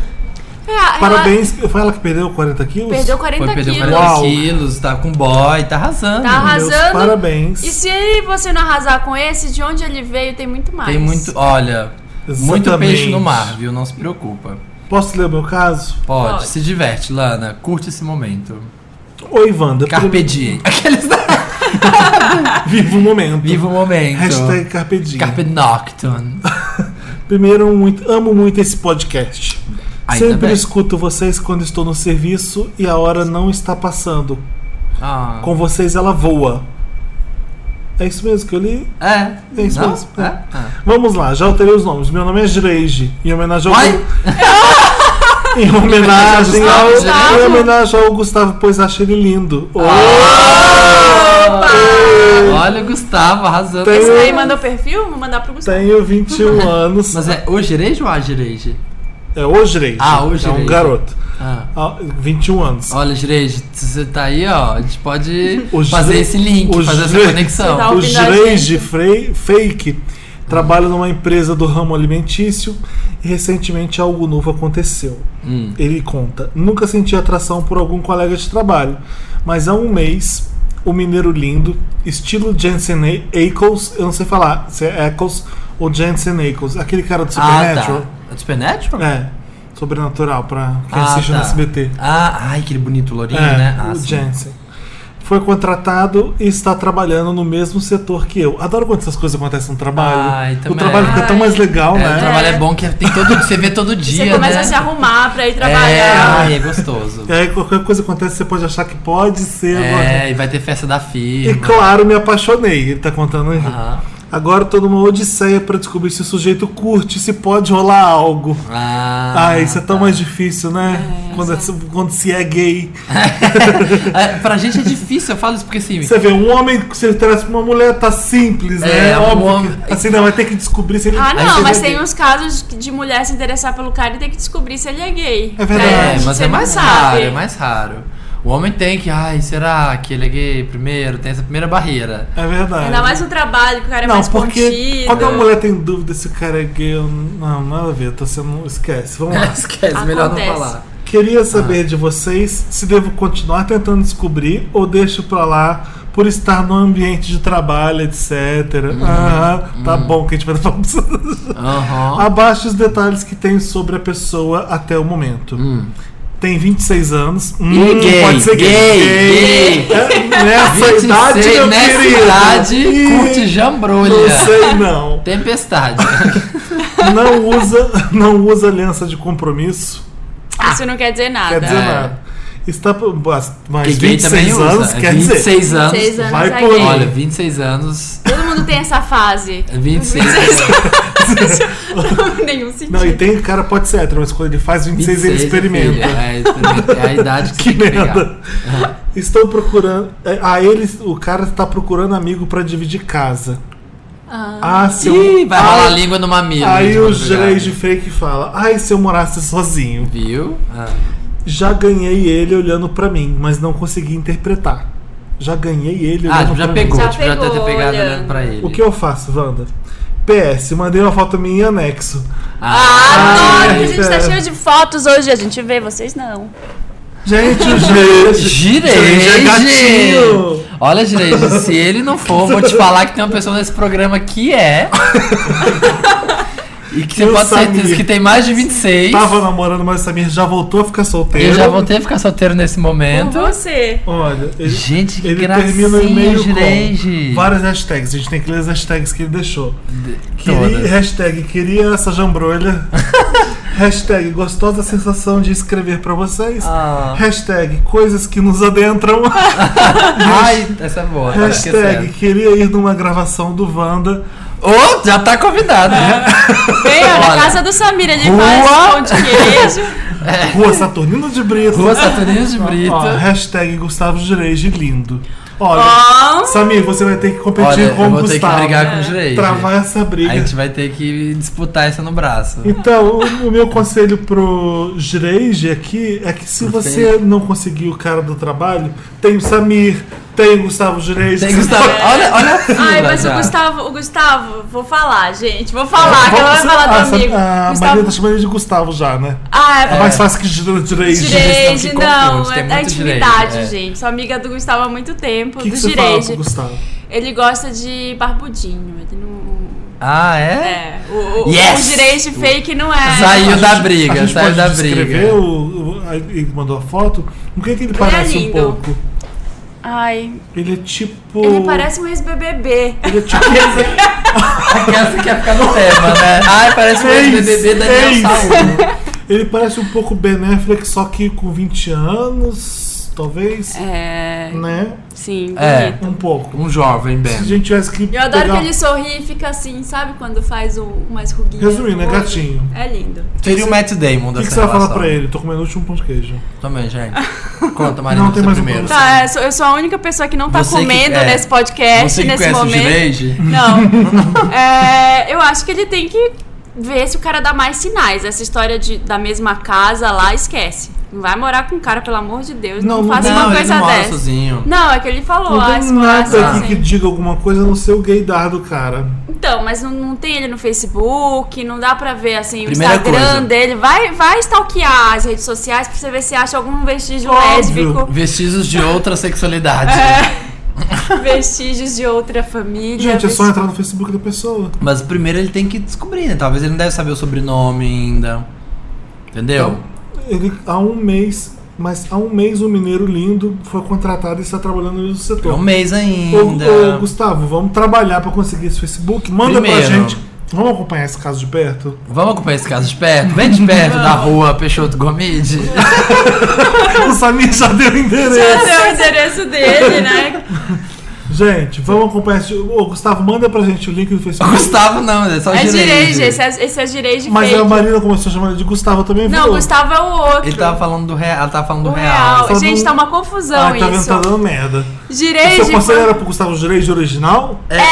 Speaker 1: É, ela
Speaker 3: Parabéns. Foi ela que perdeu 40 quilos?
Speaker 1: Perdeu 40
Speaker 2: Foi perder
Speaker 1: quilos.
Speaker 2: 40
Speaker 3: Uau.
Speaker 2: quilos, tá com boy, tá arrasando.
Speaker 1: Tá
Speaker 3: Meus
Speaker 1: arrasando.
Speaker 3: Parabéns.
Speaker 1: E se você não arrasar com esse, de onde ele veio, tem muito mais.
Speaker 2: Tem muito, olha, muito
Speaker 3: Exatamente.
Speaker 2: peixe no mar, viu? Não se preocupa.
Speaker 3: Posso ler o meu caso?
Speaker 2: Pode,
Speaker 1: Pode.
Speaker 2: se diverte, Lana. Curte esse momento.
Speaker 3: Oi, Wanda.
Speaker 2: Carpe diem. Aqueles
Speaker 3: Viva o momento.
Speaker 2: Viva o momento.
Speaker 3: Hashtag Carpe Diem.
Speaker 2: Carpe nocturne.
Speaker 3: Primeiro, muito- amo muito esse podcast.
Speaker 2: Ainda
Speaker 3: Sempre
Speaker 2: bem.
Speaker 3: escuto vocês quando estou no serviço e a hora não está passando.
Speaker 2: Ah.
Speaker 3: Com vocês ela voa. É isso mesmo que eu li?
Speaker 2: É.
Speaker 3: É isso
Speaker 2: Não?
Speaker 3: mesmo.
Speaker 2: É? Ah.
Speaker 3: Vamos lá, já alterei os nomes. Meu nome é Dreige, em homenagem ao.
Speaker 2: Oi?
Speaker 3: Em homenagem ao.
Speaker 1: Gustavo.
Speaker 3: Em homenagem ao Gustavo, pois acho ele lindo.
Speaker 2: Olha o Gustavo arrasando.
Speaker 1: Esse
Speaker 3: Tem- um-
Speaker 1: daí mandou perfil? Vou mandar pro Gustavo.
Speaker 3: Tenho 21 anos.
Speaker 2: Mas é o gerejo ou a gereje?
Speaker 3: É o Dreige.
Speaker 2: Ah, o
Speaker 3: É um
Speaker 2: Dreige.
Speaker 3: garoto.
Speaker 2: Ah.
Speaker 3: Ah, 21 anos.
Speaker 2: Olha, Gerejo, você tá aí, ó. A gente pode
Speaker 3: O
Speaker 2: fazer
Speaker 3: Gire-
Speaker 2: esse link,
Speaker 3: o
Speaker 2: fazer
Speaker 3: Gire-
Speaker 2: essa conexão. Ah,
Speaker 1: Tá
Speaker 3: o
Speaker 1: ouvindo a
Speaker 3: Dreige
Speaker 1: gente?
Speaker 3: Frei- Fake trabalha numa empresa do ramo alimentício e recentemente algo novo aconteceu.
Speaker 2: Hum.
Speaker 3: Ele conta: Nunca senti atração por algum colega de trabalho, mas há um mês, o mineiro lindo, estilo Jensen A- Ackles, eu não sei falar se é Ackles ou Jensen Ackles, aquele cara do
Speaker 2: Ah,
Speaker 3: Supernatural.
Speaker 2: tá. É Supernatural?
Speaker 3: É, sobrenatural, pra quem
Speaker 2: Ah,
Speaker 3: assiste é no
Speaker 2: tá.
Speaker 3: SBT.
Speaker 2: Ah, ai, aquele bonito lourinho,
Speaker 3: É,
Speaker 2: né? Ah,
Speaker 3: o
Speaker 2: sim.
Speaker 3: Jensen. foi contratado e está trabalhando no mesmo setor que eu. Adoro quando essas coisas acontecem no trabalho.
Speaker 2: Ai,
Speaker 3: o
Speaker 2: também.
Speaker 3: trabalho fica tão mais legal,
Speaker 2: É,
Speaker 3: né?
Speaker 2: O trabalho é bom que tem todo, você vê todo dia.
Speaker 1: Você começa
Speaker 2: né?
Speaker 1: a se arrumar pra ir
Speaker 2: É,
Speaker 3: Ah,
Speaker 1: trabalhar.
Speaker 2: ai, é gostoso.
Speaker 3: E aí qualquer coisa acontece, você pode achar que pode ser.
Speaker 2: É, e vai ter festa da
Speaker 3: E
Speaker 2: firma. Ah.
Speaker 3: claro, me apaixonei, ele tá contando aí.
Speaker 2: Aham.
Speaker 3: Agora toda uma odisseia pra descobrir se o sujeito curte, se pode rolar algo.
Speaker 2: Ah,
Speaker 3: Ah, isso é tão mais difícil, né? quando, é- quando se é gay.
Speaker 2: É, pra gente é difícil, eu falo isso porque assim.
Speaker 3: Você vê, um homem que você traz pra uma mulher tá simples, né?
Speaker 2: É, um
Speaker 3: Óbvio.
Speaker 2: homem-
Speaker 3: que- assim, não, vai ter que descobrir se ele é
Speaker 1: Ah,
Speaker 2: Aí
Speaker 1: não,
Speaker 2: você
Speaker 1: mas
Speaker 2: vê-
Speaker 1: tem uns casos de mulher se interessar pelo cara e ter que descobrir se ele é gay.
Speaker 3: É verdade.
Speaker 2: É, mas
Speaker 1: você
Speaker 2: é
Speaker 1: não
Speaker 2: mais
Speaker 1: sabe.
Speaker 2: raro, é mais raro. O homem tem que, ai, será que ele é gay primeiro? Tem essa primeira barreira.
Speaker 3: É verdade.
Speaker 1: Ainda mais no trabalho, que o cara é
Speaker 3: não,
Speaker 1: mais
Speaker 3: porque
Speaker 1: contido.
Speaker 3: quando a mulher tem dúvida se o cara é gay ou não, nada a ver, tô sendo. Esquece, vamos lá.
Speaker 2: Esquece,
Speaker 1: melhor não Ah, Acontece. falar. Ah.
Speaker 3: Queria saber de vocês se devo continuar tentando descobrir ou deixo pra lá por estar no ambiente de trabalho, etc.
Speaker 1: Uhum.
Speaker 3: ah, tá bom que a gente vai falar pra
Speaker 2: Aham.
Speaker 3: Abaixo os detalhes que tem sobre a pessoa até o momento.
Speaker 1: Hum.
Speaker 3: Tem 26 anos. Hum,
Speaker 2: gay,
Speaker 3: pode ser gay.
Speaker 2: gay, gay.
Speaker 3: É, Nessa
Speaker 2: 26,
Speaker 3: idade, meu
Speaker 2: nessa
Speaker 3: querido.
Speaker 2: idade,
Speaker 3: Ih,
Speaker 2: curte
Speaker 3: Não
Speaker 2: jambrolha.
Speaker 3: sei não.
Speaker 2: Tempestade.
Speaker 3: Não usa, não usa aliança de compromisso.
Speaker 1: Ah, Isso não quer dizer nada.
Speaker 3: Quer dizer
Speaker 2: É.
Speaker 3: nada. Está por- mas
Speaker 2: Porque
Speaker 3: mas
Speaker 2: gay também
Speaker 3: 26
Speaker 2: usa.
Speaker 3: anos,
Speaker 2: É
Speaker 3: quer
Speaker 2: 26
Speaker 3: dizer.
Speaker 2: anos.
Speaker 1: 26 anos
Speaker 3: Vai
Speaker 1: é
Speaker 3: por
Speaker 1: gay.
Speaker 3: aí.
Speaker 2: Olha, 26 anos.
Speaker 1: Todo mundo tem essa fase.
Speaker 2: 26
Speaker 1: Não, nenhum sentido.
Speaker 3: Não, e tem cara pode ser hétero, mas quando ele faz 26, ele experimenta.
Speaker 2: filho, É, experimenta. É a idade que,
Speaker 3: Que
Speaker 2: você tem que pegar.
Speaker 3: merda. Estou procurando. é, Ah, ele, o cara está procurando amigo pra dividir casa. Ah, seu.
Speaker 2: Ih, vai rolar
Speaker 3: ah,
Speaker 2: a língua no mamilo.
Speaker 3: Aí
Speaker 2: de
Speaker 3: o
Speaker 2: madrugada.
Speaker 3: Jair de Fake fala: Ai, se eu morasse sozinho.
Speaker 2: Viu? Ah.
Speaker 3: Já ganhei ele olhando pra mim, mas não consegui interpretar. Já ganhei ele
Speaker 2: Ah,
Speaker 3: olhando
Speaker 2: tipo, já
Speaker 3: pra
Speaker 2: pegou.
Speaker 1: Já
Speaker 2: tipo, já deve ter
Speaker 1: pegou,
Speaker 2: pegado
Speaker 1: olha.
Speaker 2: olhando pra
Speaker 3: mim.
Speaker 2: ele.
Speaker 3: O que eu faço, Wanda? PS, mandei uma foto minha em anexo.
Speaker 1: Ah,
Speaker 2: Ah,
Speaker 1: Adoro que a gente tá
Speaker 3: é.
Speaker 1: cheio de fotos hoje. A gente vê, vocês não.
Speaker 3: Gente, o Jair. Jair é gatinho.
Speaker 2: Gireide! Olha, Gireide, se ele não for, vou te falar que tem uma pessoa nesse programa que é. e que você
Speaker 3: Eu
Speaker 2: pode ter certeza
Speaker 3: sabia.
Speaker 2: que tem mais de 26.
Speaker 3: Tava namorando, mas o Samir já voltou a ficar solteiro.
Speaker 2: Eu já voltei a ficar solteiro nesse
Speaker 1: Com
Speaker 2: momento.
Speaker 1: você.
Speaker 3: Olha, ele,
Speaker 2: Gente, que
Speaker 3: ele
Speaker 2: gracinha,
Speaker 3: termina o e-mail
Speaker 2: Gireide.
Speaker 3: com várias hashtags. A gente tem que ler as hashtags que ele deixou. Queria,
Speaker 2: Todas.
Speaker 3: hashtag queria essa jambrolha. hashtag gostosa sensação de escrever pra vocês.
Speaker 2: Ah.
Speaker 3: Hashtag coisas que nos adentram.
Speaker 2: Ai, essa é boa. tá
Speaker 3: hashtag
Speaker 2: esquecendo.
Speaker 3: queria ir numa gravação do Wanda.
Speaker 2: Ô, já tá convidado, né?
Speaker 3: Ah.
Speaker 1: Vem, ó, na
Speaker 2: Olha.
Speaker 1: casa do Samir, ele
Speaker 2: Rua-
Speaker 1: faz pão de queijo.
Speaker 3: Rua Saturnino de Brito.
Speaker 2: Rua Saturnino de
Speaker 3: Ó,
Speaker 2: Brito.
Speaker 3: hashtag Gustavo Gireige lindo. Olha,
Speaker 1: Ó,
Speaker 3: Samir, você vai ter que
Speaker 2: Olha,
Speaker 3: competir
Speaker 2: eu
Speaker 3: com o
Speaker 2: vou ter que
Speaker 3: Gustavo.
Speaker 2: brigar com o Gireide.
Speaker 3: Travar essa briga.
Speaker 2: A gente vai ter que disputar essa no braço.
Speaker 3: Então, o, o meu conselho pro Gireige aqui é que se você não conseguir o cara do trabalho, tem o Samir, tem o Gustavo Gireige.
Speaker 2: Tem Gustavo. Olha, olha a fila
Speaker 1: É. Ai, mas o
Speaker 2: já.
Speaker 1: Gustavo, o Gustavo, vou falar, gente. Vou falar, que
Speaker 3: Vamos-
Speaker 1: ela vai falar
Speaker 3: ah,
Speaker 1: do amigo.
Speaker 3: A Maria tá
Speaker 1: Gustavo.
Speaker 3: chamando ele de Gustavo já, né?
Speaker 1: Ah, é
Speaker 3: É mais fácil que Giro- Gireige.
Speaker 2: Não,
Speaker 1: Direide,
Speaker 2: que
Speaker 1: não,
Speaker 2: confunde,
Speaker 1: é
Speaker 2: tem
Speaker 1: da
Speaker 2: muito
Speaker 1: intimidade,
Speaker 2: direide, é.
Speaker 1: gente. Sou amiga do Gustavo há muito tempo,
Speaker 3: O que,
Speaker 1: do
Speaker 3: que você fala
Speaker 1: Direide.
Speaker 3: pro Gustavo?
Speaker 1: Ele gosta de barbudinho, ele não...
Speaker 2: Ah, é?
Speaker 1: É, o, o,
Speaker 2: Yes!
Speaker 1: o Direide fake não é.
Speaker 2: Saiu da
Speaker 3: a
Speaker 2: briga,
Speaker 3: gente
Speaker 2: saiu
Speaker 3: pode
Speaker 2: da
Speaker 3: descrever
Speaker 2: briga.
Speaker 3: o, o- a- ele mandou a foto. O que, que ele parece um
Speaker 1: é lindo.
Speaker 3: pouco?
Speaker 1: Ai,
Speaker 3: Ele é tipo.
Speaker 1: ele parece um ex-BBB.
Speaker 3: Ele é tipo.
Speaker 2: É Essa quer ficar no tema, né? Ai, parece um ex-BBB Daniel
Speaker 3: Ex,
Speaker 2: Saúl.
Speaker 3: Ele parece um pouco Ben Affleck, só que com 20 anos, talvez,
Speaker 1: É,
Speaker 3: né?
Speaker 1: sim,
Speaker 2: É.
Speaker 1: bonito.
Speaker 3: Um pouco.
Speaker 2: Um jovem, bem.
Speaker 3: Se a gente tivesse que
Speaker 1: Eu adoro
Speaker 3: pegar-
Speaker 1: que ele sorri e fica assim, sabe? Quando faz o, umas ruguinhas.
Speaker 3: Resumindo, é
Speaker 1: no olho.
Speaker 3: gatinho.
Speaker 1: É lindo.
Speaker 2: Seria o Matt Damon
Speaker 3: O
Speaker 2: dessa
Speaker 3: que, que você vai
Speaker 2: relação.
Speaker 3: falar pra ele? Tô comendo o último pão de queijo.
Speaker 2: Também, gente. Conta, Marina,
Speaker 3: Não,
Speaker 2: você
Speaker 3: tem mais um
Speaker 2: primeiro.
Speaker 3: pra
Speaker 1: Tá, eu sou, eu sou a única pessoa que não tá
Speaker 2: Você que-
Speaker 1: comendo
Speaker 2: é.
Speaker 1: nesse podcast,
Speaker 2: Você que
Speaker 1: nesse
Speaker 2: conhece o
Speaker 1: momento.
Speaker 2: Gireide?
Speaker 1: Não. É, eu acho que ele tem que ver se o cara dá mais sinais. Essa história de, da mesma casa lá, esquece. Não vai morar com o cara, pelo amor de Deus. Não,
Speaker 3: Não,
Speaker 1: faça
Speaker 2: Não,
Speaker 1: uma
Speaker 2: ele
Speaker 1: coisa
Speaker 2: não mora
Speaker 1: dessa.
Speaker 2: sozinho.
Speaker 1: Não, é que ele falou,
Speaker 3: Não
Speaker 1: ah,
Speaker 3: tem
Speaker 1: se morasse
Speaker 3: nada aqui
Speaker 1: assim.
Speaker 3: que diga alguma coisa a não ser o gaydar do cara.
Speaker 1: Então, mas não, não tem ele no Facebook, não dá pra ver assim
Speaker 2: Primeira
Speaker 1: o Instagram
Speaker 2: coisa.
Speaker 1: dele. Vai, vai stalkear as redes sociais pra você ver se acha algum vestígio
Speaker 3: Óbvio.
Speaker 1: lésbico,
Speaker 2: Vestígios de outra sexualidade.
Speaker 1: É. vestígios de outra família.
Speaker 3: Gente, é
Speaker 1: vesti-
Speaker 3: só entrar no Facebook da pessoa.
Speaker 2: Mas primeiro ele tem que descobrir, né? Talvez ele não deve saber o sobrenome ainda. Entendeu?
Speaker 3: Ele, há um mês, Mas há um mês um mineiro lindo foi contratado e está trabalhando no mesmo
Speaker 2: É um
Speaker 3: setor.
Speaker 2: mês ainda.
Speaker 3: Ô, ô, Gustavo, vamos trabalhar para conseguir esse Facebook. Manda pra
Speaker 2: Primeiro.
Speaker 3: gente. Vamos acompanhar esse caso de perto?
Speaker 2: Vamos acompanhar esse caso de perto? Vem de perto da rua Peixoto Gomide.
Speaker 3: o Samir já deu o endereço.
Speaker 1: Esse é o endereço dele, né?
Speaker 3: Gente, vamos acompanhar esse. Ô, Gustavo, manda pra gente o link do Facebook.
Speaker 2: Gustavo não, é só
Speaker 1: É
Speaker 2: Gireide.
Speaker 1: direige, esse é, esse é direige
Speaker 3: Mas
Speaker 1: fake.
Speaker 3: a Marina começou a chamar ele de Gustavo também.
Speaker 1: Não,
Speaker 3: viu?
Speaker 1: Gustavo é o outro.
Speaker 2: Ele tava falando do real. Ela tava falando do
Speaker 1: o
Speaker 2: real.
Speaker 1: real.
Speaker 3: tá Só
Speaker 1: Gente,
Speaker 3: não-
Speaker 1: tá uma confusão
Speaker 3: Ai, tá vendo?
Speaker 1: isso.
Speaker 3: Tá dando merda. O
Speaker 1: Direige.
Speaker 3: seu conselho era pro Gustavo Direito original?
Speaker 2: É, não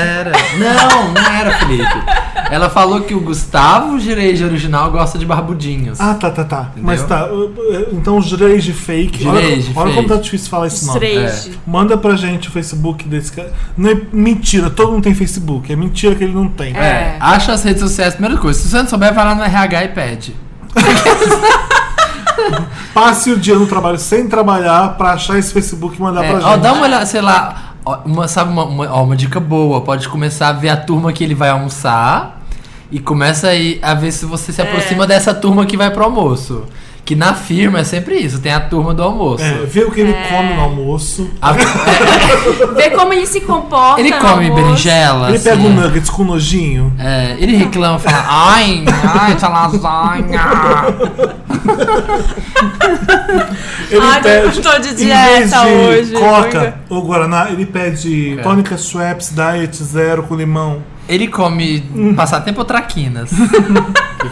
Speaker 2: Era. Não, não era, Felipe. Ela falou que o Gustavo Gireide original gosta de barbudinhos.
Speaker 3: Ah, tá, tá, tá. Mas tá. eh, Então, os Direito fake.
Speaker 2: Direito
Speaker 3: olha, olha como
Speaker 2: fake.
Speaker 3: tá difícil falar esse nome.
Speaker 1: Direige.
Speaker 3: Manda pra gente o Facebook desse cara. Não é mentira, todo mundo tem Facebook. É mentira que ele não tem.
Speaker 2: É.
Speaker 1: É.
Speaker 2: Acha as redes sociais, primeira coisa. Se você não souber, vai lá no RH e pede.
Speaker 3: Passe o dia no trabalho sem trabalhar pra achar esse Facebook e mandar
Speaker 2: É,
Speaker 3: Tá pra gente.
Speaker 2: ó, dá uma olhada, sei lá, ó, uma, sabe uma, uma- ó, uma dica boa, pode começar a ver a turma que ele vai almoçar e começa aí a ver se você se aproxima dessa turma que vai pro almoço. Que na firma é sempre isso, tem a turma do almoço.
Speaker 3: É, vê o que ele come no almoço.
Speaker 2: A- é,
Speaker 1: Vê como ele se comporta.
Speaker 2: ele come
Speaker 1: no almoço.
Speaker 2: berinjela,
Speaker 3: Ele
Speaker 2: assim,
Speaker 3: pega um
Speaker 2: é.
Speaker 3: nuggets com nojinho.
Speaker 2: É, ele reclama, fala, ai, ai, essa lasanha.
Speaker 3: Ele
Speaker 1: Ai,
Speaker 3: pede.
Speaker 1: eu tô de
Speaker 3: em vez
Speaker 1: dieta
Speaker 3: de
Speaker 1: hoje. é.
Speaker 3: Coca ou Guaraná, ele pede
Speaker 2: É.
Speaker 3: tônica Schweppes Diet Zero com limão.
Speaker 2: Ele come passatempo ou traquinas?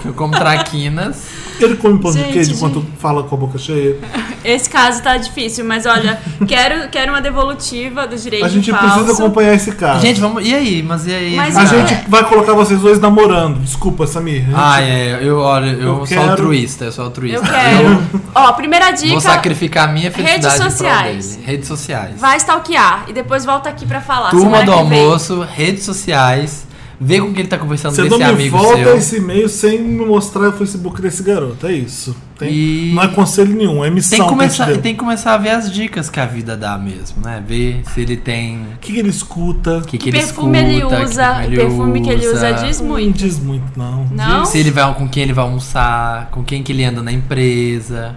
Speaker 2: Eu como traquinas.
Speaker 3: Ele come pão de
Speaker 1: Gente,
Speaker 3: queijo
Speaker 1: gente.
Speaker 3: enquanto fala com a boca cheia.
Speaker 1: Esse caso tá difícil, mas olha, quero, quero uma devolutiva do direito
Speaker 3: A gente
Speaker 1: falso.
Speaker 3: precisa acompanhar esse cara.
Speaker 2: Gente, vamos. E aí? Mas e aí?
Speaker 1: Mas
Speaker 3: a
Speaker 1: Ah.
Speaker 3: gente vai colocar vocês dois namorando. Desculpa, Samir.
Speaker 2: Ah, é, eu, olha, eu,
Speaker 3: Eu
Speaker 2: sou
Speaker 3: quero-
Speaker 2: altruísta, eu sou altruísta.
Speaker 1: Eu
Speaker 3: né?
Speaker 1: quero. Ó, primeira dica.
Speaker 2: Vou sacrificar a minha felicidade
Speaker 1: Redes
Speaker 2: em prol
Speaker 1: sociais.
Speaker 2: dele. Redes sociais.
Speaker 1: Vai stalkear e depois volta aqui pra falar.
Speaker 2: Turma
Speaker 1: Semana
Speaker 2: do
Speaker 1: que vem.
Speaker 2: almoço, redes sociais. Vê com quem ele tá conversando
Speaker 3: Você
Speaker 2: desse
Speaker 3: não me
Speaker 2: amigo
Speaker 3: volta
Speaker 2: seu.
Speaker 3: esse e-mail sem me mostrar o Facebook desse garoto. É isso. Tem-
Speaker 2: E-
Speaker 3: Não é conselho nenhum, é missão.
Speaker 2: Tem que,
Speaker 3: a gente
Speaker 2: começar,
Speaker 3: deu.
Speaker 2: tem que começar a ver as dicas que a vida dá mesmo, né? Ver se ele tem.
Speaker 3: O que, que ele escuta?
Speaker 2: O que, que
Speaker 1: Que
Speaker 2: ele
Speaker 1: perfume ele
Speaker 2: escuta,
Speaker 1: usa,
Speaker 2: que
Speaker 1: o perfume que ele usa diz
Speaker 3: Não
Speaker 1: muito.
Speaker 3: diz muito, não.
Speaker 1: Não?
Speaker 2: Se ele vai, com quem ele vai almoçar, com quem que ele anda na empresa,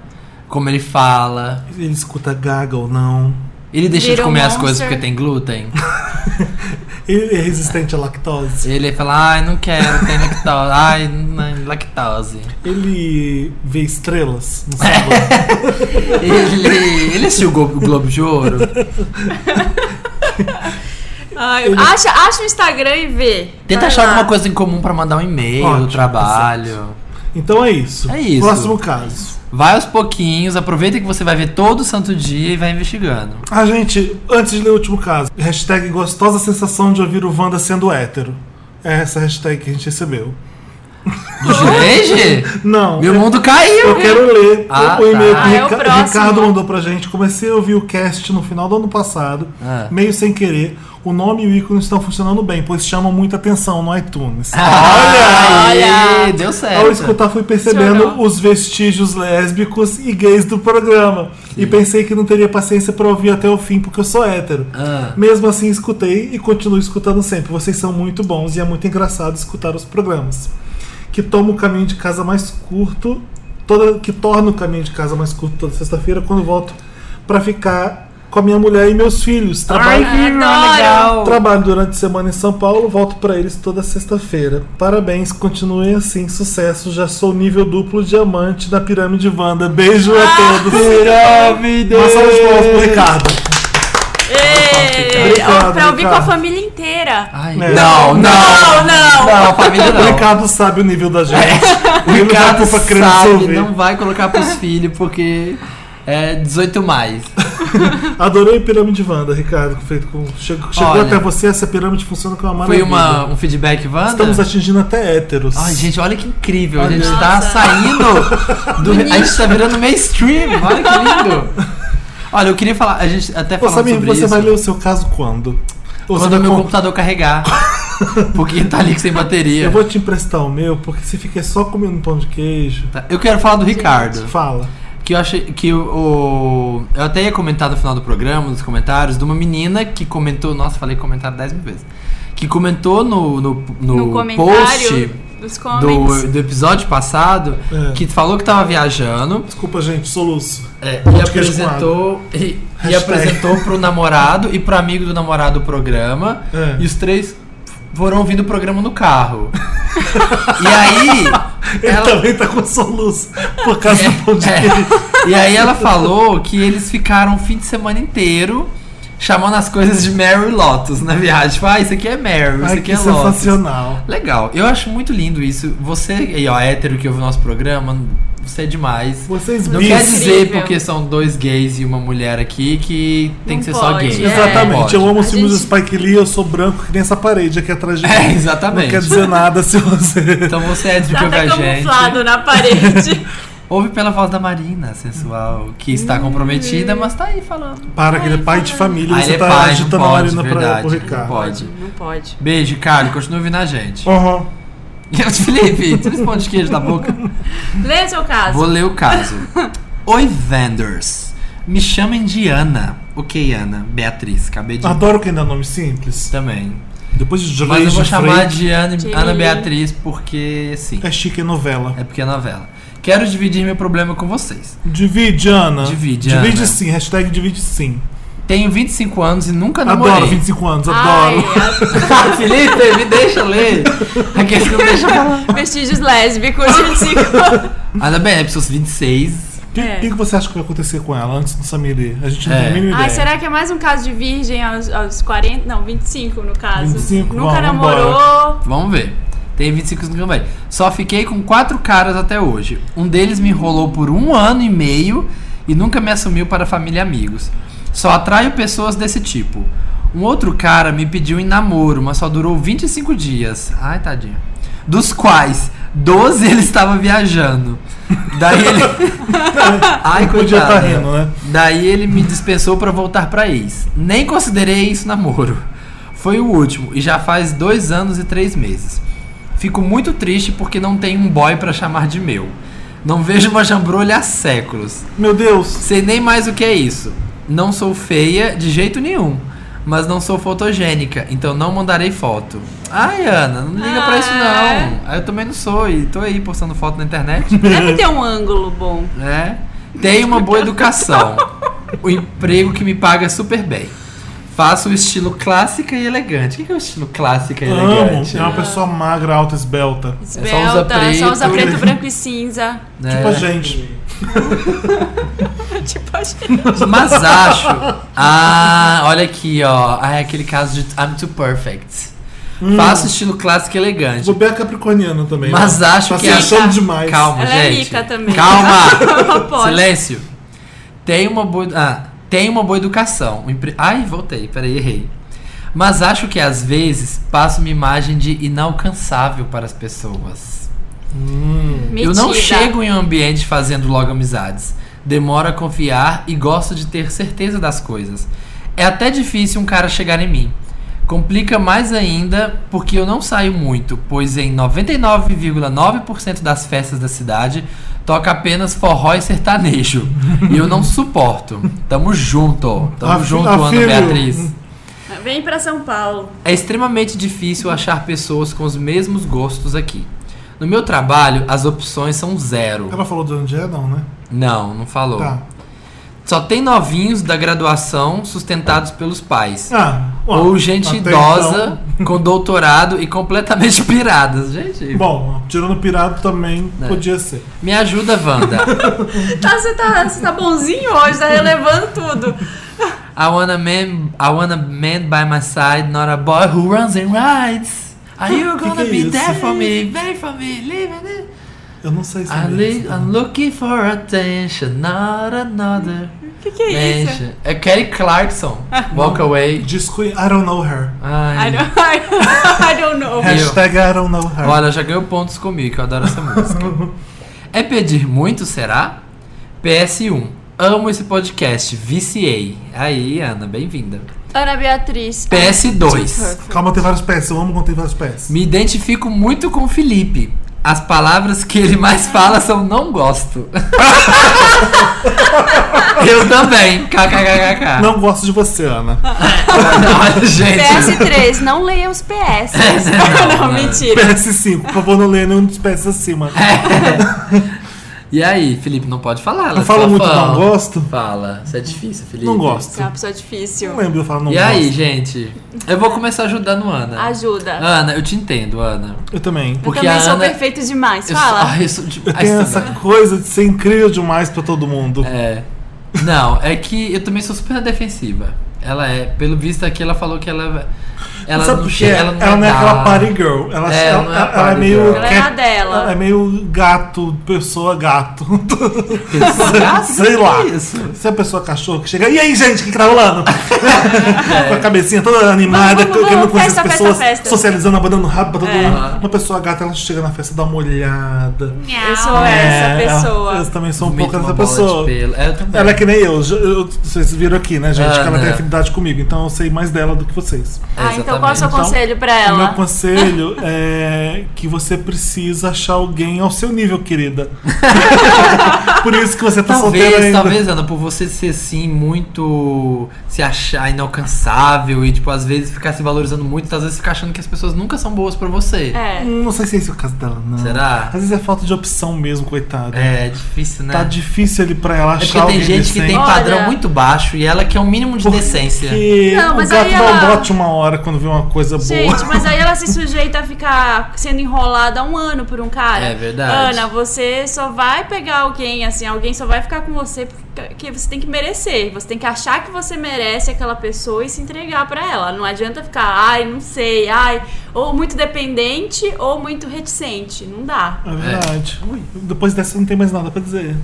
Speaker 2: como ele fala.
Speaker 3: Ele escuta gaga ou não.
Speaker 2: Ele deixa de
Speaker 1: Little
Speaker 2: comer as coisas
Speaker 1: um Monster.
Speaker 2: porque tem glúten.
Speaker 3: Ele é resistente à lactose.
Speaker 2: Ele fala, ai, não quero, tem lactose. Ai, não, lactose.
Speaker 3: Ele vê estrelas no sábado.
Speaker 2: Ele, ele assistiu o Glo- o Globo de Ouro?
Speaker 1: Ai, acha, acha o Instagram e vê.
Speaker 2: Tenta
Speaker 1: Vai
Speaker 2: achar
Speaker 1: lá.
Speaker 2: alguma coisa em comum pra mandar um e-mail
Speaker 3: Ótimo,
Speaker 2: do trabalho.
Speaker 3: Então é isso.
Speaker 2: É isso.
Speaker 3: Próximo caso.
Speaker 2: Vai aos pouquinhos, aproveita que você vai ver todo santo dia e vai investigando.
Speaker 3: Ah, gente, antes de ler o último caso, hashtag gostosa sensação de ouvir o Wanda sendo hétero. É essa hashtag que a gente recebeu.
Speaker 2: Do Jureje?
Speaker 3: Não.
Speaker 2: Meu
Speaker 3: eu-
Speaker 2: mundo
Speaker 3: Eu
Speaker 2: caiu!
Speaker 3: quero ler
Speaker 2: Ah,
Speaker 3: o e-mail
Speaker 2: tá.
Speaker 3: que
Speaker 1: Ah,
Speaker 3: o
Speaker 1: é o
Speaker 3: Rica-
Speaker 1: próximo.
Speaker 3: Ricardo mandou pra gente. Comecei a ouvir o cast no final do ano passado,
Speaker 2: Ah.
Speaker 3: meio sem querer. O nome e o ícone estão funcionando bem, pois chamam muita atenção no iTunes.
Speaker 2: Olha!
Speaker 1: Olha!
Speaker 2: Deu certo.
Speaker 3: Ao escutar, fui percebendo
Speaker 1: Chorou.
Speaker 3: os vestígios lésbicos e gays do programa. E pensei que não teria paciência pra ouvir até o fim, porque eu sou hétero.
Speaker 2: Ah.
Speaker 3: Mesmo assim, escutei e continuo escutando sempre. Vocês são muito bons e é muito engraçado escutar os programas. Que toma o caminho de casa mais curto, toda, que torna o caminho de casa mais curto toda sexta-feira, quando volto pra ficar com a minha mulher e meus filhos. Trabalho,
Speaker 1: adoro.
Speaker 3: Trabalho durante a semana em São Paulo, volto pra eles toda sexta-feira. Parabéns, continuem assim, sucesso. Já sou nível duplo diamante da pirâmide Wanda. Beijo
Speaker 2: Ah,
Speaker 3: a todos.
Speaker 2: Pirâmide!
Speaker 3: Uma salva de palmas pro Ricardo.
Speaker 1: Ei,
Speaker 2: tá
Speaker 3: Obrigado,
Speaker 1: ó, pra ouvir com a
Speaker 3: Ricardo.
Speaker 1: família inteira.
Speaker 2: Ai,
Speaker 3: É.
Speaker 2: Não, não!
Speaker 1: Não, não!
Speaker 2: Não, família
Speaker 3: O
Speaker 2: não.
Speaker 3: Ricardo sabe o nível da gente.
Speaker 2: O
Speaker 3: Ele não vai
Speaker 2: Ricardo
Speaker 3: pra criança
Speaker 2: sabe,
Speaker 3: ouvir.
Speaker 2: não vai colocar pros filhos porque é 18 mais.
Speaker 3: Ah, Adorei Pirâmide Wanda, Ricardo, feito com. Chegou, chegou
Speaker 2: Olha.
Speaker 3: até você, essa pirâmide funciona com uma
Speaker 2: Foi
Speaker 3: maravilha.
Speaker 2: uma, um feedback, Wanda?
Speaker 3: Estamos atingindo até héteros.
Speaker 2: Ai, gente, olha que incrível. a gente
Speaker 1: Olha.
Speaker 2: tá
Speaker 1: Nossa.
Speaker 2: saindo. Do, a gente tá virando mainstream. Olha que lindo. Olha, eu queria falar. A gente até
Speaker 3: Pô,
Speaker 2: falou
Speaker 3: Samir,
Speaker 2: sobre
Speaker 3: você
Speaker 2: isso.
Speaker 3: vai ler o seu caso quando? Ou você
Speaker 2: quando
Speaker 3: vai
Speaker 2: o meu
Speaker 3: con-
Speaker 2: computador carregar. Porque tá ali sem bateria.
Speaker 3: Eu vou te emprestar o meu, porque se fica só comendo pão de queijo.
Speaker 2: Tá, Eu quero falar do Ricardo.
Speaker 3: Fala.
Speaker 2: Que eu achei que o, o- Eu até ia comentar no final do programa, nos comentários, de uma menina que comentou. Nossa, falei comentário 10 mil vezes. Que comentou no, no, no
Speaker 1: No comentário.
Speaker 2: post
Speaker 1: dos
Speaker 2: do,
Speaker 1: comments.
Speaker 2: do episódio passado,
Speaker 3: É.
Speaker 2: que falou que tava viajando
Speaker 3: Desculpa, gente, soluço.
Speaker 2: é, e
Speaker 3: Podcast com
Speaker 2: apresentou e, e
Speaker 3: Hashtag.
Speaker 2: apresentou pro namorado e pro amigo do namorado o programa.
Speaker 3: É.
Speaker 2: E os três foram ouvindo o programa no carro. e aí
Speaker 3: Ele também tá com soluço por causa do pão de
Speaker 2: é.
Speaker 3: queijo.
Speaker 2: E aí ela falou que eles ficaram o fim de semana inteiro chamando as coisas de Mary Lotus na viagem. Tipo, ah, isso aqui é Mary, isso
Speaker 3: Ai,
Speaker 2: aqui
Speaker 3: que
Speaker 2: é Lotus.
Speaker 3: sensacional.
Speaker 2: Legal, eu acho muito lindo isso. Você, aí, ó, hétero que ouve o nosso programa, você é demais.
Speaker 3: Vocês
Speaker 2: Não
Speaker 3: bis.
Speaker 2: quer dizer
Speaker 1: Incrível.
Speaker 2: porque são dois gays e uma mulher aqui que tem
Speaker 1: Não
Speaker 2: que ser só
Speaker 1: pode,
Speaker 2: gay.
Speaker 1: é.
Speaker 3: Exatamente, eu
Speaker 2: Não pode.
Speaker 3: amo
Speaker 1: A
Speaker 3: os filmes
Speaker 1: gente-
Speaker 3: do Spike Lee, eu sou branco que nem essa parede aqui atrás de mim.
Speaker 2: É, exatamente.
Speaker 3: Não quer dizer nada se você.
Speaker 2: Então você é hétero que
Speaker 1: Tá
Speaker 2: ouve
Speaker 1: até
Speaker 2: a gente.
Speaker 1: camuflado na parede.
Speaker 2: Ouve pela voz da Marina, sensual, que
Speaker 1: Hum.
Speaker 2: está comprometida, mas tá aí falando.
Speaker 3: Para, que ele é pai de família,
Speaker 2: Ah,
Speaker 3: você
Speaker 2: ele é
Speaker 3: tá
Speaker 2: pai, não
Speaker 3: agitando a
Speaker 2: pode,
Speaker 3: Marina pra,
Speaker 2: verdade.
Speaker 3: pro
Speaker 2: Não
Speaker 3: Ricardo.
Speaker 2: pode.
Speaker 1: Não pode.
Speaker 2: Beijo, Carlos. Continua ouvindo a gente.
Speaker 3: Aham.
Speaker 2: Felipe, três pontos de queijo da boca.
Speaker 1: Lê seu caso.
Speaker 2: Vou ler o caso. Oi, Vanders. Me chamem de Ana. Ok, Ana. Beatriz. Acabei de...
Speaker 3: Adoro quem dá nome simples.
Speaker 2: Também.
Speaker 3: Depois de
Speaker 2: Mas eu
Speaker 3: George
Speaker 2: vou chamar
Speaker 3: Freitas,
Speaker 2: de Ana,
Speaker 1: Sim.
Speaker 2: Ana Beatriz porque, sim,
Speaker 3: é chique novela.
Speaker 2: é porque é novela. Quero dividir meu problema com vocês.
Speaker 3: Divide, Ana.
Speaker 2: Divide,
Speaker 3: Divide
Speaker 2: Ana.
Speaker 3: sim, hashtag divide sim.
Speaker 2: Tenho 25 anos e nunca namorei.
Speaker 3: Adoro 25 anos,
Speaker 1: Ai,
Speaker 3: adoro.
Speaker 2: Felipe, me deixa ler. Aqueles que não deixam falar.
Speaker 1: é- vestígios lésbicos. gente.
Speaker 2: Ainda bem, é pessoas 26.
Speaker 3: O que,
Speaker 1: É.
Speaker 3: que que você acha que vai acontecer com ela antes do Samir ir? A gente não tem
Speaker 2: É.
Speaker 3: a mínima
Speaker 1: Ai,
Speaker 3: ideia.
Speaker 1: será que é mais um caso de virgem aos, aos 40? Não, 25 no caso.
Speaker 3: 25,
Speaker 1: Nunca
Speaker 3: vamos
Speaker 1: namorou.
Speaker 2: Vamos ver. Tem 25 anos que não vai. Só fiquei com quatro caras até hoje. Um deles me enrolou por um ano e meio e nunca me assumiu para família e amigos. Só atraio pessoas desse tipo. Um outro cara me pediu em namoro, mas só durou 25 dias. Ai, tadinho. Dos quais 12 ele estava viajando. Daí ele. Ai,
Speaker 3: Podia estar
Speaker 2: coitado.
Speaker 3: rindo, né?
Speaker 2: Daí ele me dispensou pra voltar pra ex. Nem considerei isso namoro. Foi o último e já faz dois anos e três meses. Fico muito triste porque não tenho um boy pra chamar de meu. Não vejo uma jambrolha há séculos.
Speaker 3: Meu Deus.
Speaker 2: Sei nem mais o que é isso. Não sou feia de jeito nenhum. Mas não sou fotogênica, então não mandarei foto. Ai, Ana, não liga pra isso não. Ah, Eu também não sou e tô aí postando foto na internet.
Speaker 1: Deve ter um ângulo bom.
Speaker 2: né? Tem uma boa educação. O emprego que me paga super bem. Faço o estilo clássica e elegante. O que que é né? o estilo clássica e
Speaker 3: Amo.
Speaker 2: elegante?
Speaker 3: É uma pessoa magra, alta, esbelta.
Speaker 1: Esbelta,
Speaker 2: usa preto.
Speaker 1: É só usa preto, branco e cinza.
Speaker 2: né?
Speaker 3: Tipo a gente.
Speaker 1: tipo, achei-
Speaker 2: Mas acho. Ah, olha aqui, ó. Ah, é aquele caso de I'm too perfect.
Speaker 3: Hum.
Speaker 2: Faço estilo clássico e elegante.
Speaker 3: Bobeia capricorniano é também.
Speaker 2: Mas
Speaker 3: né?
Speaker 2: acho
Speaker 3: tá
Speaker 2: que
Speaker 3: se
Speaker 2: a-
Speaker 3: achando demais.
Speaker 2: Calma,
Speaker 1: Ela é
Speaker 2: gente.
Speaker 1: rica também.
Speaker 2: Calma.
Speaker 1: Não pode.
Speaker 2: Silêncio. Tem uma boa. Ah, tem uma boa educação. Um empre- Ai, voltei, peraí, errei. Mas acho que às vezes passa uma imagem de inalcançável para as pessoas. Eu não
Speaker 1: Metida.
Speaker 2: chego em um ambiente fazendo logo amizades. Demoro a confiar e gosto de ter certeza das coisas. É até difícil um cara chegar em mim. Complica mais ainda porque eu não saio muito, pois em 99,9% das festas da cidade toca apenas forró e sertanejo. e eu não suporto. Tamo junto. Tamo
Speaker 3: Ah, fi-
Speaker 2: junto,
Speaker 3: ah,
Speaker 2: Ana
Speaker 3: filho.
Speaker 2: Beatriz.
Speaker 1: Vem pra São Paulo.
Speaker 2: É extremamente difícil achar pessoas com os mesmos gostos aqui. No meu trabalho, as opções são zero.
Speaker 3: Ela falou de onde é, não, né?
Speaker 2: Não, não falou.
Speaker 3: Tá.
Speaker 2: Só tem novinhos da graduação sustentados pelos pais.
Speaker 3: Ah, ó,
Speaker 2: Ou gente
Speaker 3: até
Speaker 2: idosa com doutorado e completamente piradas. Gente,
Speaker 3: então- Bom, tirando pirado também
Speaker 2: É.
Speaker 3: podia ser.
Speaker 2: me ajuda, Wanda.
Speaker 1: Tá, você tá, você tá bonzinho hoje, tá relevando tudo.
Speaker 2: I want a man, I want a man by my side, not a boy who runs and rides. Are you
Speaker 3: Que
Speaker 2: gonna
Speaker 3: que é
Speaker 2: be
Speaker 3: isso?
Speaker 2: there for me? There for me, leave me.
Speaker 3: Eu não sei se é
Speaker 2: I
Speaker 3: isso.
Speaker 2: li- I'm looking for attention, not another.
Speaker 1: O que, que é isso? Ah,
Speaker 2: Mansion. É Kelly Clarkson. Walk away.
Speaker 3: Disco I don't know her.
Speaker 1: I
Speaker 2: Ai.
Speaker 1: don't, I, don't know.
Speaker 2: É.
Speaker 3: Hashtag I don't know her.
Speaker 2: Olha, já ganhou pontos comigo, que eu adoro essa música. É pedir muito, será? PS1. Amo esse podcast, viciei. Aí, Ana, bem-vinda.
Speaker 1: Ana Beatriz.
Speaker 2: PS2.
Speaker 3: Calma, tem vários pés. Eu amo quando tem vários pés.
Speaker 2: Me identifico muito com o Felipe. As palavras que ele mais fala são não gosto. Eu também. KKKKK.
Speaker 3: Não gosto de você, Ana.
Speaker 2: Olha, gente.
Speaker 1: PS3, não leia os PS.
Speaker 2: Não,
Speaker 1: não,
Speaker 2: não.
Speaker 1: mentira.
Speaker 3: PS5, por favor, não leia nenhum dos PS acima.
Speaker 2: E aí, Felipe, não pode falar. ela
Speaker 3: Não
Speaker 2: é
Speaker 3: falo
Speaker 2: sua
Speaker 3: muito,
Speaker 2: fã.
Speaker 3: não gosto.
Speaker 2: Fala, isso é difícil, Felipe.
Speaker 3: Não
Speaker 1: Você
Speaker 3: gosto.
Speaker 1: é uma pessoa difícil.
Speaker 3: Não lembro de eu falar não
Speaker 2: E
Speaker 3: gosto.
Speaker 2: aí, gente? Eu vou começar ajudando a Ana.
Speaker 1: Ajuda.
Speaker 2: Ana, eu te entendo, Ana.
Speaker 3: Eu também.
Speaker 1: Eu
Speaker 2: porque
Speaker 1: também
Speaker 2: a
Speaker 1: sou
Speaker 2: Ana-
Speaker 1: perfeito demais.
Speaker 2: Eu
Speaker 1: Fala.
Speaker 2: sou- Ai, eu sou
Speaker 3: Eu
Speaker 2: demais
Speaker 3: tenho
Speaker 2: também.
Speaker 3: essa coisa de ser incrível demais pra todo mundo.
Speaker 2: É. Não, é que eu também sou super na defensiva. Ela é, pelo visto aqui, ela falou que ela. Ela
Speaker 3: Sabe
Speaker 2: não
Speaker 3: por quê?
Speaker 2: chega, ela não é
Speaker 3: é aquela
Speaker 2: da-
Speaker 3: party girl. Ela
Speaker 2: É,
Speaker 3: ela-
Speaker 2: não é
Speaker 3: ela-
Speaker 2: party
Speaker 3: ela é meio.
Speaker 2: girl.
Speaker 1: Ela é a
Speaker 3: cat-
Speaker 1: dela.
Speaker 3: Ela é meio gato, pessoa gato. Sei
Speaker 2: Que
Speaker 3: lá.
Speaker 2: Isso.
Speaker 3: Você é a pessoa cachorro que chega. E aí, gente, o que, que tá rolando? Com a cabecinha toda animada,
Speaker 1: Vamos, vamos,
Speaker 3: que eu não
Speaker 1: vamos,
Speaker 3: conheço
Speaker 1: festa,
Speaker 3: as
Speaker 1: festa,
Speaker 3: pessoas,
Speaker 1: festa.
Speaker 3: socializando, abanando rabo pra todo
Speaker 1: É.
Speaker 3: mundo. Uma pessoa gata, ela chega na festa, dá uma olhada.
Speaker 1: Eu sou essa
Speaker 3: É,
Speaker 1: pessoa.
Speaker 3: Eu, eu também sou um
Speaker 2: Vomito
Speaker 3: pouco
Speaker 2: uma
Speaker 3: essa
Speaker 2: bola
Speaker 3: pessoa.
Speaker 2: de pelo. É, eu também.
Speaker 3: Ela é que nem eu, eu- eu- vocês viram aqui, né, gente?
Speaker 2: Ah,
Speaker 3: que ela tem
Speaker 2: né.
Speaker 3: afinidade comigo, então eu sei mais dela do que vocês.
Speaker 1: Ah, então qual é o seu
Speaker 2: Exatamente.
Speaker 1: conselho pra
Speaker 3: O meu
Speaker 1: ela?
Speaker 3: conselho é que você precisa achar alguém ao seu nível, querida. Por isso que você tá solteira
Speaker 2: Talvez,
Speaker 3: ainda.
Speaker 2: talvez, Ana, por você ser assim, muito. se achar inalcançável e, tipo, às vezes ficar se valorizando muito, às vezes ficar achando que as pessoas nunca são boas pra você.
Speaker 1: É.
Speaker 3: Hum, Não sei se esse é o caso dela, não.
Speaker 2: Será?
Speaker 3: Às vezes é falta de opção mesmo, coitada.
Speaker 2: É, difícil, né?
Speaker 3: Tá difícil ali pra ela
Speaker 2: é
Speaker 3: achar
Speaker 2: porque tem
Speaker 3: alguém
Speaker 2: gente que
Speaker 3: decente.
Speaker 2: tem
Speaker 1: Olha.
Speaker 2: padrão muito baixo e ela que é o mínimo de decência.
Speaker 3: Porque
Speaker 1: Não,
Speaker 3: o
Speaker 1: mas
Speaker 3: gato
Speaker 1: aí
Speaker 3: dá um
Speaker 1: ela-
Speaker 3: bote uma hora quando vê uma coisa boa.
Speaker 1: Gente, mas aí ela se sujeita a ficar sendo enrolada um ano por um cara.
Speaker 2: É verdade.
Speaker 1: Ana, você só vai pegar alguém, assim, alguém só vai ficar com você porque você tem que merecer. Você tem que achar que você merece aquela pessoa e se entregar pra ela. Não adianta ficar, ai, não sei, ai, ou muito dependente ou muito reticente. Não dá.
Speaker 3: É verdade. Ui, Depois dessa não tem mais nada pra dizer.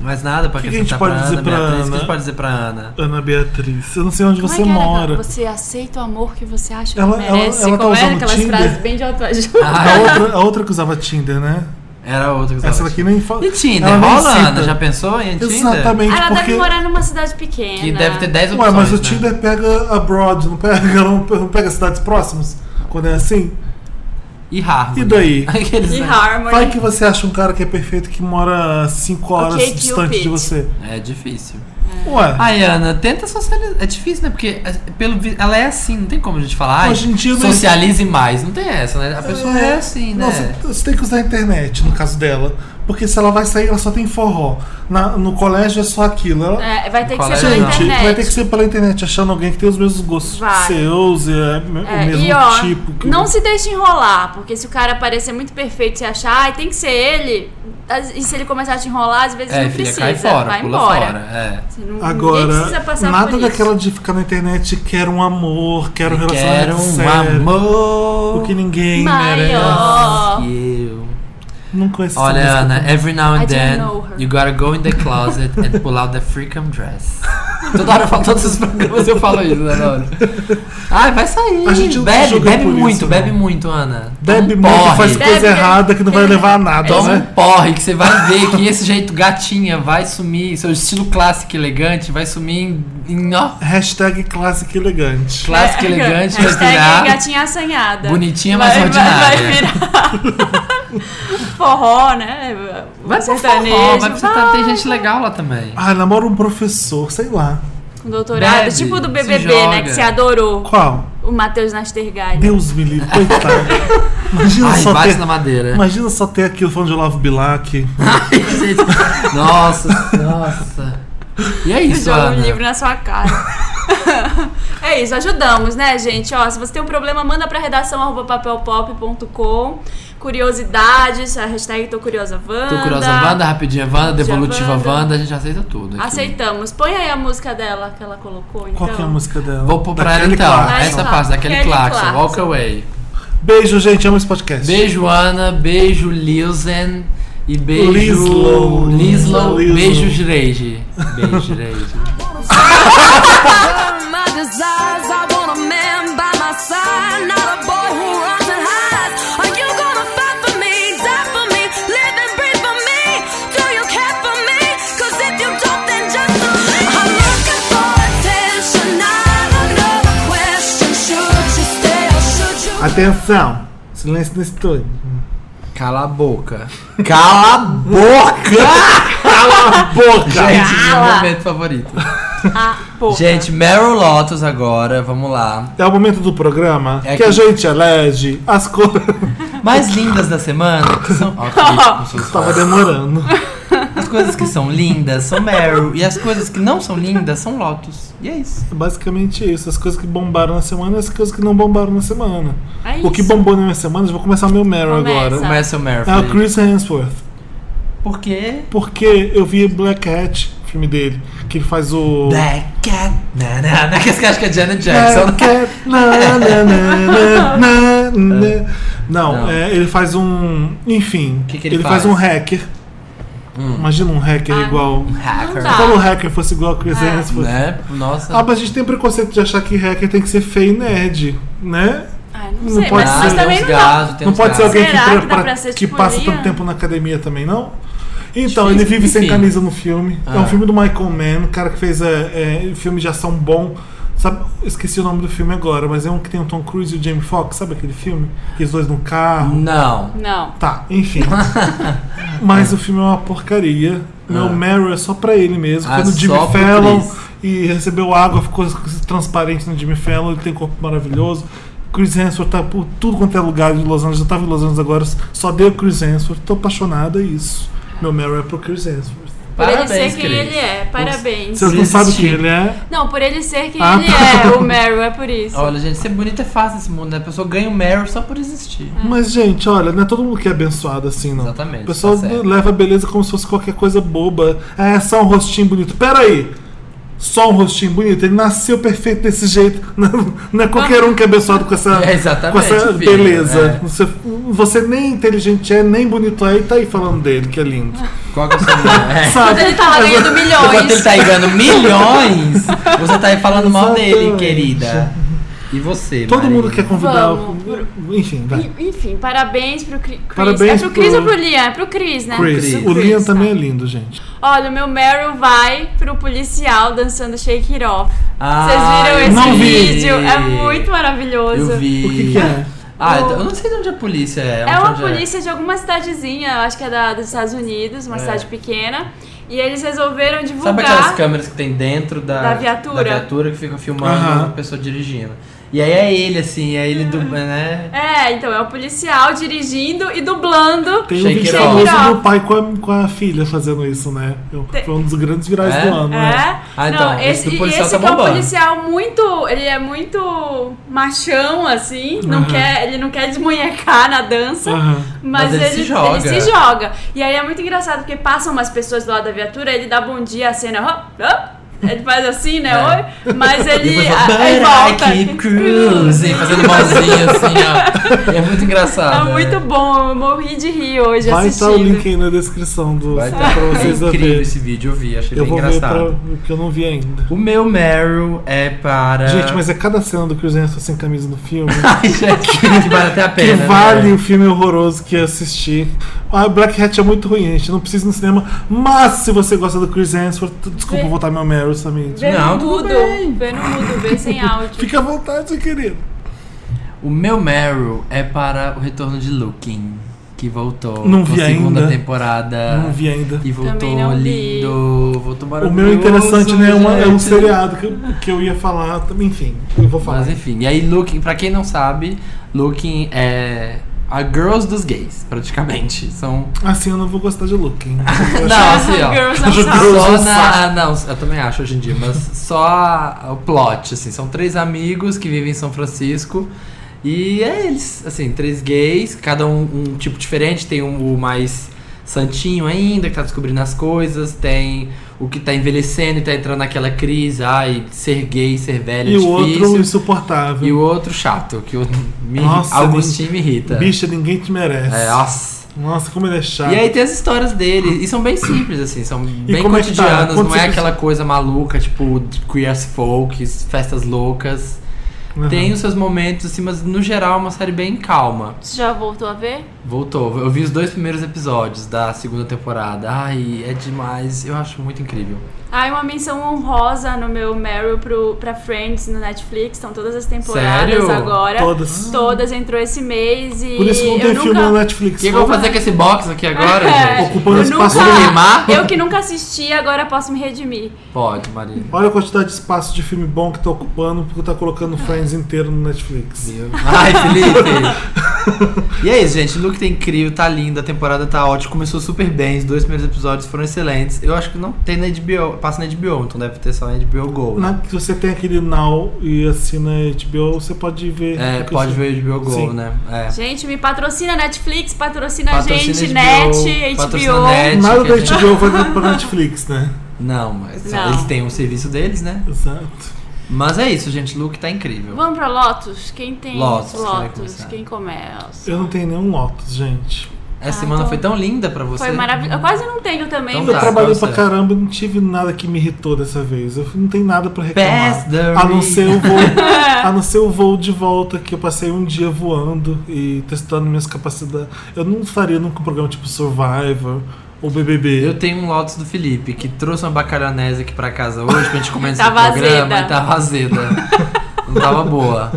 Speaker 2: Mais nada pra
Speaker 3: O que que a gente
Speaker 2: acrescentar
Speaker 3: pode
Speaker 2: pra
Speaker 3: dizer pra
Speaker 2: Ana, Beatriz? O que a
Speaker 3: Ana?
Speaker 2: gente pode dizer pra Ana?
Speaker 3: Ana Beatriz, eu não sei onde
Speaker 1: Como é
Speaker 3: você
Speaker 1: que era,
Speaker 3: mora.
Speaker 1: cara? Você aceita o amor que você acha que
Speaker 3: Ela- ela-
Speaker 1: merece. Ah,
Speaker 3: ela tá
Speaker 1: Como
Speaker 3: usando
Speaker 1: é aquelas
Speaker 3: Tinder?
Speaker 1: frases bem de autoajuda?
Speaker 3: A, outra, a outra que usava Tinder, né?
Speaker 2: Era outra que Ah, eu
Speaker 3: Essa
Speaker 2: tava
Speaker 3: daqui nem fala.
Speaker 2: E Tinder,
Speaker 3: ela nem
Speaker 2: rola,
Speaker 3: cita.
Speaker 2: Ana? Já pensou em Tinder?
Speaker 3: Exatamente,
Speaker 1: Ela
Speaker 3: porque.
Speaker 1: deve morar numa cidade pequena.
Speaker 2: Que deve ter 10
Speaker 3: Ué,
Speaker 2: opções,
Speaker 3: mas o
Speaker 2: né?
Speaker 3: Tinder pega abroad, não pega, não pega, não pega cidades próximas? Quando é assim?
Speaker 2: E Harvard.
Speaker 3: E daí?
Speaker 2: Aqueles,
Speaker 1: E
Speaker 2: né?
Speaker 1: Harmony.
Speaker 3: Vai que você acha um cara que é perfeito que mora 5 horas
Speaker 1: Ok, É.
Speaker 3: distante
Speaker 1: Cupid.
Speaker 3: de você.
Speaker 2: É difícil.
Speaker 3: Ué,
Speaker 2: Ai, Ana, tenta socializar. É difícil, né? Porque é, pelo vi- ela é assim, não tem como a gente falar. ai,
Speaker 3: Hoje em dia não-
Speaker 2: socialize mais. Não tem essa, né? A pessoa é, assim, né?
Speaker 3: Não, você, você tem que usar a internet no caso dela. Porque se ela vai sair, ela só tem forró. Na- no colégio é só aquilo. Ela-
Speaker 1: É, vai ter que ser
Speaker 2: Colégio
Speaker 1: pela
Speaker 2: não.
Speaker 3: Gente,
Speaker 1: internet.
Speaker 3: vai ter que ser pela internet, achando alguém que tem os mesmos gostos
Speaker 1: Vai.
Speaker 3: seus e é me-
Speaker 1: É,
Speaker 3: o mesmo
Speaker 1: e ó,
Speaker 3: tipo. que-
Speaker 1: não se deixe enrolar, porque se o cara parecer muito perfeito e achar, ai, tem que ser ele, as- e se ele começar a te enrolar, às vezes
Speaker 2: é,
Speaker 1: não
Speaker 2: filha,
Speaker 1: precisa,
Speaker 2: cai fora,
Speaker 1: vai
Speaker 2: pula
Speaker 1: embora.
Speaker 2: fora. É.
Speaker 1: Você não- ninguém
Speaker 3: Agora,
Speaker 1: precisa passar por
Speaker 3: nada
Speaker 1: isso.
Speaker 3: daquela de ficar na internet, quero um amor, quero um
Speaker 2: Quero
Speaker 3: relacionamento
Speaker 2: um
Speaker 3: sério.
Speaker 2: amor.
Speaker 3: O que ninguém merece.
Speaker 1: maior.
Speaker 2: que eu.
Speaker 3: Não conheço essa
Speaker 2: Olha,
Speaker 3: música. é
Speaker 2: Ana, every now
Speaker 1: I
Speaker 2: and
Speaker 1: don't
Speaker 2: then
Speaker 1: know her.
Speaker 2: you gotta go in the closet and pull out the freaking dress. Toda hora eu falo todos os programas eu falo isso, né, Laura? Ai, vai sair.
Speaker 3: A gente não
Speaker 2: bebe,
Speaker 3: julga
Speaker 2: bebe
Speaker 3: por
Speaker 2: muito,
Speaker 3: isso,
Speaker 2: bebe
Speaker 3: não.
Speaker 2: muito, Ana. Toma
Speaker 3: Bebe
Speaker 2: um
Speaker 3: muito,
Speaker 2: porre.
Speaker 3: faz coisa
Speaker 1: Bebe-
Speaker 3: errada que não vai levar a nada,
Speaker 1: É.
Speaker 2: Toma um
Speaker 3: né?
Speaker 2: porre que você vai ver que esse jeito gatinha vai sumir, seu estilo clássico e elegante vai sumir em, em ó,
Speaker 3: Hashtag clássico elegante.
Speaker 2: clássico e elegante, vai
Speaker 1: É. Hashtag
Speaker 2: virar
Speaker 1: gatinha assanhada.
Speaker 2: bonitinha, mas
Speaker 1: vai, vai,
Speaker 2: ordinária.
Speaker 1: vai virar forró, né?
Speaker 2: Vai pro forró,
Speaker 1: sertanejo,
Speaker 2: vai pro sertanejo, tem gente legal lá também.
Speaker 3: Ah, namora um professor, sei lá.
Speaker 1: Ah, com doutorado,
Speaker 2: Bebe,
Speaker 1: tipo do
Speaker 2: se
Speaker 1: BBB, né,
Speaker 2: joga.
Speaker 1: que você adorou,
Speaker 3: Qual?
Speaker 1: o Matheus Nastergalli.
Speaker 3: Deus me livre, coitado. Imagina
Speaker 2: Ai,
Speaker 3: só
Speaker 2: bate
Speaker 3: ter...
Speaker 2: na madeira.
Speaker 3: Imagina só ter aquilo falando de Olavo Bilac.
Speaker 2: Gente, nossa, nossa. E é isso,
Speaker 1: Joga
Speaker 2: Ana.
Speaker 1: um livro na sua cara. é isso, ajudamos, né, gente? Ó, se você tem um problema, manda pra redação arroba papelpop.com. Curiosidades, a hashtag Tô Curiosa Wanda.
Speaker 2: Tô curiosa, Wanda, rapidinha Wanda, devolutiva
Speaker 1: Wanda.
Speaker 2: Wanda, a gente aceita tudo. aqui.
Speaker 1: Aceitamos. Põe aí a música dela que ela colocou, então.
Speaker 3: Qual que é a música dela?
Speaker 2: Vou pôr pra ela
Speaker 3: Daquele
Speaker 2: então,
Speaker 3: Clarkson.
Speaker 1: Kelly
Speaker 2: essa
Speaker 1: Clarkson.
Speaker 2: parte daquele
Speaker 1: Kelly
Speaker 2: Clarkson,
Speaker 1: Clarkson.
Speaker 2: Walk Away.
Speaker 3: Beijo, gente. Amo esse podcast.
Speaker 2: Beijo, Ana, beijo, Lilzen e beijo...
Speaker 3: Lislow.
Speaker 2: Lislow,
Speaker 3: Lislow.
Speaker 2: beijo, Jireide. Beijo, Jireide.
Speaker 5: my desires. I want a man by my side, not a boy who runs and hides. Are you gonna fight for me, die for me, live and breathe for me? Do you care for me? 'Cause if you don't, then just leave. I'm looking for attention, not a no question. Should you stay or should you
Speaker 3: Atenção. Silêncio no estúdio.
Speaker 2: Cala a boca. Cala a boca!
Speaker 3: Cala a boca!
Speaker 2: Gente, meu
Speaker 1: Cala.
Speaker 2: momento favorito.
Speaker 1: Ah, porra.
Speaker 2: Gente, Meryl Lotus agora, vamos lá.
Speaker 3: É o momento do programa
Speaker 2: É
Speaker 3: que a
Speaker 2: que-
Speaker 3: gente elege as coisas.
Speaker 2: Mais lindas da semana, que são. Ó, que isso, com seus
Speaker 3: Tava
Speaker 2: fãs.
Speaker 3: demorando.
Speaker 2: As coisas que são lindas são Meryl. E as coisas que não são lindas são Lotus. E é isso.
Speaker 3: Basicamente isso. As coisas que bombaram na semana e as coisas que não bombaram na semana.
Speaker 1: É
Speaker 3: O que
Speaker 1: isso.
Speaker 3: bombou na minha semana, eu vou começar o meu Meryl
Speaker 1: Começa.
Speaker 3: agora.
Speaker 2: Começa o Meryl.
Speaker 3: É o
Speaker 2: Felipe.
Speaker 3: Chris Hemsworth.
Speaker 2: Por quê?
Speaker 3: Porque eu vi Black Hat, filme dele, que ele faz o.
Speaker 2: Black Cat. Na, na, na, que esse cara acha que é Janet Jackson.
Speaker 3: Black Cat, é, na, na, na, na, na, na. Não,
Speaker 2: Não.
Speaker 3: é, ele faz um. Enfim,
Speaker 2: Que que ele
Speaker 3: faz?
Speaker 2: faz? Hum.
Speaker 3: um hacker. Imagina um hacker
Speaker 1: Ah.
Speaker 3: igual.
Speaker 2: Hacker.
Speaker 1: Não dá.
Speaker 3: Como o hacker fosse igual a Chris Hemsworth.
Speaker 2: Né?
Speaker 3: Ah,
Speaker 2: Nossa.
Speaker 3: mas a gente tem preconceito de achar que hacker tem que ser feio e nerd, né?
Speaker 1: Ai, Ah, não
Speaker 3: Não
Speaker 1: sei,
Speaker 3: pode
Speaker 1: mas, mas
Speaker 3: ser. né?
Speaker 1: também não dá.
Speaker 2: Tem
Speaker 3: não
Speaker 2: uns
Speaker 3: pode ser
Speaker 2: gatos.
Speaker 3: alguém que,
Speaker 1: Será
Speaker 3: pra-
Speaker 1: que dá
Speaker 3: pra-
Speaker 1: pra ser,
Speaker 3: que
Speaker 1: tipo,
Speaker 3: passa
Speaker 1: ali,
Speaker 3: tanto
Speaker 1: ó?
Speaker 3: tempo na academia também, não? Então, ele
Speaker 2: Difícil,
Speaker 3: vive sem
Speaker 2: enfim.
Speaker 3: camisa no filme. É
Speaker 2: Ah.
Speaker 3: um filme do Michael Mann, o cara que fez é, é, filme de ação bom. Sabe, esqueci o nome do filme agora, mas é um que tem o Tom Cruise e o Jamie Foxx, sabe aquele filme? Que os dois no carro.
Speaker 2: Não.
Speaker 1: Não.
Speaker 3: Tá, enfim. Mas o filme é uma porcaria. Meu
Speaker 2: Ah.
Speaker 3: Meryl é só pra ele mesmo.
Speaker 2: Ah,
Speaker 3: Foi no Jimmy
Speaker 2: só pro
Speaker 3: Fallon
Speaker 2: Chris.
Speaker 3: e recebeu água, ficou transparente no Jimmy Fallon, ele tem um corpo maravilhoso. Chris Hemsworth tá por tudo quanto é lugar de Los Angeles. Eu tava em Los Angeles agora, só deu Chris Hemsworth. Tô apaixonada, é isso. meu Meryl é pro Chris Hemsworth.
Speaker 1: Por
Speaker 2: Parabéns,
Speaker 1: ele ser quem
Speaker 2: Cris.
Speaker 1: ele é. Parabéns.
Speaker 3: Vocês não
Speaker 2: Desistir.
Speaker 3: sabem quem ele é?
Speaker 1: Não, por ele ser quem
Speaker 3: Ah,
Speaker 1: ele é,
Speaker 3: tá.
Speaker 1: o Meryl, é por isso.
Speaker 2: Olha, gente, ser bonita é fácil nesse mundo, né? A pessoa ganha o Meryl só por existir.
Speaker 3: Mas, gente, olha, não é todo mundo que é abençoado assim, não.
Speaker 2: Exatamente,
Speaker 3: O pessoal
Speaker 2: tá certo.
Speaker 3: leva a beleza como se fosse qualquer coisa boba. Ah, É só um rostinho bonito. Pera aí! Só um rostinho bonito? Ele nasceu perfeito desse jeito. Não, não é qualquer um que é abençoado com essa,
Speaker 2: É, exatamente,
Speaker 3: com essa
Speaker 2: filho,
Speaker 3: beleza.
Speaker 2: é.
Speaker 3: Você, você nem inteligente é, nem bonito é, e tá aí falando dele, que é lindo.
Speaker 2: Qual que é o seu nome? É.
Speaker 1: Mas
Speaker 3: Sabe?
Speaker 1: ele tava ganhando
Speaker 2: Enquanto ele
Speaker 1: milhões.
Speaker 2: tá aí ganhando milhões, você tá aí falando mal dele,
Speaker 3: Exatamente.
Speaker 2: querida. E você,
Speaker 3: Todo
Speaker 2: Marina?
Speaker 3: mundo quer convidar. o-
Speaker 1: Vamos.
Speaker 3: Enfim, vai.
Speaker 1: En- Enfim, parabéns pro Cri- Chris.
Speaker 3: Parabéns
Speaker 1: é pro Chris
Speaker 3: pro-
Speaker 1: ou pro Liam? É pro Chris, né?
Speaker 3: Chris.
Speaker 2: Chris.
Speaker 3: O Liam
Speaker 1: Chris,
Speaker 3: também
Speaker 1: tá.
Speaker 3: é lindo, gente.
Speaker 1: Olha, o meu Meryl vai pro policial dançando Shake It Off.
Speaker 2: Ah,
Speaker 1: Vocês viram
Speaker 2: eu
Speaker 1: esse
Speaker 3: não vi.
Speaker 1: vídeo? É muito maravilhoso.
Speaker 2: Eu vi.
Speaker 3: O que, que é?
Speaker 2: Ah, eu não sei de onde a polícia é.
Speaker 1: É
Speaker 2: onde
Speaker 1: uma
Speaker 2: onde
Speaker 1: polícia de alguma cidadezinha, eu acho que é da, dos Estados Unidos, uma
Speaker 2: É.
Speaker 1: cidade pequena. E eles resolveram
Speaker 2: Sabe aquelas
Speaker 1: divulgar.
Speaker 2: câmeras que tem dentro da,
Speaker 1: Da viatura?
Speaker 2: da viatura que fica filmando
Speaker 3: Aham.
Speaker 2: a pessoa dirigindo. E aí é ele, assim, é ele
Speaker 1: Uhum.
Speaker 2: do. né?
Speaker 1: É, então é o policial dirigindo e dublando.
Speaker 3: Tem um
Speaker 2: Shake
Speaker 3: vídeo
Speaker 2: it
Speaker 3: famoso
Speaker 1: off.
Speaker 3: do meu pai com a, com a filha fazendo isso, né? Eu-
Speaker 1: Tem-
Speaker 3: Foi um dos grandes virais
Speaker 2: É?
Speaker 3: do ano, né?
Speaker 1: É.
Speaker 2: Ah, então,
Speaker 1: não,
Speaker 2: esse
Speaker 1: esse,
Speaker 2: do
Speaker 1: e
Speaker 2: policial
Speaker 1: esse
Speaker 2: tá
Speaker 1: que é um
Speaker 2: bombando.
Speaker 1: policial muito. Ele é muito machão, assim. Não
Speaker 3: Aham.
Speaker 1: quer, ele não quer desmunhecar na dança.
Speaker 3: Aham.
Speaker 1: Mas,
Speaker 2: Mas ele
Speaker 1: ele,
Speaker 2: se joga.
Speaker 1: ele se joga. E aí é muito engraçado porque passam umas pessoas do lado da viatura, ele dá bom dia, a cena. "Hop, hop", ele faz assim, né? Oi. Mas
Speaker 2: É.
Speaker 1: ele.
Speaker 2: E depois
Speaker 1: a-
Speaker 2: fala,
Speaker 1: aí
Speaker 2: "But
Speaker 1: volta.
Speaker 2: I keep cruising, fazendo mãozinha assim, ó. E é muito
Speaker 1: É
Speaker 2: engraçado.
Speaker 1: muito
Speaker 2: né?
Speaker 1: bom, eu morri de rir hoje
Speaker 3: Vai estar
Speaker 1: assistindo.
Speaker 2: tá
Speaker 3: o link aí na descrição do
Speaker 2: Vai
Speaker 3: pra
Speaker 2: ter-
Speaker 3: vocês
Speaker 2: é incrível
Speaker 3: verem.
Speaker 2: esse vídeo, eu vi, achei
Speaker 3: Eu
Speaker 2: bem
Speaker 3: vou ver pra,
Speaker 2: engraçado.
Speaker 3: o que eu não vi ainda.
Speaker 2: O meu Meryl é para.
Speaker 3: Gente, mas é cada cena do Chris Hemsworth sem camisa no filme
Speaker 2: Ai, gente, que vale até a
Speaker 3: que
Speaker 2: pena. né?
Speaker 3: vale o filme horroroso que assistir. A Black Hat é muito ruim, gente. Não precisa ir no cinema. Mas se você gosta do Chris Hemsworth, desculpa
Speaker 1: Vê-
Speaker 3: vou botar meu Meryl somente.
Speaker 1: Vê
Speaker 2: Não,
Speaker 1: no
Speaker 2: tudo
Speaker 1: mudo,
Speaker 2: bem.
Speaker 1: vê no mudo, vê sem áudio.
Speaker 3: Fica à vontade, seu querido.
Speaker 2: O meu Meryl é para o retorno de Looking, que voltou
Speaker 3: Não
Speaker 2: com
Speaker 3: vi
Speaker 2: a segunda
Speaker 3: ainda.
Speaker 2: temporada.
Speaker 3: Não vi ainda.
Speaker 1: Também
Speaker 2: E voltou
Speaker 1: não vi.
Speaker 2: lindo, voltou
Speaker 3: O
Speaker 2: maravilhoso.
Speaker 3: meu interessante, né? é uma- é um
Speaker 2: gente.
Speaker 3: seriado que eu, que eu ia falar. Enfim, eu vou falar.
Speaker 2: Mas enfim, e aí Looking, pra quem não sabe, Looking é a girls dos gays, praticamente. São...
Speaker 3: Assim eu não vou gostar de Looking.
Speaker 2: Não, assim, ó.
Speaker 1: Girls não
Speaker 3: Girls
Speaker 1: sabem.
Speaker 2: Só
Speaker 3: não sabem.
Speaker 2: na, Ah, não, eu também acho hoje em dia, mas só a- o plot, assim, são três amigos que vivem em São Francisco e é eles, assim, três gays, cada um um tipo diferente, tem um, o mais santinho ainda, que tá descobrindo as coisas, tem o que tá envelhecendo e tá entrando naquela crise, ai, ser gay, ser velho
Speaker 3: E
Speaker 2: é
Speaker 3: o outro
Speaker 2: difícil.
Speaker 3: insuportável.
Speaker 2: E o outro chato, que o, me,
Speaker 3: Nossa,
Speaker 2: Augustin me irrita.
Speaker 3: Bicha, ninguém te merece.
Speaker 2: É, nossa.
Speaker 3: Nossa, como ele é chato.
Speaker 2: E aí tem as histórias dele, e são bem simples, assim, são bem
Speaker 3: como é que tá? Quantos
Speaker 2: cotidianas, não é
Speaker 3: episódios?
Speaker 2: aquela coisa maluca, tipo, de queer as folk, festas loucas.
Speaker 3: Uhum.
Speaker 2: Tem os seus momentos, assim, mas no geral é uma série bem calma.
Speaker 1: Você já voltou a ver?
Speaker 2: Voltou. Eu vi os dois primeiros episódios da segunda temporada. Ai, é demais. Eu acho muito incrível.
Speaker 1: Ah, e uma menção honrosa no meu Meryl pro, pra Friends no Netflix. Estão todas as temporadas
Speaker 2: Sério?
Speaker 1: agora.
Speaker 3: Todas.
Speaker 1: Todas entrou esse mês e.
Speaker 3: Por isso que não tem
Speaker 1: eu
Speaker 3: filme
Speaker 1: nunca...
Speaker 3: no Netflix.
Speaker 2: O que, que eu vou fazer com esse box aqui agora,
Speaker 1: É,
Speaker 2: gente?
Speaker 3: Ocupando
Speaker 1: eu
Speaker 3: espaço
Speaker 1: nunca-
Speaker 2: do Neymar?
Speaker 1: Eu que nunca assisti, agora posso me redimir.
Speaker 2: Pode, Maria.
Speaker 3: Olha a quantidade de espaço de filme bom que tá ocupando, porque tá colocando Friends inteiro no Netflix.
Speaker 2: Ai, Felipe! e é isso, gente. O look tá incrível, tá lindo, a temporada tá ótima. Começou super bem, os dois primeiros episódios foram excelentes. Eu acho que não tem na HBO, passa na HBO, então deve ter só na HBO Go. né?
Speaker 3: Na- se você tem aquele Now e assina HBO, você pode ver.
Speaker 2: É,
Speaker 3: Porque
Speaker 2: pode
Speaker 3: você-
Speaker 2: ver HBO Go,
Speaker 3: Sim.
Speaker 2: né? É.
Speaker 1: Gente, me patrocina Netflix, patrocina, a
Speaker 2: Patrocina
Speaker 1: gente,
Speaker 2: HBO,
Speaker 1: Net,
Speaker 2: patrocina
Speaker 1: HBO.
Speaker 2: Net.
Speaker 3: Nada
Speaker 2: que a
Speaker 3: da
Speaker 2: gente-
Speaker 3: HBO vai pra Netflix, né?
Speaker 2: Não, mas só
Speaker 1: Não.
Speaker 2: eles têm um serviço deles, né?
Speaker 3: Exato.
Speaker 2: Mas é isso, gente. O look tá incrível.
Speaker 1: Vamos pra Lotus? Quem tem
Speaker 2: Lotus, quem vai
Speaker 1: Lotus?
Speaker 2: começar?
Speaker 1: Quem começa?
Speaker 3: Eu não tenho nenhum Lotus, gente.
Speaker 2: Essa
Speaker 1: Ah,
Speaker 2: semana
Speaker 1: então-
Speaker 2: foi tão linda pra você.
Speaker 1: Foi maravilhoso. Eu quase não tenho também.
Speaker 2: Então
Speaker 3: Eu
Speaker 2: tá.
Speaker 1: mas-
Speaker 3: trabalhei
Speaker 2: qual
Speaker 3: pra
Speaker 2: é?
Speaker 3: caramba e não tive nada que me irritou dessa vez. Eu não tenho nada pra reclamar.
Speaker 2: Pass the
Speaker 3: A não ser
Speaker 2: re-
Speaker 3: o voo. a não ser o voo de volta, que eu passei um dia voando e testando minhas capacidades. Eu não faria nunca um programa tipo Survivor ou BBB.
Speaker 2: Eu tenho um Lotus do Felipe, que trouxe uma bacalhonese aqui pra casa hoje pra gente começar
Speaker 1: Tava
Speaker 2: o programa
Speaker 1: azeda.
Speaker 2: e tava azeda. Não tava boa.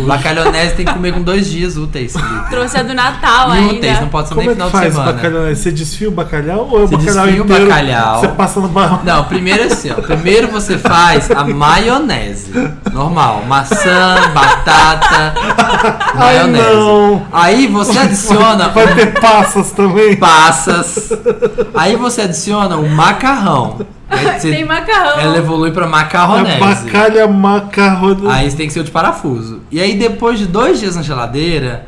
Speaker 2: Bacalhonese tem que comer com dois dias úteis, Felipe.
Speaker 1: Trouxe a do Natal
Speaker 2: úteis, não
Speaker 1: ainda.
Speaker 2: pode ser
Speaker 3: Como
Speaker 2: nem
Speaker 3: é que
Speaker 2: final de
Speaker 3: faz
Speaker 2: semana.
Speaker 3: bacalhau? Você desfia o bacalhau ou é o
Speaker 2: Você
Speaker 3: bacalhau
Speaker 2: desfia o
Speaker 3: inteiro?
Speaker 2: bacalhau.
Speaker 3: Você passa no barro.
Speaker 2: Não, primeiro é assim, ó. Primeiro você faz a maionese. Normal. Maçã, batata,
Speaker 3: Ai,
Speaker 2: maionese.
Speaker 3: não.
Speaker 2: Aí você adiciona um
Speaker 3: Vai ter passas também.
Speaker 2: passas. Aí você adiciona o macarrão. Aí você-
Speaker 1: Tem macarrão.
Speaker 2: Ela evolui pra
Speaker 3: É
Speaker 2: macarronese.
Speaker 3: bacalha macarrone.
Speaker 2: Aí você tem que ser o de parafuso. E aí depois de dois dias na geladeira,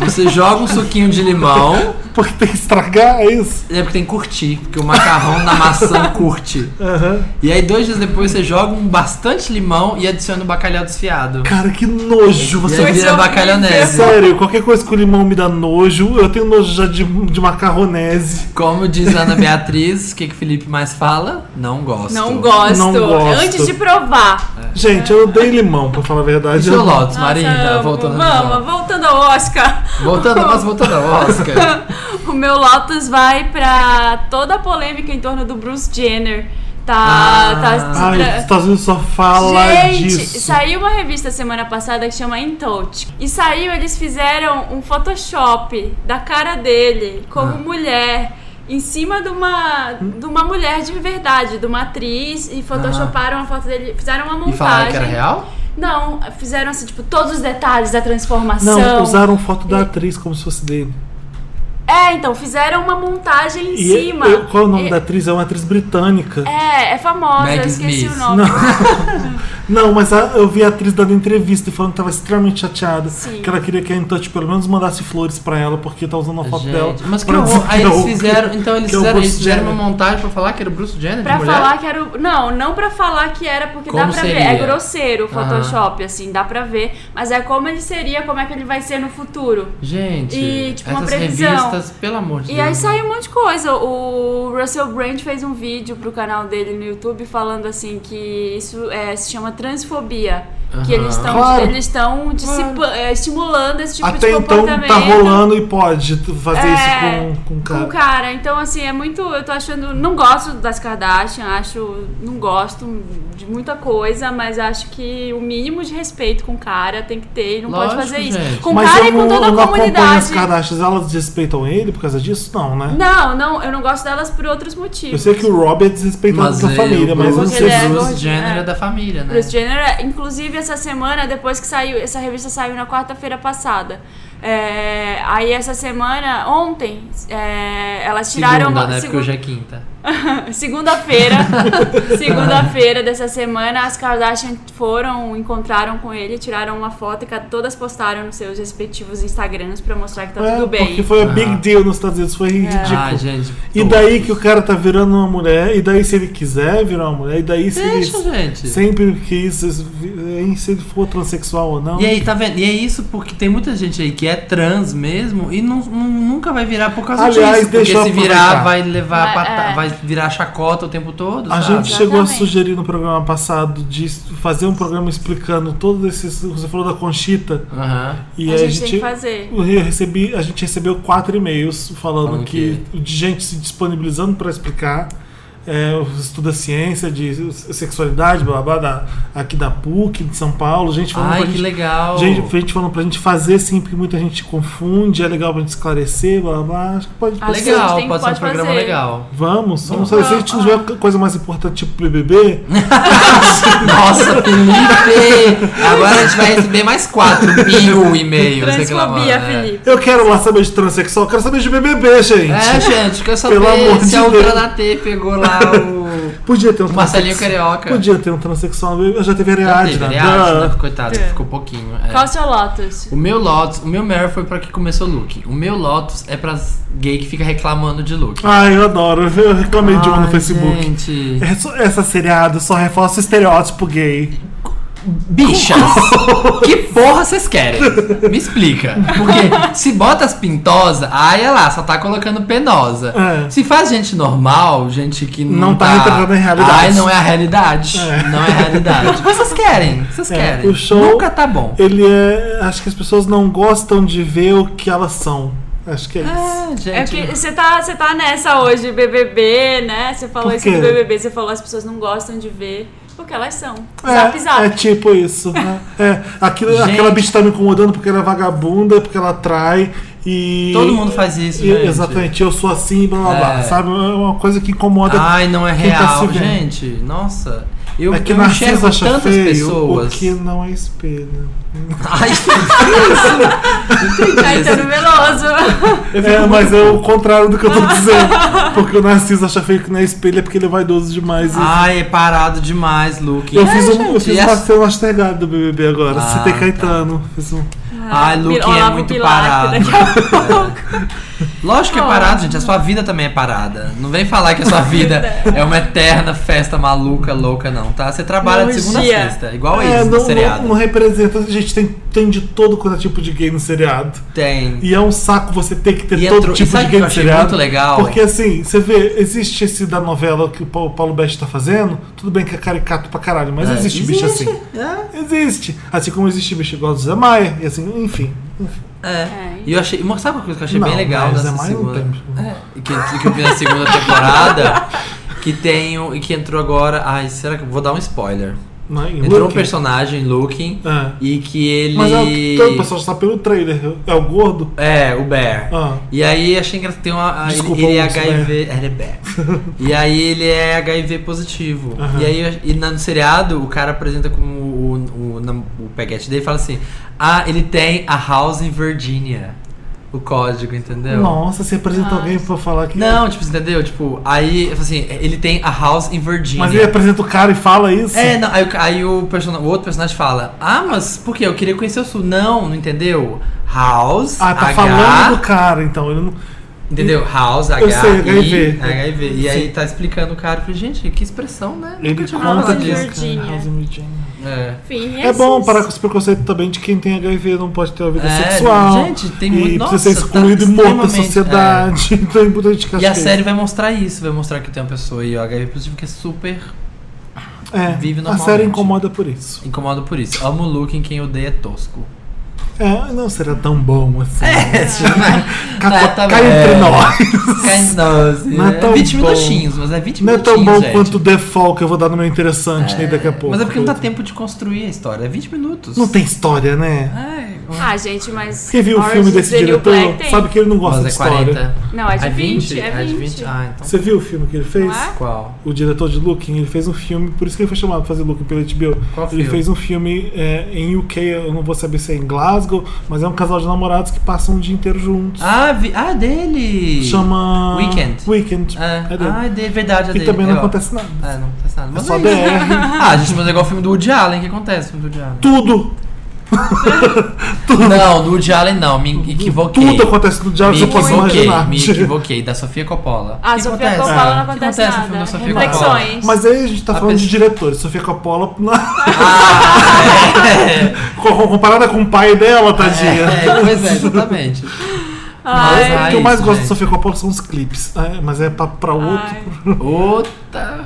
Speaker 2: você joga um suquinho de limão.
Speaker 3: Porque tem que estragar, é isso?
Speaker 2: É porque tem que curtir, porque o macarrão na maçã curte.
Speaker 3: Aham.
Speaker 2: E aí dois dias depois você joga um bastante limão e adiciona o bacalhau desfiado.
Speaker 3: Cara, que nojo
Speaker 2: E
Speaker 3: você
Speaker 2: aí
Speaker 1: Coisa
Speaker 2: vira
Speaker 1: horrível.
Speaker 2: bacalhonese.
Speaker 3: Sério, qualquer coisa com limão me dá nojo. Eu tenho nojo já de, de macarronese.
Speaker 2: Como diz Ana Beatriz, o que, que Felipe mais fala? Não gosto.
Speaker 1: Não gosto.
Speaker 3: Não gosto.
Speaker 1: Antes de provar.
Speaker 3: Gente, eu odeio limão, pra falar a
Speaker 2: E
Speaker 3: verdade.
Speaker 2: seu
Speaker 3: Eu-
Speaker 2: Lotus,
Speaker 1: Nossa,
Speaker 2: Marina?
Speaker 1: amo.
Speaker 2: Voltando
Speaker 1: Vamos, voltando ao Oscar.
Speaker 2: Voltando, mas voltando ao Oscar.
Speaker 1: O meu Lotus vai pra toda a polêmica em torno do Bruce Jenner. Tá.
Speaker 2: Ah.
Speaker 1: tá
Speaker 3: Ai, os Estados Unidos só fala
Speaker 1: Gente, é
Speaker 3: disso.
Speaker 1: saiu uma revista semana passada que chama In Touch. E saiu, eles fizeram um Photoshop da cara dele como
Speaker 2: Ah.
Speaker 1: mulher. Em cima de uma, de uma mulher de verdade, de uma atriz, e photoshoparam
Speaker 3: Ah.
Speaker 1: a foto dele, fizeram uma
Speaker 2: E
Speaker 1: montagem.
Speaker 2: falaram que era real?
Speaker 1: Não, fizeram assim, tipo, todos os detalhes da transformação.
Speaker 3: Não, usaram foto da atriz como se fosse dele.
Speaker 1: É, então, fizeram uma montagem em
Speaker 3: E-
Speaker 1: cima.
Speaker 3: eu- qual é o nome
Speaker 1: E-
Speaker 3: da atriz? É uma atriz britânica.
Speaker 1: É, é famosa,
Speaker 2: Maggie
Speaker 1: eu esqueci
Speaker 2: Smith.
Speaker 1: o nome.
Speaker 3: Não, mas a- eu vi a atriz dando entrevista e falando que tava extremamente chateada.
Speaker 1: Sim.
Speaker 3: Que ela queria que a Intouch pelo menos mandasse flores pra ela, porque tá usando a foto
Speaker 2: Gente,
Speaker 3: dela.
Speaker 2: Mas que
Speaker 3: pra dizer
Speaker 2: horror. Aí
Speaker 3: é
Speaker 2: eles
Speaker 3: o-
Speaker 2: fizeram. Então eles
Speaker 3: que é o
Speaker 2: fizeram,
Speaker 3: Bruce
Speaker 2: eles fizeram uma
Speaker 3: Jenner.
Speaker 2: montagem pra falar que era o Bruce Jenner?
Speaker 1: Pra
Speaker 2: de mulher?
Speaker 1: falar que era o. Não, não pra falar que era, porque dá
Speaker 2: Como
Speaker 1: pra ver.
Speaker 2: seria?
Speaker 1: É grosseiro o
Speaker 2: Aham.
Speaker 1: Photoshop, assim, dá pra ver. Mas é como ele seria, como é que ele vai ser no futuro.
Speaker 2: Gente,
Speaker 1: E, tipo, uma
Speaker 2: essas
Speaker 1: previsão.
Speaker 2: revistas, pelo amor de
Speaker 1: E
Speaker 2: Deus.
Speaker 1: aí saiu um monte de coisa. O Russell Brand fez um vídeo pro canal dele no YouTube falando assim que isso é, se chama transfobia. Que
Speaker 2: Aham.
Speaker 1: eles estão
Speaker 3: Claro.
Speaker 1: eles estão dissipa- é, estimulando esse tipo
Speaker 3: Até
Speaker 1: de
Speaker 3: então
Speaker 1: comportamento.
Speaker 3: tá rolando e pode tu fazer
Speaker 1: É,
Speaker 3: isso com, com o
Speaker 1: com
Speaker 3: cara.
Speaker 1: o cara. Então, assim, é muito. Eu tô achando. Não gosto das Kardashian, acho. Não gosto de muita coisa, mas acho que o mínimo de respeito com o cara tem que ter. E não
Speaker 2: Lógico,
Speaker 1: pode fazer isso.
Speaker 2: gente.
Speaker 1: Com o
Speaker 3: Mas
Speaker 1: cara
Speaker 3: eu
Speaker 1: e com
Speaker 3: não,
Speaker 1: toda
Speaker 3: eu
Speaker 1: a
Speaker 3: não acompanho as
Speaker 1: comunidade.
Speaker 3: Kardashians, elas desrespeitam ele por causa disso? Não, né?
Speaker 1: Não, não, eu não gosto delas por outros
Speaker 3: Eu
Speaker 1: motivos.
Speaker 3: sei que o Rob é desrespeitado
Speaker 2: Mas
Speaker 3: da
Speaker 2: é,
Speaker 3: família,
Speaker 2: o
Speaker 3: mas eu não
Speaker 2: Bruce,
Speaker 3: sei
Speaker 1: Ele é
Speaker 2: o
Speaker 1: gordo,
Speaker 2: Bruce Jenner
Speaker 1: é.
Speaker 2: é. da família, né?
Speaker 1: Bruce Jenner, é, inclusive essa semana, depois que saiu, essa revista saiu na quarta-feira passada. É, aí essa semana, ontem, é, elas tiraram
Speaker 2: Segunda,
Speaker 1: uma-
Speaker 2: né? Porque
Speaker 1: segun-
Speaker 2: hoje é quinta.
Speaker 1: Segunda-feira, segunda-feira dessa semana, as Kardashian foram, encontraram com ele, tiraram uma foto e ca- todas postaram nos seus respectivos Instagrams pra mostrar que tá
Speaker 3: É,
Speaker 1: tudo
Speaker 3: Porque
Speaker 1: bem. É.
Speaker 3: foi a
Speaker 2: Ah.
Speaker 3: big deal nos Estados Unidos, foi ridículo.
Speaker 2: Ah, gente.
Speaker 3: Tipo, E daí que o cara tá virando uma mulher, e daí se ele quiser virar uma mulher, e daí se
Speaker 2: Deixa,
Speaker 3: ele
Speaker 2: gente.
Speaker 3: sempre quis, se ele for transexual ou não.
Speaker 2: E aí, tá vendo? E é isso porque tem muita gente aí que é é trans mesmo e não, não- nunca vai virar por causa
Speaker 3: Aliás,
Speaker 2: disso.
Speaker 3: deixa eu
Speaker 2: porque se virar,
Speaker 3: aproveitar.
Speaker 2: vai levar
Speaker 1: Vai,
Speaker 2: vai,
Speaker 1: é.
Speaker 2: vai virar chacota o tempo todo.
Speaker 3: A
Speaker 2: sabe?
Speaker 3: gente chegou a
Speaker 1: Exatamente.
Speaker 3: sugerir no programa passado de fazer um programa explicando todo esse. Você falou da Conchita.
Speaker 2: Aham.
Speaker 3: E
Speaker 1: A
Speaker 3: a,
Speaker 1: gente
Speaker 3: gente,
Speaker 1: tem que fazer.
Speaker 3: Eu recebi, a gente recebeu quatro e-mails falando
Speaker 2: Falando
Speaker 3: que, de gente se disponibilizando para explicar. É, estuda ciência de sexualidade, blá blá, blá da, aqui da PUC, de São Paulo, gente falando
Speaker 2: Ai,
Speaker 3: pra
Speaker 2: que
Speaker 3: gente,
Speaker 2: legal.
Speaker 3: Gente, gente falando pra gente fazer sim, porque muita gente confunde, é legal pra gente esclarecer, blá blá, blá. Acho que pode
Speaker 1: Ah,
Speaker 3: fazer.
Speaker 2: legal,
Speaker 1: tem-
Speaker 2: pode ser um
Speaker 1: pode
Speaker 2: programa
Speaker 1: fazer.
Speaker 2: legal.
Speaker 3: Vamos, vamos fazer. Se a gente não tiver coisa mais importante, tipo BBB,
Speaker 2: Nossa, Felipe! Agora a gente vai receber mais quatro mil e-mails reclamando.
Speaker 1: Transfobia,
Speaker 2: né?
Speaker 1: Felipe.
Speaker 3: eu quero lá saber de transexual, quero saber de BBB, gente.
Speaker 2: É, gente, quer saber
Speaker 3: Pelo amor
Speaker 2: se
Speaker 3: de
Speaker 2: a
Speaker 3: Deus.
Speaker 2: Ultranatê pegou lá o.
Speaker 3: Podia ter um
Speaker 2: O Marcelinho
Speaker 3: transexual.
Speaker 2: Carioca.
Speaker 3: Podia Ah. ter um transexual. no BBB. Eu já teve
Speaker 2: Já teve,
Speaker 3: Ariadna.
Speaker 2: ele
Speaker 3: Duh.
Speaker 2: acha, né? Coitado,
Speaker 1: É.
Speaker 2: ficou pouquinho. é.
Speaker 1: Qual o seu Lotus?
Speaker 2: O meu Lotus, o meu Mary foi pra que começou o look. O meu Lotus é pras gay que fica reclamando de look.
Speaker 3: Ai, eu adoro. Eu reclamei de uma no
Speaker 2: Ai,
Speaker 3: Facebook.
Speaker 2: Gente.
Speaker 3: É só- Essa seriado só reforça o estereótipo gay.
Speaker 2: Bichas! que porra vocês querem? Me explica. Porque se bota as pintosas, aí é lá, só tá colocando penosa.
Speaker 3: É.
Speaker 2: Se faz gente normal, gente que não,
Speaker 3: Não tá retratando a realidade.
Speaker 2: Ai, não é a realidade. Não é a realidade. Vocês querem, vocês
Speaker 3: É,
Speaker 2: querem.
Speaker 3: o show-
Speaker 2: Nunca tá bom.
Speaker 3: Ele é. Acho que as pessoas não gostam de ver o que elas são. Acho que é isso.
Speaker 2: É, gente.
Speaker 1: É que você tá, você tá nessa hoje, BBB, né? Você falou
Speaker 3: Por
Speaker 1: isso do
Speaker 3: quê?
Speaker 1: BBB, você falou as pessoas não gostam de ver porque elas são.
Speaker 3: É,
Speaker 1: Zap, zap.
Speaker 3: é tipo isso. né? É, aquilo-
Speaker 2: Gente.
Speaker 3: aquela bicha tá me incomodando porque ela é vagabunda, porque ela trai e.
Speaker 2: Todo mundo faz isso,
Speaker 3: e-
Speaker 2: gente.
Speaker 3: Exatamente, eu sou assim, blá blá blá.
Speaker 2: É.
Speaker 3: Sabe? É uma coisa que incomoda.
Speaker 2: Ai, não é
Speaker 3: quem tá
Speaker 2: real,
Speaker 3: se vendo.
Speaker 2: gente. Nossa, eu,
Speaker 3: é que
Speaker 2: eu enxergo
Speaker 3: Narciso acha
Speaker 2: tantas
Speaker 3: feio
Speaker 2: pessoas.
Speaker 3: o que não é espelho.
Speaker 2: Ai,
Speaker 3: tipo
Speaker 2: que isso? Entendi.
Speaker 1: Caetano Veloso.
Speaker 3: É, mas é o contrário do que eu tô dizendo. Porque o Narciso acha feio que não é espelho é porque ele é vaidoso demais.
Speaker 2: Ai, é parado demais, Luke. É,
Speaker 3: eu fiz um, eu
Speaker 2: gente,
Speaker 3: fiz
Speaker 2: e
Speaker 3: um
Speaker 2: as-
Speaker 3: pastel hashtag do BBB agora.
Speaker 2: Ah,
Speaker 3: Citei
Speaker 2: tá.
Speaker 3: Caetano. Fiz um.
Speaker 2: Ai, Luke é
Speaker 1: Olavo né?
Speaker 2: muito
Speaker 1: Bilac,
Speaker 2: parado.
Speaker 1: Daqui a pouco.
Speaker 2: Lógico que é
Speaker 1: Oh.
Speaker 2: parado, gente. A sua vida também é parada. Não vem falar que a sua vida é uma eterna festa maluca, louca, não, tá? Você trabalha de segunda a
Speaker 1: Orgia.
Speaker 2: sexta, igual
Speaker 3: É,
Speaker 2: eles no
Speaker 3: não,
Speaker 2: seriado.
Speaker 3: não, não representa. Gente, tem, tem de todo quanto é tipo de gay no seriado.
Speaker 2: Tem.
Speaker 3: E é um saco você ter que ter
Speaker 2: E
Speaker 3: todo
Speaker 2: entrou- e
Speaker 3: tipo
Speaker 2: sabe
Speaker 3: de
Speaker 2: o que eu
Speaker 3: gay no
Speaker 2: achei
Speaker 3: seriado.
Speaker 2: muito legal?
Speaker 3: Porque assim, você vê, existe esse da novela que o Paulo, Paulo Best tá fazendo. Tudo bem que é caricato pra caralho, mas
Speaker 2: É,
Speaker 3: existe, bicho assim. Existe. Assim como existe bicho igual do Zé Maia. E assim, enfim.
Speaker 2: É.
Speaker 1: É.
Speaker 2: E eu achei. mo- Sabe uma coisa que eu achei
Speaker 3: Não,
Speaker 2: bem legal
Speaker 3: mas
Speaker 2: nessa
Speaker 3: é mais um
Speaker 2: segunda.
Speaker 3: tempo.
Speaker 2: É, que, que eu vi na segunda temporada. que tem o- E que entrou agora. Ai, será que. eu Vou dar um spoiler.
Speaker 3: Não, é? e
Speaker 2: Entrou um
Speaker 3: Luke?
Speaker 2: personagem, Looking,
Speaker 3: É.
Speaker 2: e que
Speaker 3: Mas é o que
Speaker 2: ele.
Speaker 3: todo o pessoal sabe pelo trailer. É o gordo?
Speaker 2: É, o Bear.
Speaker 3: Ah.
Speaker 2: E aí achei engraçado. Tem uma. a-
Speaker 3: Desculpa, né?
Speaker 2: ele, ele é
Speaker 3: Lúcio,
Speaker 2: HIV. Ele é Bear. e aí ele é HIV positivo.
Speaker 3: Aham.
Speaker 2: E aí e na- no seriado o cara apresenta como o, o, nam- o peguete dele e fala assim: Ah, ele tem a House em Virginia. É O código, entendeu?
Speaker 3: Nossa, você apresenta alguém pra falar que.
Speaker 2: Não, tipo, você entendeu? Tipo, aí, assim, ele tem a house em Virginia.
Speaker 3: Mas ele é apresenta o cara e fala isso?
Speaker 2: É, não, aí, o- aí o, persona- o outro personagem fala: Ah, mas por quê? Eu queria conhecer o Sul. Não, não entendeu? House.
Speaker 3: Ah, tá
Speaker 2: H,
Speaker 3: falando do cara, então. Ele não...
Speaker 2: Entendeu? House, H.
Speaker 3: Eu sei,
Speaker 2: I,
Speaker 3: HIV.
Speaker 2: HIV. E aí
Speaker 3: Sim.
Speaker 2: tá explicando o cara. Eu falei, gente, que expressão, né?
Speaker 3: Ele
Speaker 2: tinha
Speaker 1: ouvido
Speaker 3: conta
Speaker 1: falar
Speaker 3: disso.
Speaker 1: disso. Virginia.
Speaker 3: House in Virginia.
Speaker 2: É.
Speaker 1: Enfim,
Speaker 3: É
Speaker 1: esses-
Speaker 3: bom parar com esse preconceito também de quem tem HIV não pode ter uma vida
Speaker 2: É,
Speaker 3: sexual.
Speaker 2: gente, tem
Speaker 3: e
Speaker 2: muito-
Speaker 3: precisa ser
Speaker 2: nossa, tá
Speaker 3: excluído e morto da
Speaker 2: extremamente-
Speaker 3: sociedade. Então é importante que
Speaker 2: E a
Speaker 3: acho que-
Speaker 2: série vai mostrar isso, vai mostrar que tem uma pessoa aí, ó, HIV positivo, que é super
Speaker 3: é,
Speaker 2: vive
Speaker 3: A
Speaker 2: normalmente.
Speaker 3: série incomoda por isso.
Speaker 2: incomodo por isso. Amo o look em quem odeia é tosco.
Speaker 3: É, não será tão bom assim. É,
Speaker 2: Tá, tá
Speaker 3: cai
Speaker 2: bom.
Speaker 3: entre
Speaker 2: É.
Speaker 3: nós.
Speaker 2: Kind of,
Speaker 3: Não é
Speaker 2: né?
Speaker 3: tão
Speaker 2: 20
Speaker 3: bom.
Speaker 2: minutinhos, mas é 20
Speaker 3: Não é tão
Speaker 2: minutinhos.
Speaker 3: bom
Speaker 2: gente.
Speaker 3: quanto o default que eu vou dar no meu interessante, né? Daqui a pouco.
Speaker 2: Mas é porque não dá tempo de construir a história. É 20 minutos. É,
Speaker 3: Não tem história, né?
Speaker 2: Ai,
Speaker 1: Ah, gente, mas.
Speaker 3: Quem viu o
Speaker 1: Orange
Speaker 3: filme
Speaker 1: is
Speaker 3: desse
Speaker 1: the New
Speaker 3: diretor
Speaker 1: Black tem.
Speaker 3: sabe que ele não gosta
Speaker 2: mas
Speaker 3: de
Speaker 2: é
Speaker 3: história.
Speaker 2: 40.
Speaker 1: Não, é de
Speaker 2: Ah,
Speaker 1: 20, é
Speaker 2: Ah, de
Speaker 1: 20.
Speaker 2: 20? Ah, então.
Speaker 3: Você viu o filme que ele fez?
Speaker 1: Não é?
Speaker 2: Qual?
Speaker 3: O diretor de Looking, ele fez um filme, por isso que ele foi chamado pra fazer Looking pela HBO.
Speaker 2: Qual
Speaker 3: ele
Speaker 2: filme?
Speaker 3: fez um filme é, em UK, eu não vou saber se é em Glasgow, mas é um casal de namorados que passam o dia inteiro juntos.
Speaker 2: Ah, vi... ah dele!
Speaker 3: Chama.
Speaker 2: Weekend.
Speaker 3: Weekend.
Speaker 2: É.
Speaker 3: É dele.
Speaker 2: Ah, é dele, verdade, é
Speaker 3: e
Speaker 2: dele.
Speaker 3: também não
Speaker 2: É, ó.
Speaker 3: acontece nada.
Speaker 2: É, não acontece nada.
Speaker 3: É
Speaker 2: Mas
Speaker 3: só
Speaker 2: é isso.
Speaker 3: BR.
Speaker 2: Ah, gente, mas é igual o filme do Woody Allen. O que acontece com o filme do Woody Allen?
Speaker 3: Tudo!
Speaker 2: Não, do Woody Allen não, me equivoquei.
Speaker 3: Tudo acontece no diabo,
Speaker 2: Me
Speaker 3: você pode
Speaker 2: equivoquei,
Speaker 3: imaginar.
Speaker 2: me equivoquei, da Sofia Coppola.
Speaker 1: Ah,
Speaker 2: O que
Speaker 1: Sofia
Speaker 2: acontece?
Speaker 1: Coppola não
Speaker 3: É.
Speaker 1: acontece,
Speaker 2: O que acontece no filme
Speaker 1: nada.
Speaker 2: da Sofia
Speaker 1: Reflexões.
Speaker 3: Mas aí a gente tá
Speaker 2: A
Speaker 3: falando de
Speaker 2: pessoa-
Speaker 3: diretores. Sofia Coppola, na-
Speaker 2: É,
Speaker 3: co- comparada com o pai dela, tadinha.
Speaker 2: é, pois é, exatamente.
Speaker 1: Ai,
Speaker 2: Mas-
Speaker 3: O que eu mais
Speaker 2: É, isso,
Speaker 3: gosto
Speaker 2: é.
Speaker 3: de
Speaker 2: gente.
Speaker 3: Sofia Coppola são os clipes. É, mas é pra, pra
Speaker 1: ai.
Speaker 3: outro.
Speaker 2: Outra.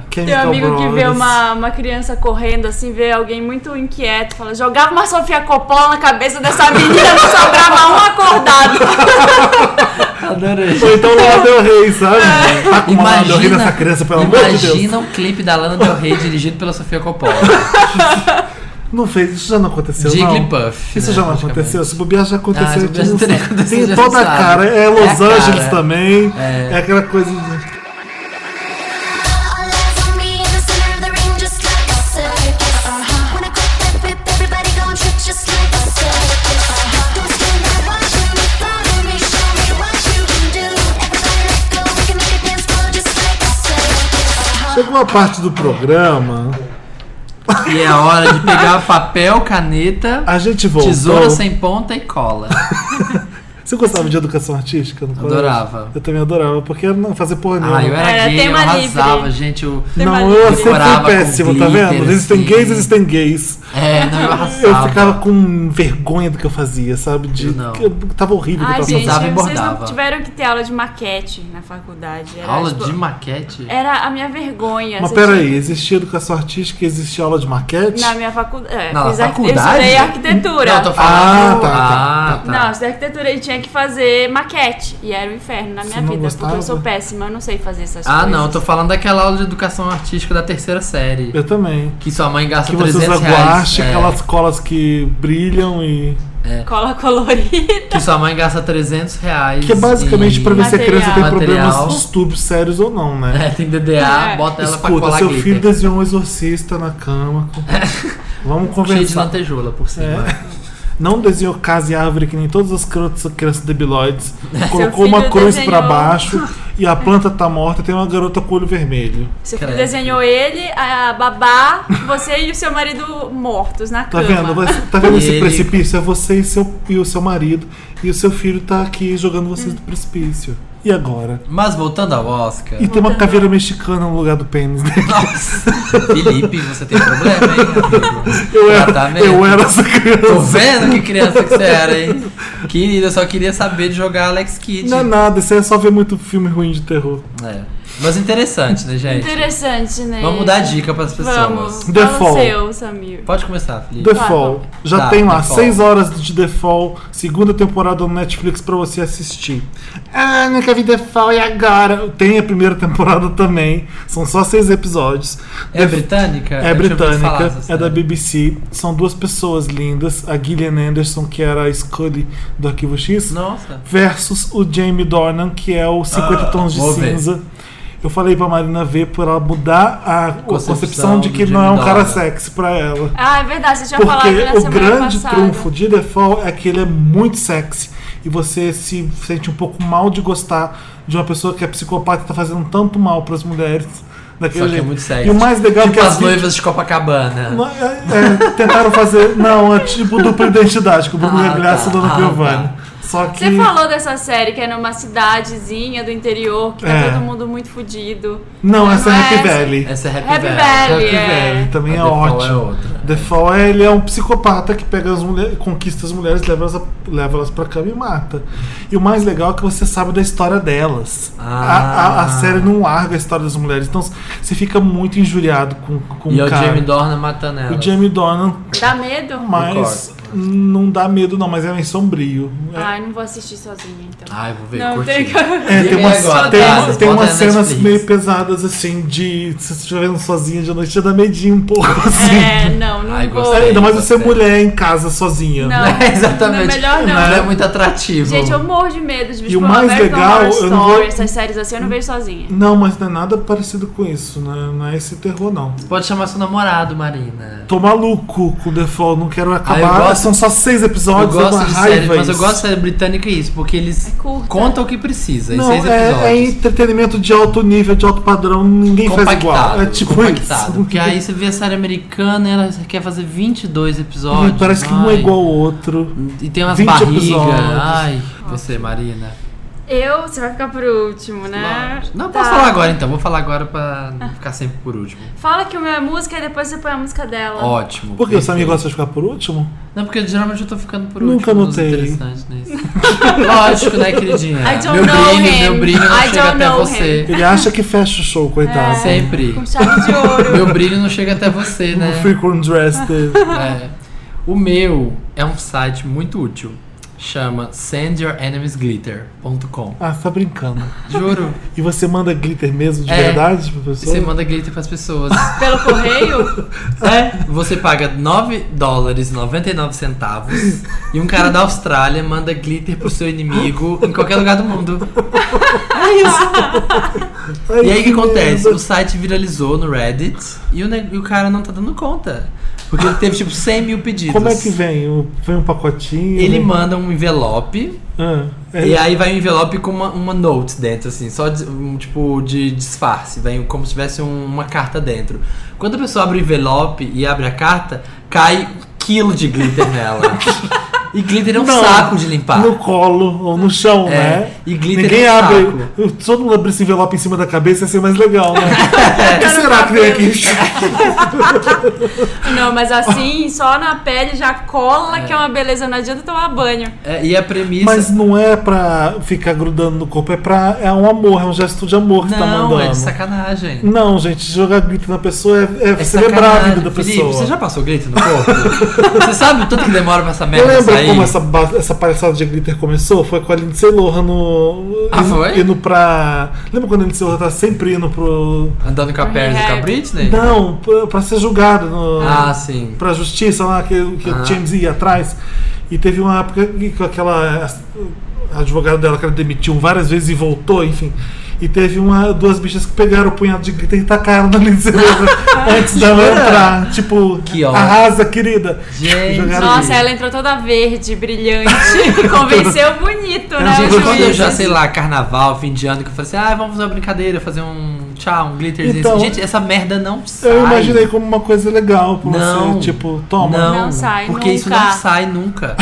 Speaker 1: Tem um
Speaker 3: Chemical
Speaker 1: amigo que vê
Speaker 3: Brothers.
Speaker 1: uma, uma criança correndo, assim, vê alguém muito inquieto, fala, jogava uma Sofia Coppola na cabeça dessa menina, não sobrava um acordado.
Speaker 2: Adorei.
Speaker 3: Ou então Lana Del Rey, sabe? Tá com uma Lana Del Rey nessa criança, pelo amor de Deus.
Speaker 2: imagina um clipe da Lana Del Rey dirigido pela Sofia Coppola.
Speaker 3: Não fez, isso já não aconteceu, não.
Speaker 2: Jigglypuff.
Speaker 3: Isso
Speaker 2: né,
Speaker 3: já não
Speaker 2: praticamente.
Speaker 3: aconteceu, se bobear já aconteceu.
Speaker 2: Ah,
Speaker 3: a
Speaker 2: se
Speaker 3: gente
Speaker 2: bobear
Speaker 3: não
Speaker 2: já teria
Speaker 3: sabe.
Speaker 2: acontecido,
Speaker 3: Tem
Speaker 2: já
Speaker 3: toda
Speaker 2: se
Speaker 3: a
Speaker 2: sabe.
Speaker 3: cara, é
Speaker 2: É
Speaker 3: Los
Speaker 2: a cara,
Speaker 3: Angeles
Speaker 2: é.
Speaker 3: também,
Speaker 2: É.
Speaker 3: é. aquela coisa de...
Speaker 6: All eyes on me in the center of the ring, just like a circus. When I grip that whip, everybody gon' trip just like a circus. Don't stand there watching me, follow me, show me what you can do. Everybody let go, we can make it dance floor just like a circus.
Speaker 3: Chega uma parte do programa,
Speaker 2: E é hora de pegar papel, caneta,
Speaker 3: a gente voltou.
Speaker 2: tesoura sem ponta e cola.
Speaker 3: Você gostava de educação artística? no colégio?
Speaker 2: Adorava.
Speaker 3: Eu também adorava, porque eu não fazia porra nenhuma.
Speaker 2: Ah, eu era,
Speaker 1: Era
Speaker 2: gay, eu
Speaker 1: É, tema
Speaker 2: arrasava,
Speaker 1: livre.
Speaker 2: gente. Eu...
Speaker 1: Tema
Speaker 3: Não,
Speaker 1: livre.
Speaker 3: eu sempre
Speaker 2: Decorava
Speaker 3: fui
Speaker 2: com
Speaker 3: péssimo, tá
Speaker 2: glitter,
Speaker 3: vendo? Existem
Speaker 2: assim.
Speaker 3: gays, existem gays.
Speaker 2: É, não, eu
Speaker 3: Eu
Speaker 2: arrasava.
Speaker 3: ficava com vergonha do que eu fazia, sabe? De,
Speaker 2: Eu não.
Speaker 3: que eu- tava horrível
Speaker 1: Ai,
Speaker 3: do que eu
Speaker 1: gente,
Speaker 3: fazia.
Speaker 2: Usava e
Speaker 1: vocês não
Speaker 2: bordava.
Speaker 1: tiveram que ter aula de maquete na faculdade. Era,
Speaker 2: Aula
Speaker 1: tipo,
Speaker 2: de maquete?
Speaker 1: Era a minha vergonha.
Speaker 3: Mas
Speaker 1: assim,
Speaker 3: peraí, existia educação artística e existia aula de maquete?
Speaker 1: Na minha faculdade. É,
Speaker 2: Na
Speaker 1: fiz arqu-
Speaker 2: faculdade?
Speaker 1: Eu estudei arquitetura.
Speaker 2: Não, tô falando.
Speaker 3: Ah, tá, tá,
Speaker 2: Ah,
Speaker 1: Não, eu estudei arquitetura e tinha que fazer maquete. E era um inferno na minha
Speaker 3: não
Speaker 1: vida,
Speaker 3: gostava?
Speaker 1: porque eu sou péssima, eu não sei fazer essas
Speaker 2: Ah,
Speaker 1: coisas.
Speaker 2: não, eu tô falando daquela aula de educação artística da terceira série.
Speaker 3: Eu também.
Speaker 2: Que sua mãe gasta
Speaker 3: Que você
Speaker 2: 300
Speaker 3: usa
Speaker 2: reais.
Speaker 3: guache,
Speaker 2: é,
Speaker 3: aquelas colas que brilham e.
Speaker 1: Cola colorida.
Speaker 2: que sua mãe gasta 300 reais.
Speaker 3: Que é basicamente
Speaker 2: em-
Speaker 3: pra ver se a
Speaker 1: Material.
Speaker 3: criança tem
Speaker 2: Material.
Speaker 3: problemas distúrbios sérios ou não, né?
Speaker 2: É, tem DDA,
Speaker 1: É.
Speaker 2: bota ela pra
Speaker 3: Escuta,
Speaker 2: colar
Speaker 3: seu
Speaker 2: glitter.
Speaker 3: filho desenhou um exorcista na cama. Vamos
Speaker 2: Cheio de
Speaker 3: conversar. É.
Speaker 2: lantejoula por cima.
Speaker 3: Não desenhou casa e árvore que nem todas as crianças, crianças debilóides. Colocou
Speaker 1: filho
Speaker 3: uma cruz
Speaker 1: desenhou-
Speaker 3: pra baixo e a planta tá morta e tem uma garota com olho vermelho.
Speaker 1: Você
Speaker 2: Credo.
Speaker 1: desenhou ele, a babá, você e o seu marido mortos na
Speaker 3: Tá
Speaker 1: cama.
Speaker 3: vendo? Você- Tá vendo
Speaker 2: E
Speaker 3: esse
Speaker 2: ele-
Speaker 3: precipício? É você e, seu, e o seu marido. E o seu filho tá aqui jogando vocês do precipício. E agora?
Speaker 2: Mas voltando ao Oscar.
Speaker 3: E tem uma caveira mexicana no lugar do pênis dele.
Speaker 2: Nossa, Felipe, você tem problema, hein? amigo?
Speaker 3: Eu era,
Speaker 2: Tratamento.
Speaker 3: eu era essa
Speaker 2: Tô
Speaker 3: criança.
Speaker 2: vendo que criança que você era, hein? Querida, eu só queria saber de jogar Alex Kidd.
Speaker 3: Não é nada, isso é só ver muito filme ruim de terror.
Speaker 2: É. Mas interessante, né, gente?
Speaker 1: Interessante, né?
Speaker 2: Vamos dar dica pras pessoas.
Speaker 1: Vamos.
Speaker 3: The
Speaker 1: Fala o
Speaker 3: Fall.
Speaker 1: seu, Samir.
Speaker 2: Pode começar, Felipe.
Speaker 3: The Fall. Já
Speaker 2: Tá,
Speaker 3: tem lá
Speaker 2: The Fall.
Speaker 3: 6 horas de The Fall, segunda temporada no Netflix pra você assistir. Ah, nunca vi The Fall e agora? Tem a primeira temporada também, são só seis episódios.
Speaker 2: É
Speaker 3: The-
Speaker 2: britânica?
Speaker 3: É
Speaker 2: Eu tinha ouvido falar
Speaker 3: britânica,
Speaker 2: dessa
Speaker 3: é da
Speaker 2: série.
Speaker 3: BBC. São duas pessoas lindas, a Gillian Anderson, que era a Scully do Arquivo X,
Speaker 2: Nossa.
Speaker 3: versus o Jamie Dornan, que é o 50 Tons de
Speaker 2: Ah, vou ver.
Speaker 3: Cinza. Eu falei pra Marina ver por ela mudar a
Speaker 2: Concepção
Speaker 3: concepção, de
Speaker 2: do
Speaker 3: que ele não é um
Speaker 2: Jamie
Speaker 3: cara
Speaker 2: Dornan.
Speaker 3: sexy pra ela.
Speaker 1: Ah, é verdade, você tinha falado na
Speaker 3: Porque o
Speaker 1: semana
Speaker 3: grande
Speaker 1: passada.
Speaker 3: trunfo de The Fall é que ele é muito sexy. E você se sente um pouco mal de gostar de uma pessoa que é psicopata e tá fazendo tanto mal pras mulheres. Daquele
Speaker 2: Só que é
Speaker 3: jeito.
Speaker 2: muito sexy.
Speaker 3: E o mais legal é que
Speaker 2: Tipo as
Speaker 3: assim,
Speaker 2: noivas de Copacabana.
Speaker 3: não, é, é, tentaram fazer. Não, é tipo dupla identidade, com o Bruno
Speaker 2: Ah,
Speaker 3: Gagliasso e
Speaker 2: tá.
Speaker 3: o Dona
Speaker 2: Ah,
Speaker 3: Giovanni.
Speaker 2: tá.
Speaker 3: Só que.
Speaker 1: Você falou dessa série que é numa cidadezinha do interior, que tá
Speaker 3: É.
Speaker 1: todo mundo muito fudido.
Speaker 3: Não, essa é
Speaker 1: Não é
Speaker 3: Happy
Speaker 1: essa.
Speaker 3: Valley.
Speaker 2: Essa é Happy,
Speaker 1: Happy
Speaker 2: Valley.
Speaker 1: Valley,
Speaker 3: Happy
Speaker 1: é.
Speaker 3: Valley também
Speaker 2: A
Speaker 3: é
Speaker 2: The Fall
Speaker 3: ótimo.
Speaker 2: é outra.
Speaker 3: The Fall ele é um psicopata que pega as mulheres, conquista as mulheres, leva elas, leva elas pra cama e mata. E o mais legal é que você sabe da história delas. A, a- a
Speaker 2: Ah.
Speaker 3: série não larga a história das mulheres. Então você fica muito injuriado com, com
Speaker 2: E é
Speaker 3: o
Speaker 2: o
Speaker 3: Um cara.
Speaker 2: Jamie Dornan matando ela.
Speaker 3: o Jamie Dornan,
Speaker 1: Dá medo?
Speaker 3: mas não dá medo, não, mas é meio sombrio. É-
Speaker 1: Ai, Ah, não vou assistir sozinha então.
Speaker 2: Ai, vou ver,
Speaker 1: Não,
Speaker 2: Ah, curti.
Speaker 1: tem que-
Speaker 3: É, tem
Speaker 2: Vem
Speaker 3: umas,
Speaker 2: agora,
Speaker 3: tem,
Speaker 2: tá?
Speaker 3: tem
Speaker 2: Bota
Speaker 3: umas
Speaker 2: na
Speaker 3: cenas
Speaker 2: Netflix.
Speaker 3: meio pesadas, assim, de. Se você estiver vendo sozinha de noite, já dá medinho um pouco, assim.
Speaker 1: É, não, não
Speaker 2: Ai,
Speaker 1: vou.
Speaker 2: gostei.
Speaker 3: É, ainda mais você
Speaker 2: Gostei.
Speaker 3: mulher em casa sozinha.
Speaker 1: Não.
Speaker 2: É, exatamente.
Speaker 1: Não é melhor não.
Speaker 2: é muito atrativo.
Speaker 1: Gente, eu morro de medo de
Speaker 3: E o mais
Speaker 1: American
Speaker 3: legal,
Speaker 1: Horror
Speaker 3: eu não vou-
Speaker 1: Story, essas séries assim, eu não vejo sozinha.
Speaker 3: Não, mas não é nada parecido com isso, né? Não é esse terror, não.
Speaker 2: Pode chamar seu namorado, Marina.
Speaker 3: Tô maluco com o The Fall, não quero
Speaker 2: Ah, eu
Speaker 3: acabar
Speaker 2: gosto
Speaker 3: essa são só seis
Speaker 2: Eu
Speaker 3: episódios, é uma
Speaker 2: gosto de
Speaker 3: raiva
Speaker 2: série, mas eu
Speaker 3: isso.
Speaker 2: gosto da série britânica é isso, porque eles
Speaker 1: É curta.
Speaker 2: contam o que precisa em
Speaker 3: Não,
Speaker 2: seis
Speaker 3: é, é
Speaker 2: episódios.
Speaker 3: entretenimento de alto nível, de alto padrão, ninguém faz igual.
Speaker 2: compactado,
Speaker 3: É tipo
Speaker 2: compactado.
Speaker 3: isso.
Speaker 2: Porque aí você vê a série americana e ela quer fazer 22
Speaker 3: Hum,
Speaker 2: episódios.
Speaker 3: Parece que um é
Speaker 2: ai.
Speaker 3: igual ao outro.
Speaker 2: E tem umas
Speaker 3: 20
Speaker 2: barrigas.
Speaker 3: episódios.
Speaker 2: Ai, você, Marina.
Speaker 1: Eu, você vai ficar por último, né?
Speaker 2: Não,
Speaker 1: Tá.
Speaker 2: posso falar agora então. Vou falar agora pra não ficar sempre por último.
Speaker 1: Fala que o meu é música e depois você põe a música dela.
Speaker 2: Ótimo.
Speaker 3: Porque o Samir
Speaker 2: perfeito.
Speaker 3: gosta de ficar por último?
Speaker 2: Não, porque geralmente eu tô ficando por
Speaker 3: Nunca
Speaker 2: último. nos
Speaker 3: notei.
Speaker 2: interessantes nisso. Lógico, né, queridinha?
Speaker 1: I don't
Speaker 2: meu
Speaker 1: know
Speaker 2: brilho,
Speaker 1: him.
Speaker 2: meu brilho não
Speaker 1: I
Speaker 2: chega
Speaker 1: don't
Speaker 2: até
Speaker 1: know
Speaker 2: você. É
Speaker 3: Ele acha que fecha o show, coitado.
Speaker 2: Sempre.
Speaker 1: Com chave de ouro.
Speaker 2: Meu brilho não chega até você,
Speaker 3: O
Speaker 2: né?
Speaker 3: frequent dress dele.
Speaker 2: É. O meu é um site muito útil. Chama sendyourenemiesglitter.com.
Speaker 3: Ah, você tá brincando.
Speaker 2: Juro.
Speaker 3: E você manda glitter mesmo, de
Speaker 2: É.
Speaker 3: verdade, pra pessoa?
Speaker 2: Você manda glitter pras pessoas.
Speaker 1: Pelo correio?
Speaker 2: É, você paga 9 dólares 99 centavos e um cara da Austrália manda glitter pro seu inimigo em qualquer lugar do mundo.
Speaker 1: É
Speaker 3: Ai,
Speaker 2: E aí o que acontece?
Speaker 3: merda.
Speaker 2: O site viralizou no Reddit e o, ne- e o cara não tá dando conta. Porque ele teve tipo 100 mil pedidos.
Speaker 3: Como é que vem? O- Vem Ah, é. um pacotinho?
Speaker 2: Ele
Speaker 3: manda.
Speaker 2: manda um envelope e aí vai um envelope com uma, uma note dentro, assim, só de- um tipo de disfarce, vem como se tivesse um- uma carta dentro. Quando a pessoa abre o envelope e abre a carta, cai um quilo de glitter nela. e glitter é um
Speaker 3: Não.
Speaker 2: saco de limpar.
Speaker 3: No colo ou no chão,
Speaker 2: É,
Speaker 3: né?
Speaker 2: e glitter
Speaker 3: Ninguém
Speaker 2: é um
Speaker 3: abre.
Speaker 2: saco.
Speaker 3: Todo mundo abre esse envelope em cima da cabeça ia ser mais legal, né? O que será que vem aqui?
Speaker 1: Não, mas assim, só na pele já cola, que é uma beleza. Não adianta tomar banho.
Speaker 2: É, e a premissa.
Speaker 3: Mas não é pra ficar grudando no corpo, é pra. É um amor, é um gesto de amor que você tá
Speaker 2: não,
Speaker 3: mandando.
Speaker 2: é de sacanagem.
Speaker 3: Não, gente, jogar glitter na pessoa é, é
Speaker 2: É
Speaker 3: celebrar a
Speaker 2: sacanagem.
Speaker 3: vida da
Speaker 2: Felipe,
Speaker 3: pessoa.
Speaker 2: você já passou glitter no corpo? você sabe o tanto que demora pra essa
Speaker 3: Eu
Speaker 2: merda
Speaker 3: lembro
Speaker 2: É, sair?
Speaker 3: como essa, ba- essa palhaçada de glitter começou? Foi com a Lindsay Lohan no.
Speaker 2: Ah,
Speaker 3: indo,
Speaker 2: foi?
Speaker 3: Indo pra. Lembra quando a Lindsay Lohan tá sempre indo pro.
Speaker 2: Andando com a perna e com a
Speaker 1: É.
Speaker 2: Britney?
Speaker 3: Não, pra, pra ser julgado no.
Speaker 2: Ah, sim. Ah.
Speaker 3: pra justiça lá, que, que o James ia atrás. E teve uma época que com aquela a advogada dela que ela demitiu várias vezes e voltou, enfim. E teve uma, duas bichas que pegaram o punhado de glitter e tacaram na Lindsay Lohan antes dela
Speaker 2: Jura?
Speaker 3: entrar. Tipo,
Speaker 2: Que ódio.
Speaker 3: arrasa, querida.
Speaker 2: Gente.
Speaker 3: Jogaram
Speaker 1: Nossa, ela entrou toda verde, brilhante. Convenceu bonito, né?
Speaker 2: Gente,
Speaker 1: o
Speaker 2: quando eu
Speaker 1: juiz.
Speaker 2: já, sei lá, carnaval, fim de ano, que eu falei assim, ah, vamos fazer uma brincadeira, fazer um tchau, um glitterzinho.
Speaker 3: Então,
Speaker 2: gente, essa merda não sai.
Speaker 3: Eu imaginei como uma coisa legal pra
Speaker 2: Não.
Speaker 3: você, tipo, toma.
Speaker 2: Não,
Speaker 1: Não sai
Speaker 2: porque isso
Speaker 1: nunca.
Speaker 2: não sai nunca.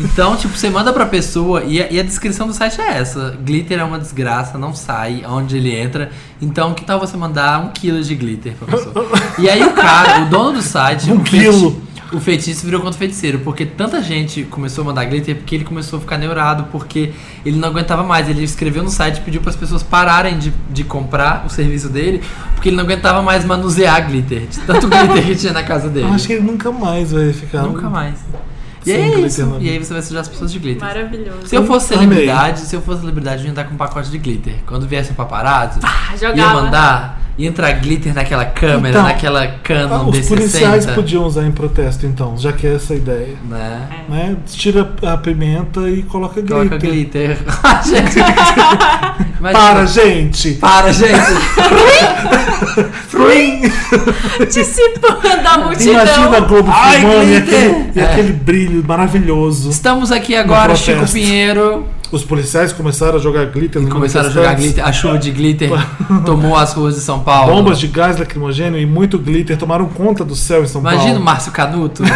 Speaker 2: Então, tipo, você manda pra pessoa e a, e a descrição do site é essa. Glitter é uma desgraça, não sai onde ele entra. Então, que tal você mandar um quilo de glitter pra pessoa? E aí o cara, o dono do site...
Speaker 3: Um
Speaker 2: o feiti-
Speaker 3: quilo.
Speaker 2: o feitiço virou contra o feiticeiro, porque tanta gente começou a mandar glitter porque ele começou a ficar neurado, porque ele não aguentava mais. Ele escreveu no site e pediu para as pessoas pararem de, de comprar o serviço dele, porque ele não aguentava mais manusear glitter, de tanto glitter que tinha na casa dele.
Speaker 3: Eu acho que ele nunca mais vai ficar.
Speaker 2: Nunca mais. E
Speaker 3: Sem
Speaker 2: aí é
Speaker 3: glitter
Speaker 2: isso.
Speaker 3: na
Speaker 2: E
Speaker 3: vida.
Speaker 2: aí você vai sujar as pessoas de glitter.
Speaker 1: Maravilhoso.
Speaker 2: Se eu fosse
Speaker 3: Amei.
Speaker 2: celebridade, se eu fosse celebridade, eu ia andar com um pacote de glitter. Quando viesse um paparazzo, ia
Speaker 1: Ah, jogava.
Speaker 2: mandar, ia entrar glitter naquela câmera,
Speaker 3: Então,
Speaker 2: naquela
Speaker 3: Ah,
Speaker 2: Canon
Speaker 3: os policiais
Speaker 2: D60.
Speaker 3: podiam usar em protesto, então, já que é essa a ideia.
Speaker 2: Né?
Speaker 3: Né? Tira a pimenta e coloca glitter.
Speaker 2: Coloca glitter. Ai, gente. Imagina.
Speaker 3: Para, gente!
Speaker 2: Para, gente!
Speaker 3: Flim!
Speaker 1: Participando da multidão.
Speaker 3: Imagina a Globo
Speaker 2: Ai,
Speaker 3: filmando e
Speaker 2: glitter!
Speaker 3: aquele, e
Speaker 2: É.
Speaker 3: aquele brilho maravilhoso.
Speaker 2: Estamos aqui agora,
Speaker 3: No
Speaker 2: Chico
Speaker 3: protesto.
Speaker 2: Pinheiro.
Speaker 3: Os policiais começaram a jogar glitter nos
Speaker 2: Começaram a jogar
Speaker 3: manifestantes.
Speaker 2: glitter, a chuva de glitter tomou as ruas de São Paulo.
Speaker 3: Bombas de gás lacrimogêneo e muito glitter tomaram conta do céu em São
Speaker 2: Imagina o
Speaker 3: Paulo.
Speaker 2: Márcio Canuto. né?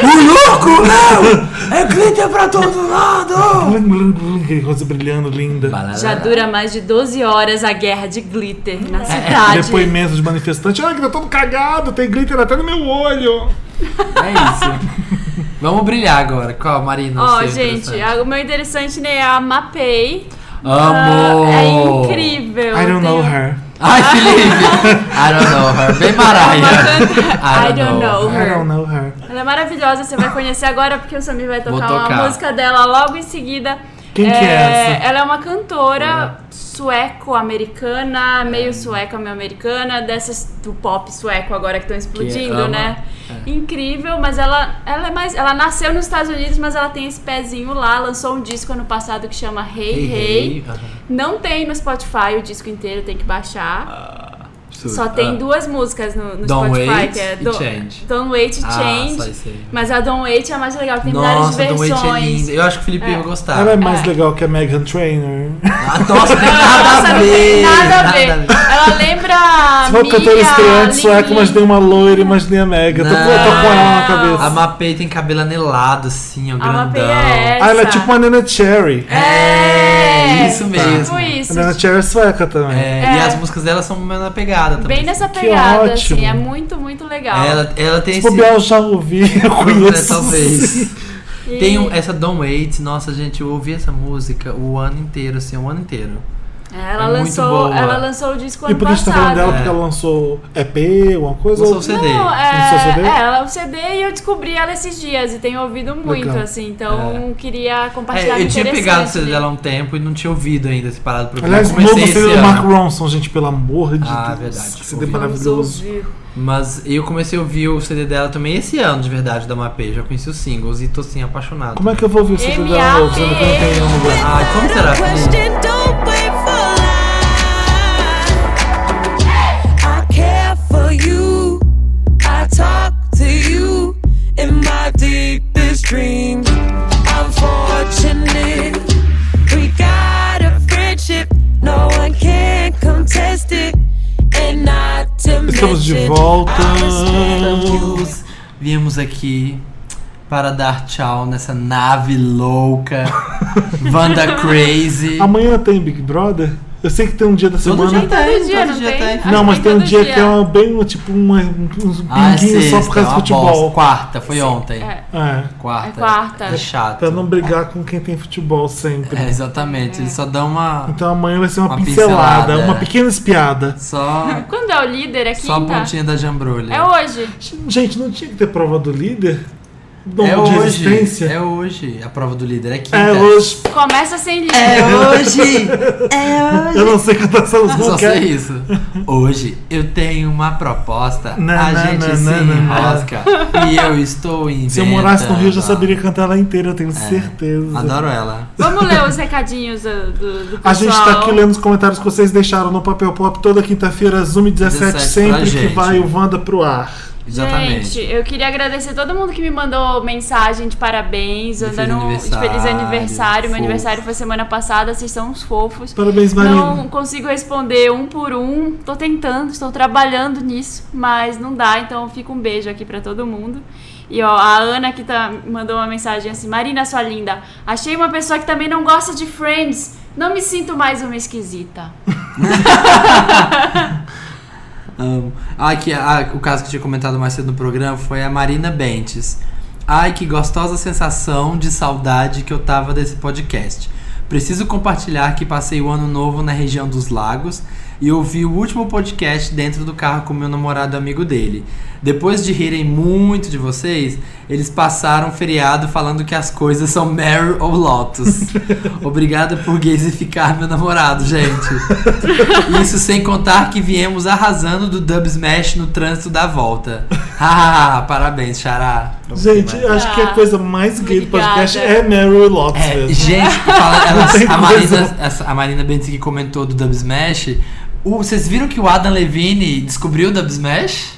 Speaker 2: louco, não! É glitter pra todo lado!
Speaker 3: Blim, blim, blim, Aquele rosa brilhando, linda.
Speaker 1: Já dura mais de 12 horas a guerra de glitter
Speaker 2: É.
Speaker 1: na cidade.
Speaker 3: Depoimento de manifestante. Ah, que tá todo cagado, tem glitter até no meu olho.
Speaker 2: É isso. Vamos brilhar agora. Qual, Marina?
Speaker 1: Ó,
Speaker 2: Seu
Speaker 1: gente,
Speaker 2: interessante.
Speaker 1: a- o meu interessante né, é a Mapei.
Speaker 2: Amor!
Speaker 1: Ah, é incrível.
Speaker 3: I don't know
Speaker 1: Tem-
Speaker 3: her.
Speaker 2: Ai, Felipe! I don't know her. Bem
Speaker 1: Uma
Speaker 2: Maraia.
Speaker 1: canta- I don't know
Speaker 3: I don't
Speaker 1: her.
Speaker 3: know her.
Speaker 1: Ela é maravilhosa, você vai conhecer agora porque o Samir vai
Speaker 2: Vou
Speaker 1: tocar,
Speaker 2: tocar.
Speaker 1: uma música dela logo em seguida.
Speaker 3: Quem que é essa?
Speaker 1: Ela é uma cantora sueco-americana, meio sueca, meio americana, dessas do pop sueco agora que estão explodindo,
Speaker 2: ama.
Speaker 1: né? Incrível, mas ela, ela é mais. Ela nasceu nos Estados Unidos, mas ela tem esse pezinho lá, lançou um disco ano passado que chama Hey Hey.
Speaker 2: Aham. Ah,
Speaker 1: Não tem no Spotify o disco inteiro, tem que baixar.
Speaker 2: absurdo.
Speaker 1: Só tem
Speaker 2: Ah.
Speaker 1: duas músicas no, no
Speaker 2: Don't
Speaker 1: Spotify,
Speaker 2: Wait
Speaker 1: que é
Speaker 2: e
Speaker 1: Do-
Speaker 2: Change.
Speaker 1: Don't Wait e
Speaker 2: Ah, só
Speaker 1: Change.
Speaker 2: isso aí.
Speaker 1: mas a Don't Wait é a mais legal, que tem
Speaker 2: Nossa,
Speaker 1: milhares de
Speaker 2: Don't Wait é
Speaker 1: versões.
Speaker 2: linda. Eu acho que o Felipe ia gostar.
Speaker 3: Ela é mais legal que a Meghan Trainor.
Speaker 2: Ah, nossa, tem nada
Speaker 1: Nossa,
Speaker 2: a
Speaker 1: não
Speaker 2: ver.
Speaker 1: tem nada a ver. Ela lembra a
Speaker 3: Só é
Speaker 1: Mia,
Speaker 3: cantora estreante sueca,
Speaker 1: Lin
Speaker 3: mas
Speaker 1: Lin.
Speaker 3: tem uma loira e mais nem a Meghan. Tô, tô com ela na
Speaker 2: A
Speaker 3: cabeça.
Speaker 2: Mapei tem cabelo anelado, assim, ó,
Speaker 1: A Mapei
Speaker 2: grandão.
Speaker 1: é
Speaker 3: Ah, ela é
Speaker 1: essa.
Speaker 3: tipo uma Nena Cherry.
Speaker 1: É,
Speaker 2: É, isso mesmo.
Speaker 1: Tipo
Speaker 3: A
Speaker 1: isso.
Speaker 3: Nena Cherry é sueca também.
Speaker 2: É, E
Speaker 1: É.
Speaker 2: as músicas dela são mais na pegada também.
Speaker 1: Bem nessa
Speaker 3: Que
Speaker 1: pegada,
Speaker 3: ótimo.
Speaker 1: assim. É muito, muito legal.
Speaker 2: Ela, ela tem
Speaker 3: Se bobear, eu Tipo, já ouvi, eu
Speaker 2: É,
Speaker 3: conheço.
Speaker 2: talvez.
Speaker 1: E-
Speaker 2: Tem um- essa Don't Wait, nossa gente, eu ouvi essa música o ano inteiro, assim, o ano inteiro.
Speaker 1: Ela,
Speaker 2: é muito
Speaker 1: lançou,
Speaker 2: boa.
Speaker 1: ela lançou o disco
Speaker 3: E
Speaker 1: ano
Speaker 3: por que a gente tá
Speaker 1: passado.
Speaker 3: falando dela? Porque
Speaker 2: É.
Speaker 3: ela lançou EP, alguma coisa?
Speaker 2: Lançou o CD.
Speaker 1: Não,
Speaker 3: Lançou o
Speaker 1: é,
Speaker 3: CD?
Speaker 1: é, ela é um CD e eu descobri ela esses dias e tenho ouvido muito,
Speaker 3: Legal.
Speaker 1: assim, então
Speaker 3: É.
Speaker 1: queria compartilhar
Speaker 2: É, eu
Speaker 1: que
Speaker 2: tinha pegado o
Speaker 1: interessante.
Speaker 2: CD
Speaker 1: né?
Speaker 2: dela há um tempo e não tinha ouvido ainda esse parado pra ouvir.
Speaker 3: Aliás,
Speaker 2: Eu
Speaker 3: o novo
Speaker 2: comecei esse
Speaker 3: CD do
Speaker 2: ano,
Speaker 3: Mark Ronson, gente, pelo amor de
Speaker 2: Ah,
Speaker 3: Deus.
Speaker 2: verdade.
Speaker 3: Que CD
Speaker 2: Ouvi.
Speaker 1: Vamos
Speaker 3: maravilhoso.
Speaker 1: ouvir.
Speaker 2: Mas eu comecei a ouvir o CD dela também esse ano, de verdade, da Mapei. Já conheci os singles e tô assim, apaixonado.
Speaker 3: Como é que eu vou ouvir o CD
Speaker 1: M.A.P..
Speaker 3: dela novo, sendo que eu não tenho um lugar?
Speaker 2: Ai, como será que.
Speaker 5: Question, don't wait for line. I care for you. I talk to you in my deepest dreams. I'm fortunate. We got a friendship. No one can contest it. And not to
Speaker 3: Estamos de
Speaker 5: mention,
Speaker 3: volta.
Speaker 5: I respect you.
Speaker 2: Deus, viemos aqui para dar tchau nessa nave louca, Wanda Crazy.
Speaker 3: Amanhã tem Big Brother? Eu sei que tem um dia da
Speaker 2: Todo
Speaker 3: semana.
Speaker 2: dia tem,
Speaker 1: Todo dia, não
Speaker 2: todo dia
Speaker 1: tem?
Speaker 2: tem.
Speaker 1: Acho
Speaker 3: Não,
Speaker 1: que
Speaker 3: mas tem um
Speaker 1: todo
Speaker 3: dia, que é uma- bem um- tipo uma- um
Speaker 2: Ah, é
Speaker 3: pinguinho
Speaker 2: sexta,
Speaker 3: só por causa
Speaker 2: é
Speaker 3: do
Speaker 2: uma bosta.
Speaker 3: futebol.
Speaker 2: Quarta, foi ontem.
Speaker 1: É,
Speaker 3: É.
Speaker 2: Quarta.
Speaker 1: É quarta.
Speaker 2: É chato.
Speaker 3: Pra não brigar com quem tem futebol sempre.
Speaker 2: É, exatamente, eles só dão uma.
Speaker 3: Então amanhã vai ser uma,
Speaker 2: Uma
Speaker 3: pincelada,
Speaker 2: pincelada,
Speaker 3: uma
Speaker 2: é.
Speaker 3: pequena espiada.
Speaker 2: Só,
Speaker 1: Quando é o líder, é
Speaker 2: só um a
Speaker 1: quinta?
Speaker 2: pontinha da jambrulha.
Speaker 1: É hoje.
Speaker 3: Gente, não tinha que ter prova do líder? Dom
Speaker 2: É
Speaker 3: de
Speaker 2: hoje.
Speaker 3: resistência?
Speaker 2: É hoje. A prova do líder é quinta.
Speaker 3: É hoje.
Speaker 1: Começa sem líder.
Speaker 2: É hoje.
Speaker 3: Eu não sei cantar essa música.
Speaker 2: Só sei isso. Hoje eu tenho uma proposta.
Speaker 3: Não,
Speaker 2: a
Speaker 3: não,
Speaker 2: gente
Speaker 3: não,
Speaker 2: se
Speaker 3: não, não, não.
Speaker 2: enrosca. E eu estou inventando.
Speaker 3: Se eu morasse no Rio, eu já saberia cantar ela inteira, eu tenho certeza.
Speaker 2: É. Adoro ela.
Speaker 1: Vamos ler os recadinhos do, do, do pessoal.
Speaker 3: A gente tá aqui lendo os comentários que vocês deixaram no Papel Pop toda quinta-feira, às 1h17,
Speaker 2: 17, pra
Speaker 3: sempre que
Speaker 2: gente.
Speaker 3: vai o Wanda pro ar.
Speaker 2: Exatamente.
Speaker 1: Gente, eu queria agradecer todo mundo que me mandou mensagem de parabéns,
Speaker 2: De
Speaker 1: andando
Speaker 2: feliz
Speaker 1: de feliz
Speaker 2: aniversário,
Speaker 1: aniversário. Meu
Speaker 2: fofo.
Speaker 1: aniversário foi semana passada, vocês são uns fofos.
Speaker 3: Parabéns, Marina.
Speaker 1: Não consigo responder um por um. Tô tentando, estou trabalhando nisso, mas não dá, então fica um beijo aqui pra todo mundo. E ó, a Ana que tá, mandou uma mensagem assim: Marina, sua linda, achei uma pessoa que também não gosta de Friends. Não me sinto mais uma esquisita.
Speaker 2: Amo. Ah, que, ah, o caso que eu tinha comentado mais cedo no programa foi a Marina Bentes. Ai, que gostosa sensação de saudade que eu tava desse podcast. Preciso compartilhar que passei o ano novo na região dos lagos e ouvi o último podcast dentro do carro com meu namorado e amigo dele. Depois de rirem muito de vocês, eles passaram o feriado falando que as coisas são Mary ou Lotus. Obrigada por gaysificar meu namorado, gente. Isso sem contar que viemos arrasando do Dub Smash no trânsito da volta. Ah, parabéns, Xará.
Speaker 3: Gente, acho que a coisa mais gay do podcast é Mary Lopes
Speaker 2: É,
Speaker 3: mesmo.
Speaker 2: gente, fala- ela-
Speaker 3: Não tem
Speaker 2: a,
Speaker 3: coisa.
Speaker 2: Marina, essa- a Marina Bentes que comentou do Dub Smash. o- vocês viram que o Adam Levine descobriu o Dub Smash?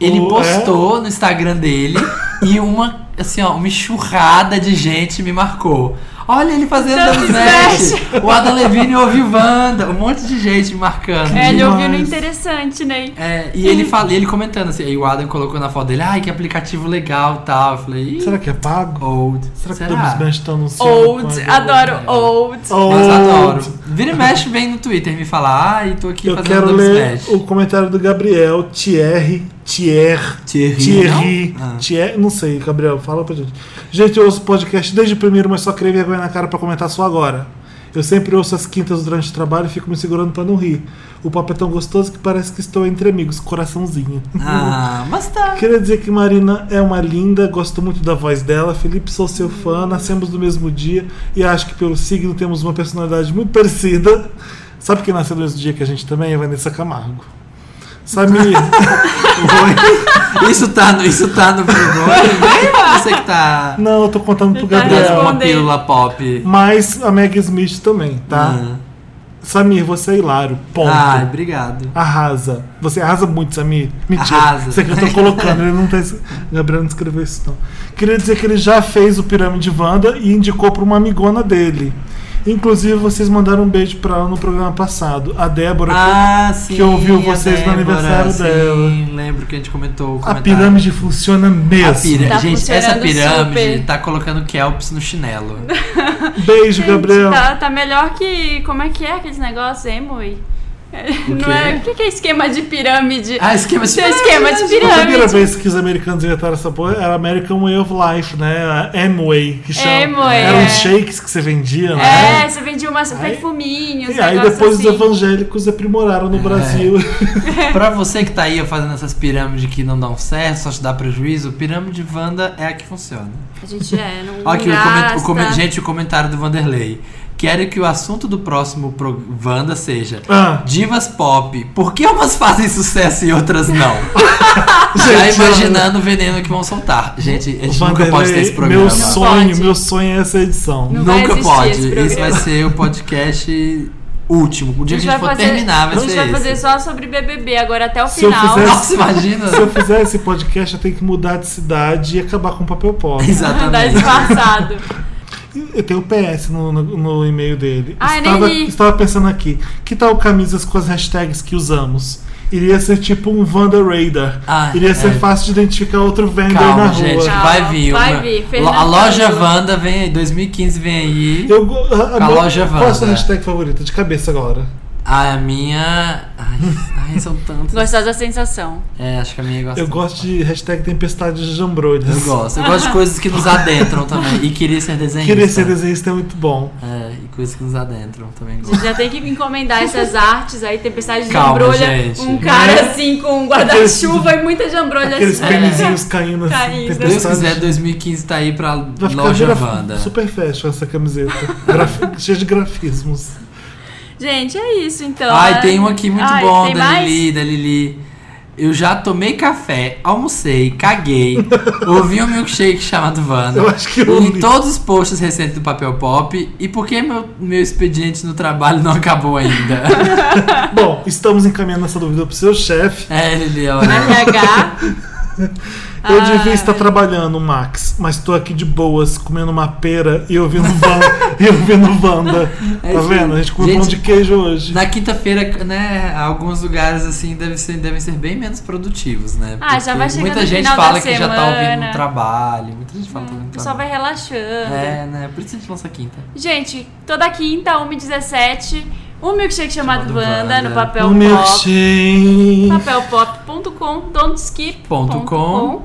Speaker 2: Ele
Speaker 3: O- é?
Speaker 2: postou no Instagram dele e uma, assim, ó, uma enxurrada de gente me marcou. Olha ele fazendo Dub Smash! O Adam Levine ouviu Wanda, um monte de gente me marcando.
Speaker 1: É, ele ouviu no
Speaker 3: Demais.
Speaker 1: interessante, né?
Speaker 2: É, e ele fala, e ele comentando assim, aí o Adam colocou na foto dele, ai, que aplicativo legal tal. Eu falei, "Ih,
Speaker 3: Será que é pago?
Speaker 2: old.
Speaker 3: Será que o Dubs Smash tá anunciando?
Speaker 1: Old,
Speaker 3: quando?
Speaker 1: adoro old.
Speaker 2: Mas
Speaker 3: né? Old.
Speaker 2: adoro. Vira e mexe bem no Twitter me fala, ai, tô aqui
Speaker 3: Eu
Speaker 2: fazendo um
Speaker 3: quero
Speaker 2: Dub
Speaker 3: ler
Speaker 2: Smash.
Speaker 3: o comentário do Gabriel Thierry. Thierry.
Speaker 2: Thierry,
Speaker 3: Thierry.
Speaker 2: não? Ah.
Speaker 3: Thierry- não sei, Gabriel, fala pra gente. Gente, eu ouço podcast desde o primeiro, mas só criei vergonha na cara pra comentar só agora. Eu sempre ouço as quintas durante o trabalho e fico me segurando pra não rir. O papo é tão gostoso que parece que estou entre amigos, coraçãozinho.
Speaker 2: Ah, mas tá.
Speaker 3: Queria dizer que Marina é uma linda, gosto muito da voz dela. Felipe, sou seu fã, nascemos no mesmo dia e acho que pelo signo temos uma personalidade muito parecida. Sabe quem nasceu no mesmo dia que a gente também? A Vanessa Camargo. Samir,
Speaker 2: Isso tá no, isso tá no Bigode mesmo? Você que tá
Speaker 3: não, eu tô contando pro
Speaker 1: Ele tá
Speaker 2: dando
Speaker 3: Gabriel.
Speaker 2: uma
Speaker 1: respondendo.
Speaker 2: pílula pop.
Speaker 3: Mas a Meg Smith também, tá?
Speaker 2: Ah,
Speaker 3: Samir, você é hilário. Ponto.
Speaker 2: Ai, obrigado.
Speaker 3: Arrasa. Você arrasa muito, Samir. Mentira.
Speaker 2: Arrasa.
Speaker 3: Isso aqui eu tô colocando, ele não tá. es- Gabriel não escreveu isso, não. Queria dizer que ele já fez o Pirâmide Wanda e indicou pra uma amigona dele. Inclusive, vocês mandaram um beijo pra ela no programa passado. A Débora.
Speaker 2: Ah, sim.
Speaker 3: que ouviu
Speaker 2: a
Speaker 3: vocês no aniversário
Speaker 2: sim,
Speaker 3: dela.
Speaker 2: Lembro que a gente comentou o
Speaker 3: a
Speaker 2: comentário.
Speaker 3: pirâmide funciona
Speaker 2: A
Speaker 3: mesmo.
Speaker 2: pira-
Speaker 1: Tá
Speaker 2: gente, essa
Speaker 1: funcionando
Speaker 2: pirâmide
Speaker 1: super.
Speaker 2: tá colocando Kelps no chinelo.
Speaker 3: Beijo,
Speaker 1: Gente,
Speaker 3: Gabriel.
Speaker 1: Tá, tá melhor que. Como é que é aquele negócio, emo? e- Não é, o que que é esquema de pirâmide?
Speaker 2: Ah, esquema de
Speaker 1: Isso é esquema de
Speaker 3: A primeira
Speaker 1: pirâmide.
Speaker 3: vez que os americanos inventaram essa porra era American Way of Life, né? A Amway, que chama.
Speaker 1: Amway,
Speaker 3: Eram
Speaker 1: é.
Speaker 3: os shakes que você vendia, né?
Speaker 2: Ah,
Speaker 1: É, você vendia umas perfuminhos,
Speaker 3: E aí
Speaker 1: negócios
Speaker 3: depois os
Speaker 1: assim.
Speaker 3: evangélicos aprimoraram
Speaker 2: É.
Speaker 3: no Brasil.
Speaker 1: é.
Speaker 2: pra você que tá aí fazendo essas pirâmides que não dão certo, só te dá prejuízo, pirâmide Wanda é a que funciona.
Speaker 1: A gente é, não
Speaker 2: Olha aqui, o comen-
Speaker 1: gasta.
Speaker 2: o comen- gente, o comentário do Vanderlei. Quero que o assunto do próximo pro Wanda seja
Speaker 3: Ah.
Speaker 2: divas pop. Por que umas fazem sucesso e outras não? Já
Speaker 3: Gente,
Speaker 2: Tá imaginando o veneno que vão soltar. Gente, a gente nunca
Speaker 3: Vanderlei,
Speaker 2: pode ter esse programa.
Speaker 3: Meu sonho,
Speaker 1: Pode.
Speaker 3: meu sonho é essa edição.
Speaker 1: Não vai
Speaker 2: Nunca
Speaker 1: existir
Speaker 2: pode.
Speaker 1: esse
Speaker 2: Esse,
Speaker 1: programa.
Speaker 2: vai ser o podcast último. O dia que a gente for terminar vai
Speaker 1: a gente
Speaker 2: ser
Speaker 1: vai
Speaker 2: esse.
Speaker 1: fazer só sobre BBB agora até o
Speaker 3: Se eu
Speaker 1: final.
Speaker 3: fizesse-
Speaker 2: Nossa, imagina.
Speaker 3: Se eu fizer esse podcast, eu tenho que mudar de cidade e acabar com o papel pobre.
Speaker 1: Tá
Speaker 2: Exatamente.
Speaker 1: disfarçado.
Speaker 3: Eu tenho o PS no, no- no e-mail dele.
Speaker 1: Ah, eu nem
Speaker 3: estava,
Speaker 1: li.
Speaker 3: estava pensando aqui, que tal camisas com as hashtags que usamos? Iria ser tipo um Vanda Raider.
Speaker 2: Ah,
Speaker 3: Iria ser
Speaker 2: é.
Speaker 3: fácil de identificar outro vendor na
Speaker 2: Calma,
Speaker 3: rua.
Speaker 2: gente, que
Speaker 1: Calma,
Speaker 2: vai vir.
Speaker 1: vai
Speaker 2: uma-
Speaker 1: vir,
Speaker 2: Lo- A
Speaker 1: Fernando.
Speaker 2: loja Wanda vem aí, 2015 vem aí.
Speaker 3: Eu, go- a,
Speaker 2: Com a
Speaker 3: agora-
Speaker 2: loja
Speaker 3: Qual é a sua
Speaker 2: Wanda.
Speaker 3: hashtag favorita? De cabeça agora.
Speaker 2: A minha. Ai, ai, são tantas.
Speaker 1: Gostosa sensação.
Speaker 2: É, acho que a minha gosta.
Speaker 3: Eu gosto de hashtag Tempestade de Jambrolhas.
Speaker 2: Eu gosto. Eu gosto de coisas que nos adentram também. E queria ser desenhista.
Speaker 3: Querer ser desenhista é muito bom.
Speaker 2: É, e coisas que nos adentram também
Speaker 1: A
Speaker 2: gosto.
Speaker 1: gente já tem que encomendar essas artes aí, tempestade de
Speaker 2: Calma,
Speaker 1: jambrolha.
Speaker 2: gente. é?
Speaker 1: Um cara assim com um guarda-chuva e muita jambrolha
Speaker 3: Aqueles
Speaker 1: assim.
Speaker 3: penizinhos caindo assim.
Speaker 1: Caindo.
Speaker 2: Se Deus
Speaker 3: Tempestade.
Speaker 2: quiser, 2015 tá aí pra
Speaker 3: Vai ficar
Speaker 2: loja
Speaker 3: graf-
Speaker 2: Wanda.
Speaker 3: super fashion essa camiseta. Graf- Cheia de grafismos.
Speaker 1: Gente, é isso então.
Speaker 2: Ai,
Speaker 1: É-
Speaker 2: tem um aqui muito
Speaker 1: Ai,
Speaker 2: bom
Speaker 1: tem
Speaker 2: da
Speaker 1: mais?
Speaker 2: Lili, da Lili. Eu já tomei café, almocei, caguei, ouvi um milkshake chamado Wanda.
Speaker 3: Eu acho que eu
Speaker 2: li
Speaker 3: li.
Speaker 2: todos os posts recentes do Papel Pop. E por que meu, meu expediente no trabalho não acabou ainda?
Speaker 3: Bom, estamos encaminhando essa dúvida pro seu chefe.
Speaker 2: é, Lili, olha.
Speaker 1: RH.
Speaker 3: Eu devia estar trabalhando, Max, mas tô aqui de boas, comendo uma pera e ouvindo Wanda. e ouvindo Wanda.
Speaker 2: É
Speaker 3: Tá
Speaker 2: isso.
Speaker 3: vendo? A gente comeu
Speaker 2: Gente-
Speaker 3: pão de queijo hoje.
Speaker 2: Na quinta-feira, né, alguns lugares assim devem ser, devem ser bem menos produtivos, né?
Speaker 1: Ah, já
Speaker 2: Porque
Speaker 1: vai chegando
Speaker 2: Muita
Speaker 1: no
Speaker 2: gente
Speaker 1: final
Speaker 2: fala
Speaker 1: da
Speaker 2: que já tá ouvindo
Speaker 1: semana.
Speaker 2: no trabalho, muita gente fala que tá ouvindo
Speaker 1: O
Speaker 2: no
Speaker 1: pessoal vai
Speaker 2: trabalho.
Speaker 1: relaxando.
Speaker 2: É, né? Por isso a gente lança quinta.
Speaker 1: Gente, toda quinta, 1h17, um milkshake chamado
Speaker 2: Chamado
Speaker 1: Wanda
Speaker 2: Wanda. é.
Speaker 1: no papel
Speaker 3: Um
Speaker 1: pop.
Speaker 3: milkshake.
Speaker 1: Papelpop.com, don'tskip.com,
Speaker 2: .com,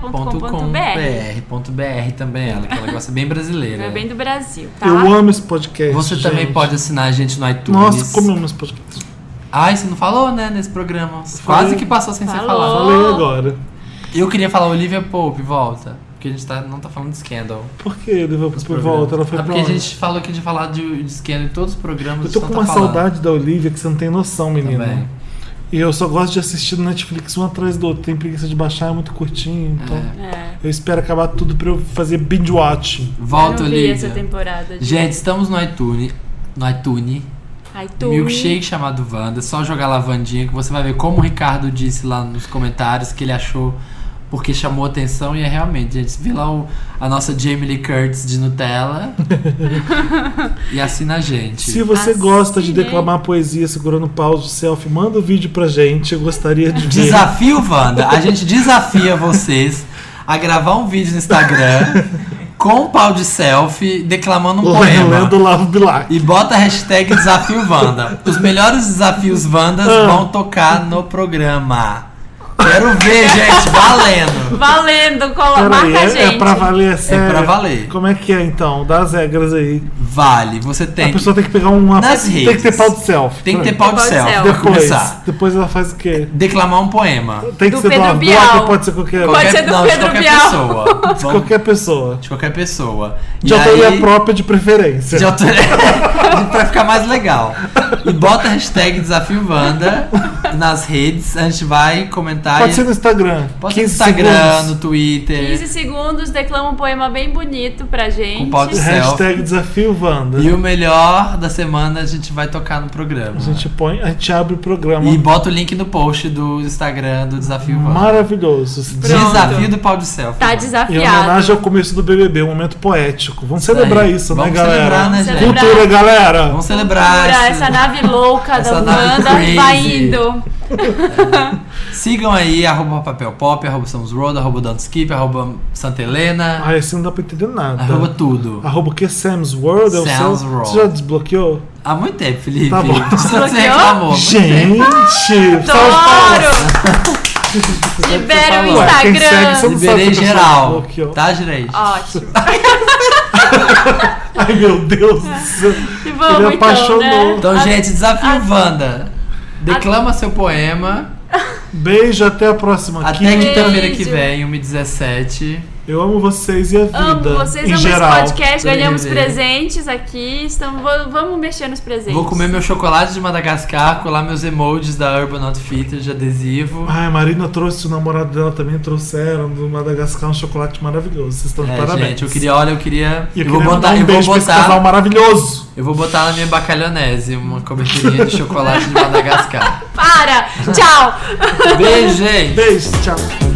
Speaker 1: marinasantelena.com.br.
Speaker 2: .br, ponto .br também, ela, que ela gosta bem brasileira.
Speaker 1: É bem do Brasil, tá?
Speaker 3: Eu amo esse podcast.
Speaker 2: Você
Speaker 3: gente.
Speaker 2: também pode assinar a gente no iTunes.
Speaker 3: Nossa, como eu amo esse podcast.
Speaker 2: Ai, você não falou, né, nesse programa. Quase
Speaker 3: Falei.
Speaker 2: que passou sem você
Speaker 1: Falou.
Speaker 2: falar.
Speaker 3: Falei
Speaker 1: Oh.
Speaker 3: agora.
Speaker 2: Eu queria falar Olivia Pope, volta. Porque a gente tá, não tá falando de Scandal.
Speaker 3: Por que ele levou pro
Speaker 2: Programa.
Speaker 3: volta? Ela foi
Speaker 2: ah,
Speaker 3: pra
Speaker 2: porque a
Speaker 3: onde?
Speaker 2: gente falou que a gente ia falar de, de Scandal em todos os programas.
Speaker 3: Eu tô
Speaker 2: só
Speaker 3: com
Speaker 2: tá
Speaker 3: uma
Speaker 2: falando.
Speaker 3: saudade da Olivia que você não tem noção, menina.
Speaker 2: Também.
Speaker 3: E eu só gosto de assistir no Netflix um atrás do outro. Tem preguiça de baixar, é muito curtinho. Então
Speaker 1: É.
Speaker 3: eu espero acabar tudo pra eu fazer binge watch.
Speaker 2: Volta,
Speaker 1: eu não vi
Speaker 2: Olivia.
Speaker 1: essa temporada. de
Speaker 2: Gente, estamos no iTunes. No iTunes.
Speaker 1: iTunes.
Speaker 2: Milkshake chamado Wanda, só jogar lavandinha que você vai ver como o Ricardo disse lá nos comentários que ele achou porque chamou atenção e é realmente, gente, vê lá o- a nossa Jamie Lee Curtis de Nutella e assina a gente.
Speaker 3: Se você
Speaker 1: Assine.
Speaker 3: gosta de declamar poesia segurando pausa de selfie, manda o vídeo pra gente. Eu gostaria de ver.
Speaker 2: Desafio Wanda, a gente desafia vocês a gravar um vídeo no Instagram com um pau de selfie declamando um
Speaker 3: Lendo,
Speaker 2: poema.
Speaker 3: lendo Lavo Bilac.
Speaker 2: E bota a hashtag desafio Wanda. Os melhores desafios Wandas
Speaker 3: Ah.
Speaker 2: vão tocar no programa. Quero ver, gente, valendo.
Speaker 1: Valendo, cola, marca
Speaker 3: Peraí,
Speaker 1: a
Speaker 3: é,
Speaker 1: gente.
Speaker 3: é pra valer, é sério.
Speaker 2: pra valer.
Speaker 3: Como é que é então? Dá as regras aí.
Speaker 2: Vale, você
Speaker 3: A
Speaker 2: tem que,
Speaker 3: pessoa tem que pegar uma.
Speaker 2: Nas
Speaker 3: tem
Speaker 2: redes.
Speaker 3: que ter pau de selfie.
Speaker 2: tem que ter
Speaker 3: Pronto.
Speaker 2: pau de selfie pra
Speaker 3: Depois,
Speaker 2: começar.
Speaker 3: depois ela faz o quê?
Speaker 2: Declamar um poema.
Speaker 3: Tem que
Speaker 1: Do
Speaker 3: ser
Speaker 1: Pedro
Speaker 3: do Lavo
Speaker 1: Bial.
Speaker 3: Bilac ou pode ser qualquer,
Speaker 1: Pode ser do
Speaker 2: não,
Speaker 1: Pedro
Speaker 2: de qualquer
Speaker 1: Bial.
Speaker 2: pessoa. Vamos-
Speaker 3: qualquer pessoa.
Speaker 2: De qualquer pessoa.
Speaker 3: De
Speaker 2: E
Speaker 3: autoria
Speaker 2: aí- tá
Speaker 3: própria de preferência.
Speaker 2: De autoria. pra ficar mais legal. E bota a hashtag Desafio Wanda nas redes. A gente vai comentar
Speaker 3: Pode ser no Instagram.
Speaker 2: Pode ser no
Speaker 3: 15
Speaker 2: Instagram,
Speaker 3: segundos.
Speaker 2: no Twitter.
Speaker 1: 15 segundos, declama um poema bem bonito pra gente.
Speaker 2: Com pau de céu.
Speaker 3: Hashtag desafio Wanda.
Speaker 2: E o melhor da semana a gente vai tocar no programa.
Speaker 3: A gente põe, a gente abre o programa.
Speaker 2: E bota o link no post do Instagram do Desafio Wanda.
Speaker 3: Maravilhoso.
Speaker 2: Desafio do pau de selfie.
Speaker 1: Tá
Speaker 3: Em
Speaker 1: desafiado.
Speaker 3: homenagem ao começo do BBB, um momento poético. Vamos celebrar
Speaker 2: aí.
Speaker 3: isso, né,
Speaker 2: Vamos
Speaker 3: galera?
Speaker 2: celebrar, né, gente?
Speaker 3: Cultura, galera!
Speaker 2: Vamos celebrar.
Speaker 1: Essa,
Speaker 2: esse-
Speaker 1: nave louca da
Speaker 2: Essa nave
Speaker 1: Wanda
Speaker 2: crazy.
Speaker 1: vai indo.
Speaker 2: Sigam aí, arroba papel pop, arroba Samus Road, arroba Don't Skip, arroba Santa Helena,
Speaker 3: Ah, esse não dá pra entender nada.
Speaker 2: arroba tudo.
Speaker 3: Arroba o que? Sam's World? É o seu?
Speaker 2: Sam's World.
Speaker 3: Você já desbloqueou?
Speaker 2: Há muito tempo, Felipe.
Speaker 3: Tá bom.
Speaker 2: Você
Speaker 1: Bloqueou?
Speaker 2: reclamou.
Speaker 3: Gente!
Speaker 1: Ah,
Speaker 3: Salve palmas!
Speaker 1: Adoro! Libera o
Speaker 2: Ué,
Speaker 3: quem segue
Speaker 1: Instagram.
Speaker 3: são- Você
Speaker 2: Liberei
Speaker 3: não sabe que a pessoa
Speaker 2: geral.
Speaker 3: bloqueou.
Speaker 2: Tá, Direito?
Speaker 1: Ah, Ótimo.
Speaker 3: Ai, meu Deus do céu!
Speaker 1: E vamos
Speaker 3: Ele é
Speaker 1: então,
Speaker 3: apaixonou.
Speaker 1: né?
Speaker 2: Então, gente, desafio Wanda. Declama seu poema.
Speaker 3: Beijo, até a próxima.
Speaker 2: Até
Speaker 3: quinta.
Speaker 2: quinta-feira que
Speaker 1: Beijo.
Speaker 2: vem, 1h17.
Speaker 3: Eu amo vocês e a vida.
Speaker 1: Amo vocês,
Speaker 3: em
Speaker 1: amo
Speaker 3: geral.
Speaker 1: esse podcast, ganhamos
Speaker 2: Beijo.
Speaker 1: presentes aqui. Estamos, vo- vamos mexer nos presentes.
Speaker 2: Vou comer meu chocolate de Madagascar, colar meus emojis da Urban Outfitters de adesivo.
Speaker 3: Ai, a Marina trouxe o namorado dela também, trouxeram do Madagascar um chocolate maravilhoso. Vocês estão de
Speaker 2: É,
Speaker 3: parabéns.
Speaker 2: gente, eu queria, olha, eu queria.
Speaker 3: E eu, queria
Speaker 2: vou botar,
Speaker 3: mandar um
Speaker 2: eu vou
Speaker 3: beijo pra esse casal
Speaker 2: botar.
Speaker 3: maravilhoso.
Speaker 2: Eu vou botar na minha bacalhonese uma coberturinha de chocolate de Madagascar.
Speaker 1: Para! Tchau!
Speaker 2: Beijo, gente!
Speaker 3: Beijo, tchau.